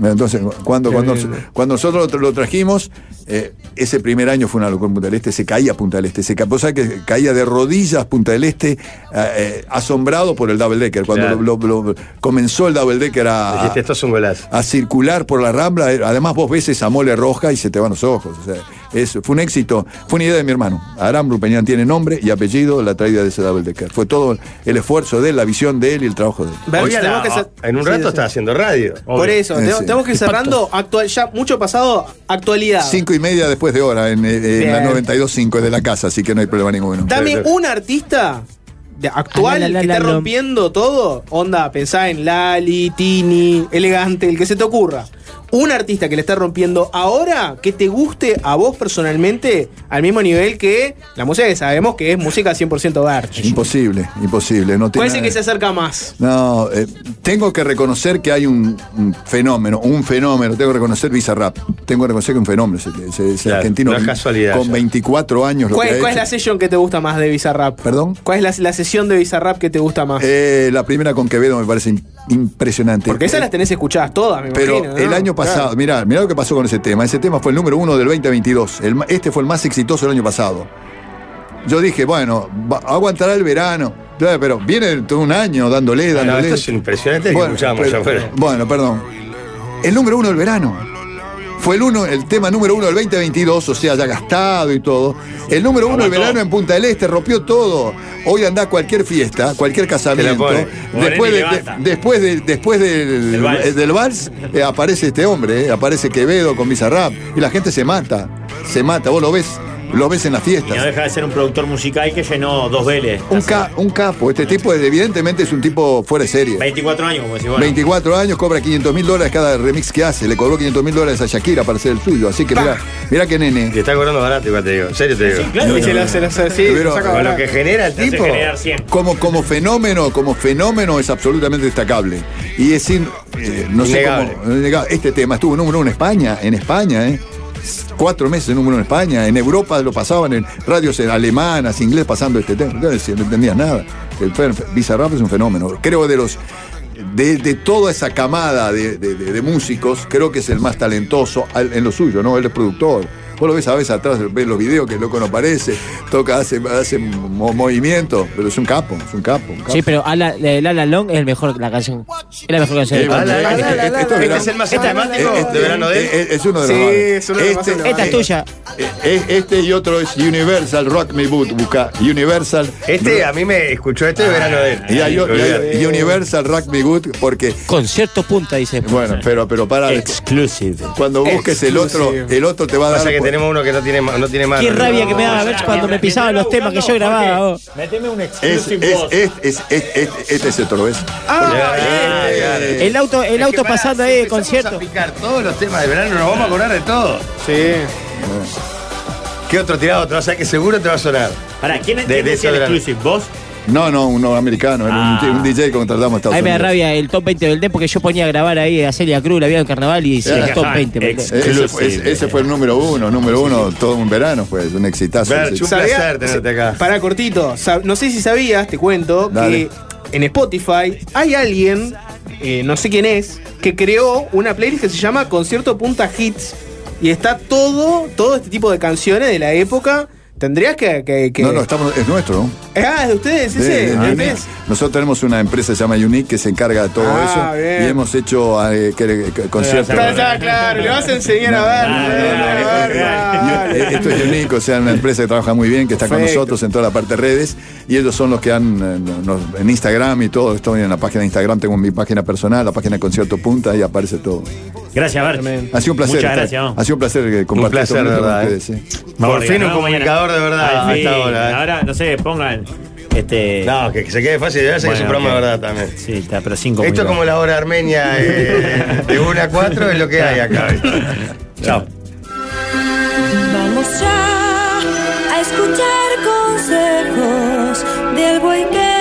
[SPEAKER 17] Entonces, cuando,
[SPEAKER 6] Qué
[SPEAKER 17] cuando,
[SPEAKER 6] bien.
[SPEAKER 17] cuando nosotros lo, tra- lo trajimos, eh, ese primer año fue una locura en Punta del Este, se caía Punta del Este, se ca- vos sabés que caía de rodillas Punta del Este, eh, eh, asombrado por el double decker. Cuando
[SPEAKER 6] Claro.
[SPEAKER 17] lo- lo- lo- comenzó el double decker a,
[SPEAKER 6] Dijiste, esto es un golazo.
[SPEAKER 17] a circular por la rambla, eh, además vos ves esa mole roja y se te van los ojos. o sea, es- fue un éxito, fue una idea de mi hermano. Aram Rupeñán tiene nombre y apellido la traída de ese double decker. Fue todo el esfuerzo de él, la visión de él y el trabajo de él.
[SPEAKER 9] Berch,
[SPEAKER 6] Hoy a la-
[SPEAKER 9] tenemos que hacer-
[SPEAKER 6] Ah, En un
[SPEAKER 9] Sí,
[SPEAKER 6] rato
[SPEAKER 9] sí.
[SPEAKER 6] está haciendo radio.
[SPEAKER 9] Por eso,
[SPEAKER 17] Eh,
[SPEAKER 9] tenemos,
[SPEAKER 17] sí.
[SPEAKER 9] tenemos que ir cerrando actual, ya mucho pasado, actualidad.
[SPEAKER 17] Cinco y media después de hora en, eh, en la
[SPEAKER 9] Bien.
[SPEAKER 17] 92.5 de la casa, así que no hay problema ninguno.
[SPEAKER 9] Dame un artista de actual
[SPEAKER 17] Ah, la, la,
[SPEAKER 9] que
[SPEAKER 17] la,
[SPEAKER 9] esté
[SPEAKER 17] la.
[SPEAKER 9] rompiendo todo. Onda, pensá en Lali, Tini, Elegante, el que se te ocurra. Un artista que le está rompiendo ahora que te guste a vos personalmente al mismo nivel que la música que sabemos que es música 100% Garch.
[SPEAKER 17] Imposible, imposible. No tiene
[SPEAKER 9] ¿Cuál es el que se acerca más?
[SPEAKER 17] No, eh, tengo que reconocer que hay un, un fenómeno, un fenómeno. Tengo que reconocer Bizarrap. Tengo que reconocer que un fenómeno es, es- es
[SPEAKER 6] Claro,
[SPEAKER 17] argentino.
[SPEAKER 6] no es
[SPEAKER 17] con-
[SPEAKER 6] casualidad
[SPEAKER 17] Con
[SPEAKER 6] ya.
[SPEAKER 17] 24 años. Lo
[SPEAKER 9] ¿Cuál,
[SPEAKER 17] que ha
[SPEAKER 9] cuál es
[SPEAKER 17] hecho.
[SPEAKER 9] la sesión que te gusta más de Bizarrap?
[SPEAKER 17] ¿Perdón?
[SPEAKER 9] ¿Cuál es la, la sesión de Bizarrap que te gusta más?
[SPEAKER 17] Eh, la primera con Quevedo me parece im- impresionante. Eh,
[SPEAKER 9] Porque esas las tenés escuchadas todas, me
[SPEAKER 17] Pero
[SPEAKER 9] imagino, ¿no?
[SPEAKER 17] el año pasado, mirá, mirá lo que pasó con ese tema. Ese tema fue el número uno del 2022. El ma- este fue el más exitoso el año pasado. Yo dije, bueno, va- aguantará el verano. Ya, Pero viene todo un año dándole,
[SPEAKER 6] No,
[SPEAKER 17] dándole.
[SPEAKER 6] esto es impresionante que
[SPEAKER 17] Bueno,
[SPEAKER 6] escuchamos
[SPEAKER 17] pero-
[SPEAKER 6] allá afuera.
[SPEAKER 17] Bueno, perdón. El número uno del verano. Fue el, uno, el tema número uno del 2022, o sea, ya gastado y todo. El número uno del verano en Punta del Este rompió todo. Hoy anda a cualquier fiesta, cualquier casamiento.
[SPEAKER 6] pone. Moreno
[SPEAKER 17] Después,
[SPEAKER 6] y
[SPEAKER 17] de-
[SPEAKER 6] Levanta.
[SPEAKER 17] de- después, de- después del,
[SPEAKER 6] Del
[SPEAKER 17] del
[SPEAKER 6] vals.
[SPEAKER 17] vals, eh, aparece este hombre, eh, aparece Quevedo con Bizarrap. Y la gente se mata, se mata. Vos lo ves Lo ves en las
[SPEAKER 8] Y no
[SPEAKER 17] fiestas.
[SPEAKER 8] deja de ser un productor musical que llenó dos veles.
[SPEAKER 17] Un, ca- un capo. Este tipo, es- evidentemente, es un tipo fuera de serie.
[SPEAKER 8] 24 años, como decís, bueno.
[SPEAKER 17] 24 años, cobra 500 mil dólares cada remix que hace. Le cobró 500 mil dólares a Shakira para hacer el suyo. Así que mirá, mirá qué nene.
[SPEAKER 6] Te está cobrando barato, igual te digo. En serio te digo.
[SPEAKER 17] claro. Y se la- se la- se la- sí, lo
[SPEAKER 6] Pero
[SPEAKER 17] saca
[SPEAKER 6] con lo
[SPEAKER 17] barato.
[SPEAKER 6] que genera el
[SPEAKER 17] Te hace
[SPEAKER 6] tipo.
[SPEAKER 17] generar Como, como fenómeno, como fenómeno es absolutamente destacable. Y es in- eh, no sé
[SPEAKER 6] Innegable.
[SPEAKER 17] cómo- innegable. Este tema estuvo número uno en España, en España, ¿eh? Cuatro meses número uno en España, en Europa lo pasaban en radios en alemanas, inglés pasando este tema. Claro, si no entendías nada. El fe- Bizarrap es un fenómeno. Creo de los. De, de toda esa camada de, de- de- de músicos, creo que es el más talentoso al- en lo suyo, ¿no? Él es productor. Vos lo ves a veces atrás, ves los videos que el loco no aparece, toca, hace, hace mo- movimiento, pero es un capo, es un capo, un capo.
[SPEAKER 10] Sí, pero Ala, el Alan Long es el mejor, la canción. Es la mejor canción.
[SPEAKER 17] Eh, bueno, eh, eh, esto
[SPEAKER 10] Este
[SPEAKER 17] verano-
[SPEAKER 10] Esta-
[SPEAKER 17] Eh, este,
[SPEAKER 10] de verano de él.
[SPEAKER 17] eh, eh, Es uno de los
[SPEAKER 10] Sí,
[SPEAKER 17] más.
[SPEAKER 10] es uno de los más
[SPEAKER 17] Este-
[SPEAKER 10] Esta es tuya.
[SPEAKER 17] eh, eh, Este y otro es Universal Rock Me Boot. Busca Universal.
[SPEAKER 6] Este a mí me escuchó este de verano de él.
[SPEAKER 17] Ah, Y hay, o- y hay
[SPEAKER 6] Olvidate.
[SPEAKER 17] Universal Rock Me Boot porque.
[SPEAKER 10] Concierto punta, dice. Eh,
[SPEAKER 17] Bueno, pero, pero para.
[SPEAKER 8] Exclusive.
[SPEAKER 17] Cuando busques el otro, el otro te va a dar.
[SPEAKER 6] Pasa que tenemos uno que no tiene, ma- no tiene mano.
[SPEAKER 10] Qué rabia que me daba ver cuando me pisaban los temas que yo grababa. vos.
[SPEAKER 8] Meteme un
[SPEAKER 17] es,
[SPEAKER 8] exclusive
[SPEAKER 17] es,
[SPEAKER 8] voz.
[SPEAKER 17] es, es- es- es- este es otro, ¿ves?
[SPEAKER 10] El auto, el auto pasando ahí de concierto.
[SPEAKER 6] Todos los temas de verano nos vamos a acordar de todo.
[SPEAKER 9] Sí.
[SPEAKER 6] ¿Qué otro tirado otro? O sea que seguro te va a sonar.
[SPEAKER 8] Para, ¿quién,
[SPEAKER 6] De-
[SPEAKER 8] quién
[SPEAKER 6] de eso
[SPEAKER 8] decía el
[SPEAKER 6] de la-
[SPEAKER 8] exclusive? ¿Vos?
[SPEAKER 17] No, no, uno americano, era un- un, DJ que contratamos a Estados
[SPEAKER 10] Ah. Ahí me da
[SPEAKER 17] Unidos.
[SPEAKER 10] rabia el top 20 del D porque yo ponía a grabar ahí a Celia Cruz, la vida del carnaval y hice el top 20. me-
[SPEAKER 17] Eh, Ese fue, ese- ese fue el número uno, número uno todo un verano, pues, un exitazo. Sí.
[SPEAKER 9] Para cortito, sab- no sé si sabías, te cuento,
[SPEAKER 17] Dale.
[SPEAKER 9] que en Spotify hay alguien, eh, no sé quién es, que creó una playlist que se llama Concierto Punta Hits y está todo, todo este tipo de canciones de la época. Tendrías que. que- que-
[SPEAKER 17] No, no, estamos, es nuestro. ¿no?
[SPEAKER 9] Ah, es de ustedes,
[SPEAKER 17] De-
[SPEAKER 9] ese.
[SPEAKER 17] de-
[SPEAKER 9] ¿de
[SPEAKER 17] de-
[SPEAKER 9] ustedes?
[SPEAKER 17] Nosotros tenemos una empresa que se llama Unique que se encarga de todo
[SPEAKER 9] Ah,
[SPEAKER 17] eso
[SPEAKER 9] bien.
[SPEAKER 17] y hemos hecho eh, que- que- conciertos.
[SPEAKER 9] Está- está claro, le vas a enseñar a ver.
[SPEAKER 17] Eh, Esto es Unique, o sea, una empresa que trabaja muy bien, que está con
[SPEAKER 9] Perfecto.
[SPEAKER 17] nosotros en toda la parte de redes y ellos son los que han eh, nos- en Instagram y todo, estoy en la página de Instagram, tengo mi página personal, la página de Concierto Punta y aparece todo.
[SPEAKER 8] Gracias, Bert.
[SPEAKER 17] Ha sido un placer.
[SPEAKER 8] Muchas
[SPEAKER 17] estar-
[SPEAKER 8] gracias. vamos.
[SPEAKER 17] Ha sido un placer eh, compartir
[SPEAKER 6] placer,
[SPEAKER 17] estos minutos
[SPEAKER 6] de
[SPEAKER 17] con
[SPEAKER 6] verdad, eh.
[SPEAKER 17] ustedes, sí.
[SPEAKER 6] Por fin un
[SPEAKER 8] Vamos mañana.
[SPEAKER 6] comunicador de verdad
[SPEAKER 8] Al
[SPEAKER 6] a
[SPEAKER 8] fin.
[SPEAKER 6] esta hora. ¿eh?
[SPEAKER 8] Ahora, no sé, pongan. Este...
[SPEAKER 6] No, que, que se quede fácil, ya sé que es un
[SPEAKER 8] Bueno,
[SPEAKER 6] programa
[SPEAKER 8] ok.
[SPEAKER 6] de verdad también.
[SPEAKER 8] Sí, está, pero cinco
[SPEAKER 6] Esto
[SPEAKER 8] minutos.
[SPEAKER 6] es como la hora armenia eh, de 1 a 4 es lo que hay acá. Chao.
[SPEAKER 14] Vamos ya a escuchar consejos del buen que